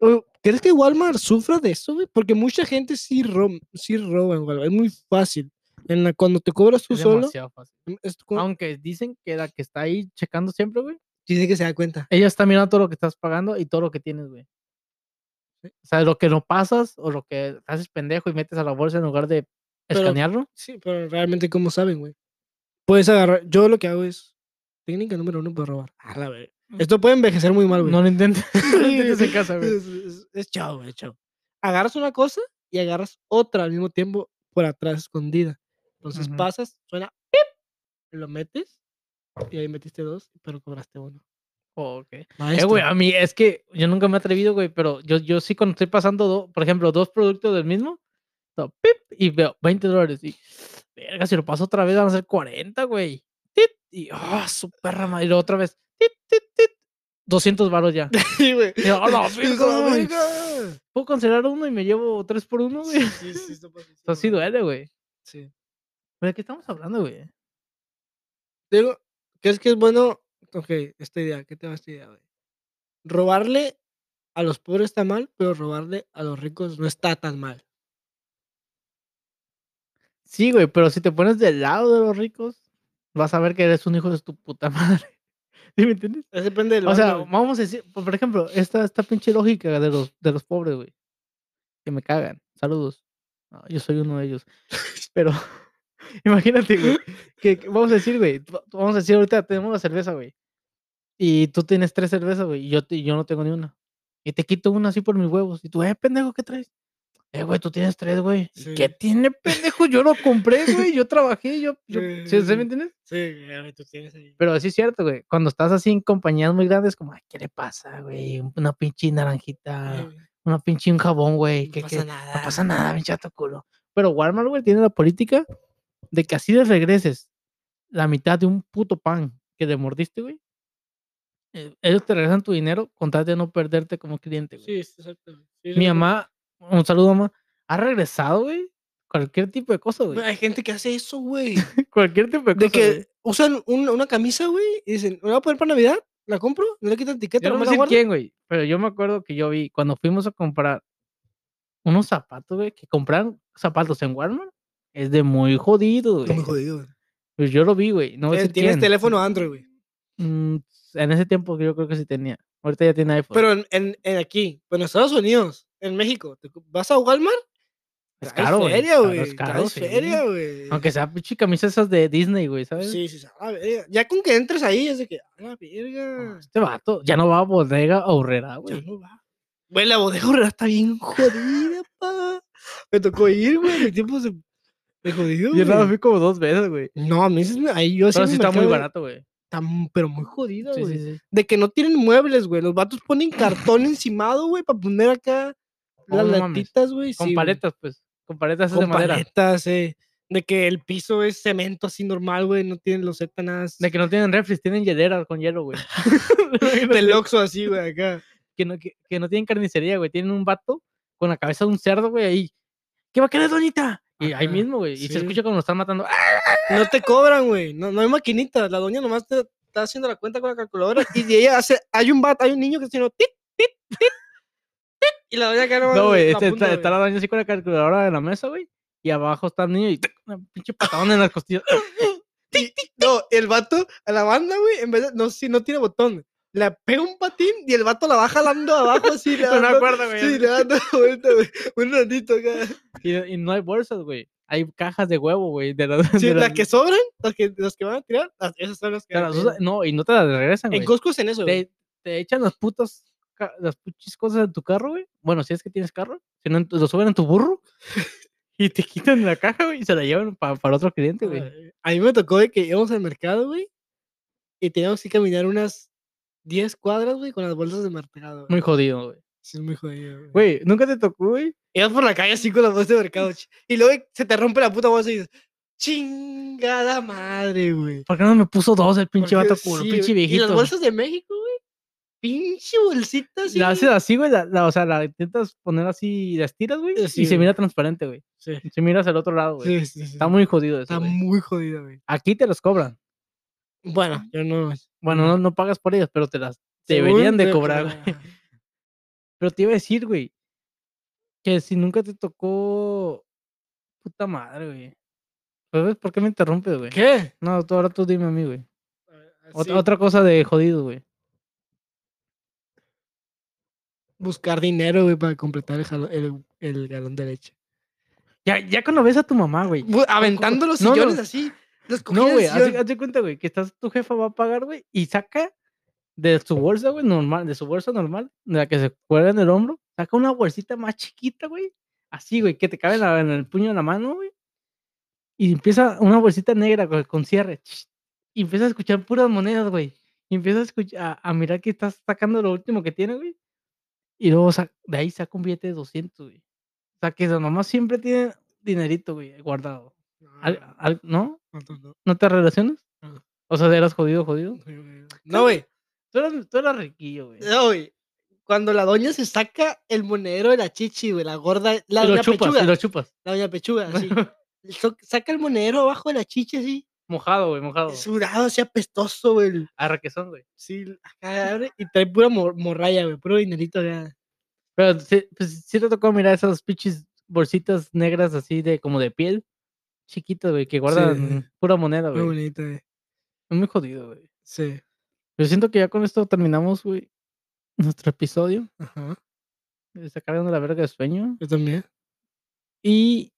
Speaker 1: Oye, ¿Crees que Walmart sufra de eso, güey? Porque mucha gente sí, rom- sí roba en Walmart. Es muy fácil. En la, cuando te cobras tú
Speaker 2: Es
Speaker 1: solo,
Speaker 2: demasiado fácil.
Speaker 1: es cu-
Speaker 2: Aunque dicen que la que está ahí checando siempre, güey,
Speaker 1: dice que se da cuenta.
Speaker 2: ella está mirando todo lo que estás pagando y todo lo que tienes, güey. O sea, lo que no pasas o lo que haces pendejo y metes a la bolsa en lugar de
Speaker 1: Pero-
Speaker 2: escanearlo.
Speaker 1: Sí, pero realmente, ¿cómo saben, güey? Puedes agarrar. Yo lo que hago es. Técnica número uno para robar. A la verga. Esto puede envejecer muy mal, güey.
Speaker 2: Mm. No lo intentes. no lo intentes en casa, güey.
Speaker 1: Es, es- es chao, güey, chao. Agarras una cosa y agarras otra al mismo tiempo por atrás escondida. Entonces
Speaker 2: Ujú.
Speaker 1: pasas, suena, ¡pip! lo metes y ahí metiste dos, pero cobraste uno.
Speaker 2: Oh, ok. Eh,
Speaker 1: Maestro.
Speaker 2: güey, a mí es que yo nunca me he atrevido, güey, pero yo, yo sí cuando estoy pasando, do- por ejemplo, dos productos del mismo, so, pip, y veo 20 dólares. Y, verga, si lo paso otra vez van a ser 40, güey. Tit, y, oh, su perra madre, y luego otra vez, tit, tit, tit, 200 varos ya.
Speaker 1: Sí, güey.
Speaker 2: Y, yo, "A la
Speaker 1: Sí,
Speaker 2: verga,
Speaker 1: güey.
Speaker 2: güey, Puedo cancelar uno y me llevo tres por uno, güey.
Speaker 1: Sí,
Speaker 2: Eso
Speaker 1: sí, sí, está pasando,
Speaker 2: sí
Speaker 1: güey.
Speaker 2: duele, güey.
Speaker 1: Sí.
Speaker 2: ¿Pero de qué estamos hablando, güey?
Speaker 1: Digo, ¿crees que es bueno? Ok, esta idea, ¿qué te va esta idea, güey? Robarle a los pobres está mal, pero robarle a los ricos no está tan mal.
Speaker 2: Sí, güey, pero si te pones del lado de los ricos, vas a ver que eres un hijo de tu puta madre. ¿Sí me entiendes?
Speaker 1: Eso depende del
Speaker 2: O sea,
Speaker 1: bando, güey.
Speaker 2: vamos a decir, por por ejemplo, esta, esta pinche lógica de los, de los pobres, güey. Que me cagan. Saludos. Ah, yo soy uno de ellos. Pero, imagínate, güey. Que, que vamos a decir, güey. va- Vamos a decir, ahorita tenemos la cerveza, güey. Y tú tienes tres cervezas, güey. Y yo, te- yo no tengo ni una. Y te quito una así por mis huevos. Y tú, eh, pendejo, ¿qué traes? Eh, güey, tú tienes tres, güey. "¿Y ¿Qué
Speaker 1: Sí.
Speaker 2: tiene, pendejo? Yo lo compré, güey. Yo trabajé, yo. yo ¿sí- sí
Speaker 1: Sí.
Speaker 2: me entiendes?
Speaker 1: Sí, güey, tú tienes ahí.
Speaker 2: Pero sí es cierto, güey. Cuando estás así en compañías muy grandes, como, ay, ¿qué le pasa, güey? Un- Una pinche naranjita,
Speaker 1: Eh,
Speaker 2: una pinche un jabón, güey.
Speaker 1: no
Speaker 2: que-
Speaker 1: pasa
Speaker 2: que
Speaker 1: nada.
Speaker 2: No pasa nada, pinche chato culo. Pero Walmart, güey, tiene la política de que así les regreses la mitad de un puto pan que te mordiste, güey. eh, Ellos te regresan tu dinero con tal de no perderte como cliente, güey.
Speaker 1: Sí, sí, exactamente. Sí, sí,
Speaker 2: Mi
Speaker 1: sí.
Speaker 2: mamá, un saludo, mamá, ha regresado, güey. Cualquier tipo de cosa, güey.
Speaker 1: Güey, Hay gente que hace eso, güey.
Speaker 2: Cualquier tipo de cosa.
Speaker 1: De
Speaker 2: güey.
Speaker 1: que usan una, una camisa, güey, y dicen, ¿me la voy a poner para Navidad? ¿La compro? ¿No le quitan etiqueta?
Speaker 2: Yo no
Speaker 1: nomás
Speaker 2: voy
Speaker 1: la
Speaker 2: a decir
Speaker 1: guardo?"
Speaker 2: quién, güey. Pero yo me acuerdo que yo vi cuando fuimos a comprar unos zapatos, güey, que compraron zapatos en Walmart. Es de muy jodido,
Speaker 1: Está
Speaker 2: güey.
Speaker 1: muy jodido, güey.
Speaker 2: Pues yo lo vi, güey. No voy a
Speaker 1: Eh,
Speaker 2: decir
Speaker 1: Tienes
Speaker 2: quién.
Speaker 1: teléfono Android, güey.
Speaker 2: Mm, en ese tiempo yo creo que sí tenía. Ahorita ya tiene iPhone.
Speaker 1: Pero en, en- en aquí, pero en Estados Unidos, en México, te cu- vas a Walmart,
Speaker 2: es
Speaker 1: traes
Speaker 2: caro, güey.
Speaker 1: feria,
Speaker 2: claro,
Speaker 1: güey.
Speaker 2: Es caro,
Speaker 1: traes
Speaker 2: sí.
Speaker 1: feria, güey.
Speaker 2: Aunque sea pinche camisas esas de Disney, güey, ¿sabes?
Speaker 1: Sí, sí, sí, a la verga. Ya con que entres ahí, es de que, a la
Speaker 2: Ah,
Speaker 1: verga.
Speaker 2: Este vato ya no va a bodega a horrera,
Speaker 1: Ya
Speaker 2: güey.
Speaker 1: no va. Güey, la bodega horrera está bien jodida, pa. Me tocó ir, güey, en el tiempo se... de jodido,
Speaker 2: Yo nada,
Speaker 1: güey.
Speaker 2: fui como dos veces, güey.
Speaker 1: No, a mí sí me- ahí yo
Speaker 2: Pero
Speaker 1: me
Speaker 2: sí está muy
Speaker 1: marcaba-
Speaker 2: barato, güey.
Speaker 1: está m- pero muy jodido,
Speaker 2: Sí,
Speaker 1: güey.
Speaker 2: sí, sí.
Speaker 1: De que no tienen muebles, güey. Los vatos ponen cartón encimado, güey, para poner acá
Speaker 2: Oh,
Speaker 1: las
Speaker 2: no mames.
Speaker 1: latitas, güey.
Speaker 2: Con
Speaker 1: sí, güey.
Speaker 2: paletas, pues. Con paletas esas de
Speaker 1: Con
Speaker 2: madera.
Speaker 1: paletas, eh. De que el piso es cemento así normal, güey. No tienen loseta, nada.
Speaker 2: De que no tienen refres, tienen hielera con hielo, güey.
Speaker 1: Del Oxxo así, güey, acá.
Speaker 2: que, no, que, que no tienen carnicería, güey. Tienen un vato con la cabeza de un cerdo, güey, ahí. ¿Qué va a querer, doñita? Y ahí
Speaker 1: Ajá,
Speaker 2: mismo, güey. Y
Speaker 1: sí.
Speaker 2: se escucha cuando lo están matando. ¡Ah!
Speaker 1: No te cobran, güey. No, no hay maquinitas. La doña nomás te está haciendo la cuenta con la calculadora. Y de ella hace. Hay un bat, hay un niño que está haciendo tit, tit, tit, tit, Y la doña acá nomás
Speaker 2: No, güey.
Speaker 1: la
Speaker 2: este
Speaker 1: apunta,
Speaker 2: está, está
Speaker 1: güey.
Speaker 2: la doña así con la calculadora de la mesa, güey. Y abajo está el niño y una pinche patadón en las costillas.
Speaker 1: No, el vato, a la banda, güey, en vez de. No, si no tiene botón. Le pega un patín y el vato la va jalando abajo así. Le
Speaker 2: Pero no
Speaker 1: dando-
Speaker 2: acuerdo, güey.
Speaker 1: Sí, le dando vuelta, güey. Un ratito acá.
Speaker 2: Y, y no hay bolsas, güey. Hay cajas de huevo, güey. De las,
Speaker 1: Sí,
Speaker 2: de
Speaker 1: las
Speaker 2: las-
Speaker 1: que sobran, las que, las que van a tirar, las- esas son las que.
Speaker 2: de
Speaker 1: van a
Speaker 2: las
Speaker 1: tirar.
Speaker 2: usa- no, y no te las regresan, güey.
Speaker 1: en Costco es en eso. güey.
Speaker 2: te, te echan las putas, ca- las puchis cosas de tu carro, güey. Bueno, si es que tienes carro, si no, en tu- lo suben en tu burro y te quitan la caja, güey, y se la llevan pa- para otro cliente, güey.
Speaker 1: Ay, Ah, A mí me tocó de que íbamos al mercado, güey, y teníamos que caminar unas 10 cuadras, güey, con las bolsas de mercado. güey.
Speaker 2: Muy jodido, güey.
Speaker 1: Sí, es muy jodido, güey.
Speaker 2: Güey, nunca te tocó, güey.
Speaker 1: Ibas por la calle así con las bolsas de mercado, ch- y luego se te rompe la puta bolsa y dices, chingada madre, güey.
Speaker 2: ¿Por qué no me puso dos el pinche
Speaker 1: Porque
Speaker 2: vato culo,
Speaker 1: sí,
Speaker 2: pinche
Speaker 1: güey, Y
Speaker 2: viejito?
Speaker 1: las bolsas de México, güey, pinche bolsitas.
Speaker 2: La haces así, güey, la, la- o sea, la intentas poner así, la estiras, güey,
Speaker 1: Eh, Sí,
Speaker 2: y se
Speaker 1: güey.
Speaker 2: mira transparente, güey.
Speaker 1: Sí,
Speaker 2: Si miras al otro lado, güey.
Speaker 1: sí, sí, sí.
Speaker 2: Está muy jodido eso,
Speaker 1: Está
Speaker 2: güey.
Speaker 1: muy jodida, güey.
Speaker 2: Aquí te los cobran.
Speaker 1: Bueno, yo no.
Speaker 2: Bueno, no, no pagas por ellas, pero te las deberían
Speaker 1: según
Speaker 2: de
Speaker 1: te
Speaker 2: cobrar, güey.
Speaker 1: cobran.
Speaker 2: Pero te iba a decir, güey, que si nunca te tocó. Puta madre, güey. Pues, ¿ves ¿Por qué me interrumpes, güey?
Speaker 1: ¿Qué?
Speaker 2: No, tú ahora tú dime a mí, güey. Ot-
Speaker 1: Sí,
Speaker 2: Otra cosa de jodido, güey.
Speaker 1: Buscar dinero, güey, para completar el, jalo- el- el galón de leche.
Speaker 2: Ya, ya cuando ves a tu mamá, güey.
Speaker 1: Bu- Aventando los
Speaker 2: no, no.
Speaker 1: sillones así. Los
Speaker 2: No,
Speaker 1: cogía del
Speaker 2: güey, hazte
Speaker 1: sillón.
Speaker 2: hazte cuenta, güey, que estás, tu jefa va a pagar, güey, y saca de su bolsa, güey, normal, de su bolsa normal, de la que se cuelga en el hombro, saca una bolsita más chiquita, güey, así, güey, que te cabe en, la- en el puño de la mano, güey, y empieza una bolsita negra con, con cierre, y empieza a escuchar puras monedas, güey, Y empieza a, escuchar, a, a mirar que estás sacando lo último que tiene, güey. Y luego sa- de ahí saca un billete de 200, güey. O sea, que sus mamás siempre tienen dinerito, güey, guardado. Al- al- ¿No? ¿No te relacionas?
Speaker 1: No.
Speaker 2: O sea, eras jodido, jodido.
Speaker 1: No, güey.
Speaker 2: Tú eras, tú eras riquillo, güey.
Speaker 1: No, güey. Cuando la doña se saca el monedero de la chichi, güey, la gorda, la
Speaker 2: Y lo
Speaker 1: doña
Speaker 2: chupas,
Speaker 1: pechuga,
Speaker 2: y lo chupas.
Speaker 1: la doña pechuga, así. So- Saca el monedero abajo de la chichi, así,
Speaker 2: mojado, güey, mojado.
Speaker 1: sudado, así apestoso, güey.
Speaker 2: Arraquezón, güey.
Speaker 1: Sí, acá abre y trae pura mor- morralla, güey, puro dinerito acá.
Speaker 2: Pero sí, pues, sí te tocó mirar esas pinches bolsitas negras así de como de piel. Chiquitas, güey, que guardan pura moneda,
Speaker 1: Muy
Speaker 2: güey.
Speaker 1: bonito, güey.
Speaker 2: Es muy jodido, güey.
Speaker 1: Sí.
Speaker 2: Yo siento que ya con esto terminamos, güey, nuestro episodio.
Speaker 1: Ajá.
Speaker 2: Se está cargando la verga de sueño.
Speaker 1: Yo también.
Speaker 2: Y.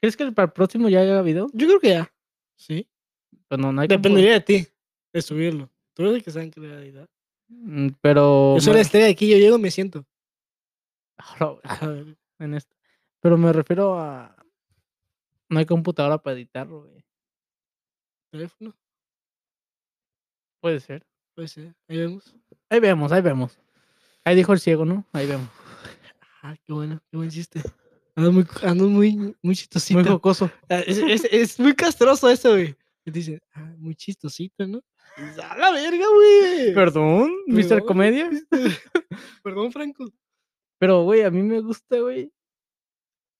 Speaker 2: ¿Crees que para el próximo ya haya habido?
Speaker 1: Yo creo que ya. Sí.
Speaker 2: Pues no, no hay como-
Speaker 1: Dependería de ti, de subirlo. Tú eres el que saben que le edita.
Speaker 2: Mm, Pero.
Speaker 1: Yo soy
Speaker 2: me-
Speaker 1: la estrella de este aquí, yo llego y me siento.
Speaker 2: Ahora, güey,
Speaker 1: Ah.
Speaker 2: en esto. Pero me refiero a. No hay computadora para editarlo, güey.
Speaker 1: Teléfono,
Speaker 2: Puede ser.
Speaker 1: puede ser. Ahí vemos.
Speaker 2: Ahí vemos, ahí vemos. Ahí dijo el ciego, ¿no? Ahí vemos.
Speaker 1: Ah, qué bueno, qué buen chiste. Ando muy, ando muy, muy chistosito.
Speaker 2: Muy jocoso.
Speaker 1: Ah, Es, es- es muy castroso eso, güey. Y Dicen, ah, muy chistosito, ¿no? Y dices, ¡A la verga, güey!
Speaker 2: Perdón, Mr.
Speaker 1: Perdón.
Speaker 2: Comedia.
Speaker 1: Perdón, Franco.
Speaker 2: Pero, güey, a mí me gusta, güey.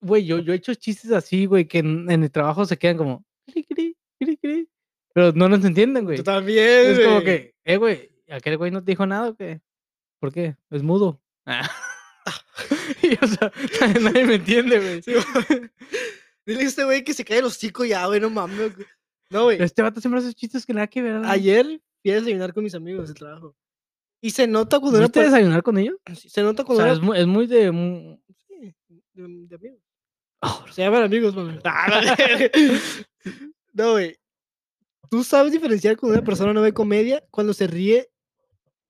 Speaker 2: Güey, yo, yo he hecho chistes así, güey, que en, en el trabajo se quedan como. "Cri, cri, cri, cri", Pero no los entienden, güey.
Speaker 1: Yo también,
Speaker 2: Es como
Speaker 1: güey.
Speaker 2: que, eh, güey, aquel güey no te dijo nada, o ¿qué? ¿Por qué? Es mudo. Ah. y, o sea, nadie me entiende, güey.
Speaker 1: Sí, güey. Dile a este güey que se cae el hocico ya, güey, no mames. güey. No, güey.
Speaker 2: Este vato siempre hace chistes que nada que ver. ¿no?
Speaker 1: Ayer fui a desayunar con mis amigos del trabajo. Y se nota cuando una
Speaker 2: ¿Fuiste a
Speaker 1: per-
Speaker 2: desayunar con ellos?
Speaker 1: Se nota
Speaker 2: O
Speaker 1: cuando una
Speaker 2: sea, es muy, es muy de. mu-
Speaker 1: Sí, de, de amigos.
Speaker 2: Oh,
Speaker 1: Se llaman amigos, mami. Ah, no, güey. Tú sabes diferenciar cuando una persona no ve comedia cuando se ríe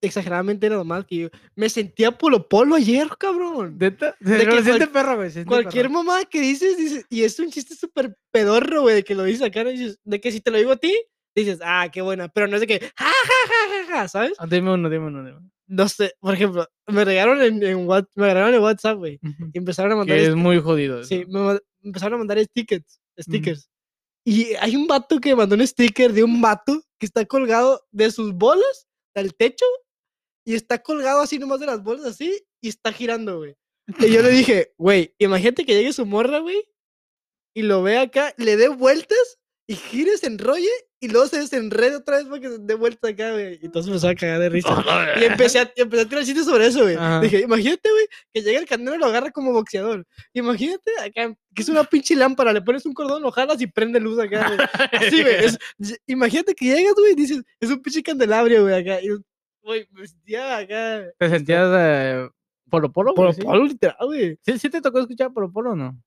Speaker 1: exageradamente era normal que yo me sentía polo polo ayer, cabrón.
Speaker 2: Neta, se-
Speaker 1: que
Speaker 2: pero se siente
Speaker 1: cual-
Speaker 2: perro, güey. se siente
Speaker 1: Cualquier
Speaker 2: perro.
Speaker 1: mamá que dices, dices, y es un chiste súper pedorro, güey, de que lo dices acá, ¿no? Y dices, de que si te lo digo a ti, dices, ah, qué buena, pero no es de que, ja, ja, ja, ja, ja, ¿sabes?
Speaker 2: Ah, Dime uno, dime uno, dime uno.
Speaker 1: No sé, por ejemplo, me regalaron en, en What- me regalaron en WhatsApp, güey,
Speaker 2: Ujú.
Speaker 1: y empezaron a mandar
Speaker 2: Que es
Speaker 1: este-
Speaker 2: muy jodido.
Speaker 1: Sí,
Speaker 2: eso.
Speaker 1: me ma- empezaron a mandar stickers, stickers. Y hay un vato que mandó un sticker de un vato que está colgado de sus bolas del techo y está colgado así nomás de las bolas así y está girando, güey. Y yo le dije, güey, imagínate que llegue su morra, güey, y lo ve acá, le dé vueltas y gire, se enrolle y luego se desenrede otra vez para que se dé vuelta acá, güey. Y entonces me empezó a cagar de risa. Y empecé a, y empecé a tirar chistes sobre eso, güey.
Speaker 2: Ajá.
Speaker 1: Dije, imagínate, güey, que llega el canelo y lo agarra como boxeador. Imagínate acá, que es una pinche lámpara, le pones un cordón, lo jalas y prende luz acá, güey. Así, güey. es- y- Imagínate que llegas, güey, y dices, es un pinche candelabro, güey, acá. Y, güey, me sentía acá. Pues
Speaker 2: ¿Te sentías eh, polo polo? güey,
Speaker 1: Polo
Speaker 2: sí?
Speaker 1: polo, literal, güey.
Speaker 2: ¿Sí, sí te tocó escuchar polo polo o no?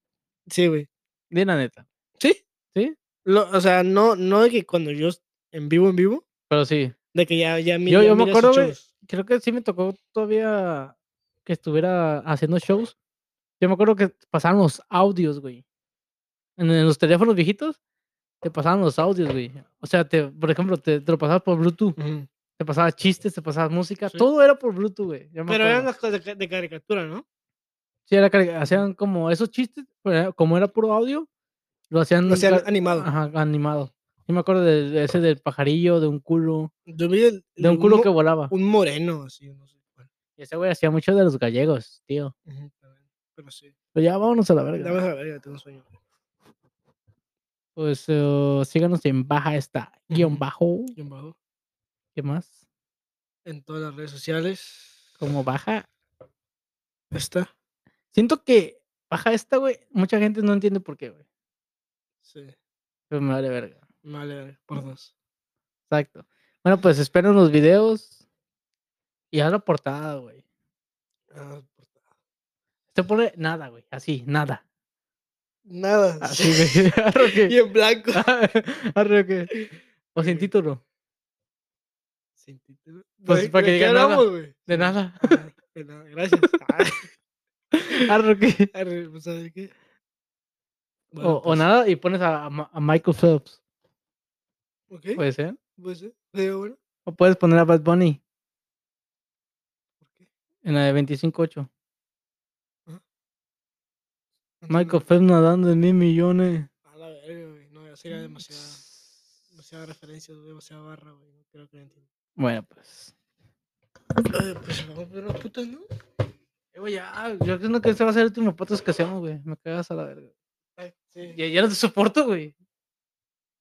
Speaker 1: Sí, güey.
Speaker 2: Di la neta.
Speaker 1: ¿Sí?
Speaker 2: ¿Sí?
Speaker 1: Lo- o sea, no, no de que cuando yo en vivo, en vivo,
Speaker 2: Pero sí.
Speaker 1: de que ya, ya mi-
Speaker 2: Yo-
Speaker 1: ya
Speaker 2: yo me
Speaker 1: mira sus
Speaker 2: acuerdo, güey,
Speaker 1: shows.
Speaker 2: Creo que sí me tocó todavía que estuviera haciendo shows. Yo me acuerdo que pasaban los audios, güey. En, en los teléfonos viejitos te pasaban los audios, güey. O sea, te, por ejemplo, te, te lo pasabas por Bluetooth.
Speaker 1: Ujú.
Speaker 2: Te pasabas chistes, te pasabas música.
Speaker 1: Sí.
Speaker 2: Todo era por Bluetooth, güey. yo me
Speaker 1: Pero eran
Speaker 2: acuerdo.
Speaker 1: las cosas de, ca- de caricatura, ¿no?
Speaker 2: Sí, era cari- hacían como esos chistes, pero era- como era puro audio, lo hacían,
Speaker 1: O sea,
Speaker 2: ca-
Speaker 1: animado.
Speaker 2: Mm, ajá, animado. Yo me acuerdo de, de ese del pajarillo, de un culo,
Speaker 1: Yo vi el-
Speaker 2: de un
Speaker 1: el
Speaker 2: culo
Speaker 1: mo-
Speaker 2: que volaba.
Speaker 1: un moreno, así, no sé cuál.
Speaker 2: Y ese güey hacía mucho de los gallegos, tío.
Speaker 1: Ujú, también, Pero sí.
Speaker 2: Pero Pues ya vámonos a la verga.
Speaker 1: Dame la verga, tengo sueño.
Speaker 2: Pues eh, síganos en baja esta, guión
Speaker 1: Ujú.
Speaker 2: bajo,
Speaker 1: Guión bajo.
Speaker 2: ¿qué más?
Speaker 1: En todas las redes sociales.
Speaker 2: Como baja.
Speaker 1: Está.
Speaker 2: Siento que baja esta, güey, mucha gente no entiende por qué, güey.
Speaker 1: Sí.
Speaker 2: Pero me vale verga.
Speaker 1: Vale, vale, por dos.
Speaker 2: Exacto. Bueno, pues esperen los videos y haz la portada, güey.
Speaker 1: Ah, por-
Speaker 2: Se pone nada, güey, así, nada.
Speaker 1: Nada.
Speaker 2: Así, Ah, güey. Ah. Arre
Speaker 1: Y
Speaker 2: que.
Speaker 1: en blanco.
Speaker 2: Arre que. O sin título.
Speaker 1: Sin título.
Speaker 2: Pues,
Speaker 1: ¿De-
Speaker 2: para
Speaker 1: de
Speaker 2: que
Speaker 1: qué
Speaker 2: diga nada,
Speaker 1: hablamos, güey?
Speaker 2: De nada.
Speaker 1: Ah, de nada, Gracias. Ah,
Speaker 2: Arre que.
Speaker 1: arre, pues, ¿sabes qué?
Speaker 2: O,
Speaker 1: Bueno,
Speaker 2: o
Speaker 1: pues,
Speaker 2: nada y pones a, a Ma- a Michael Phelps.
Speaker 1: Ok.
Speaker 2: Puede ser.
Speaker 1: Pues, sí, se ve bueno.
Speaker 2: O puedes poner a Bad Bunny
Speaker 1: ¿Por qué?
Speaker 2: en la de 25-8.
Speaker 1: No entiendo.
Speaker 2: Michael Phelps nadando en mil millones.
Speaker 1: A la verga, güey. No, ya sería demasiada, demasiada referencia, güey, demasiada barra, güey. No creo que lo entienda.
Speaker 2: Bueno, pues.
Speaker 1: Ay, Pues vamos a ver las putas, ¿no?
Speaker 2: Eh, güey, ya, yo creo que este va a ser el último podcast que hacemos, güey. Me cagas a la verga.
Speaker 1: Ay, sí.
Speaker 2: Ya, ya no te soporto, güey.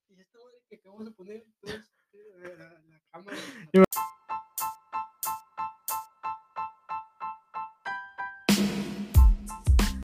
Speaker 1: Y esta madre que acabamos de poner, entonces, eh, pues, la- la cámara.
Speaker 2: Yo me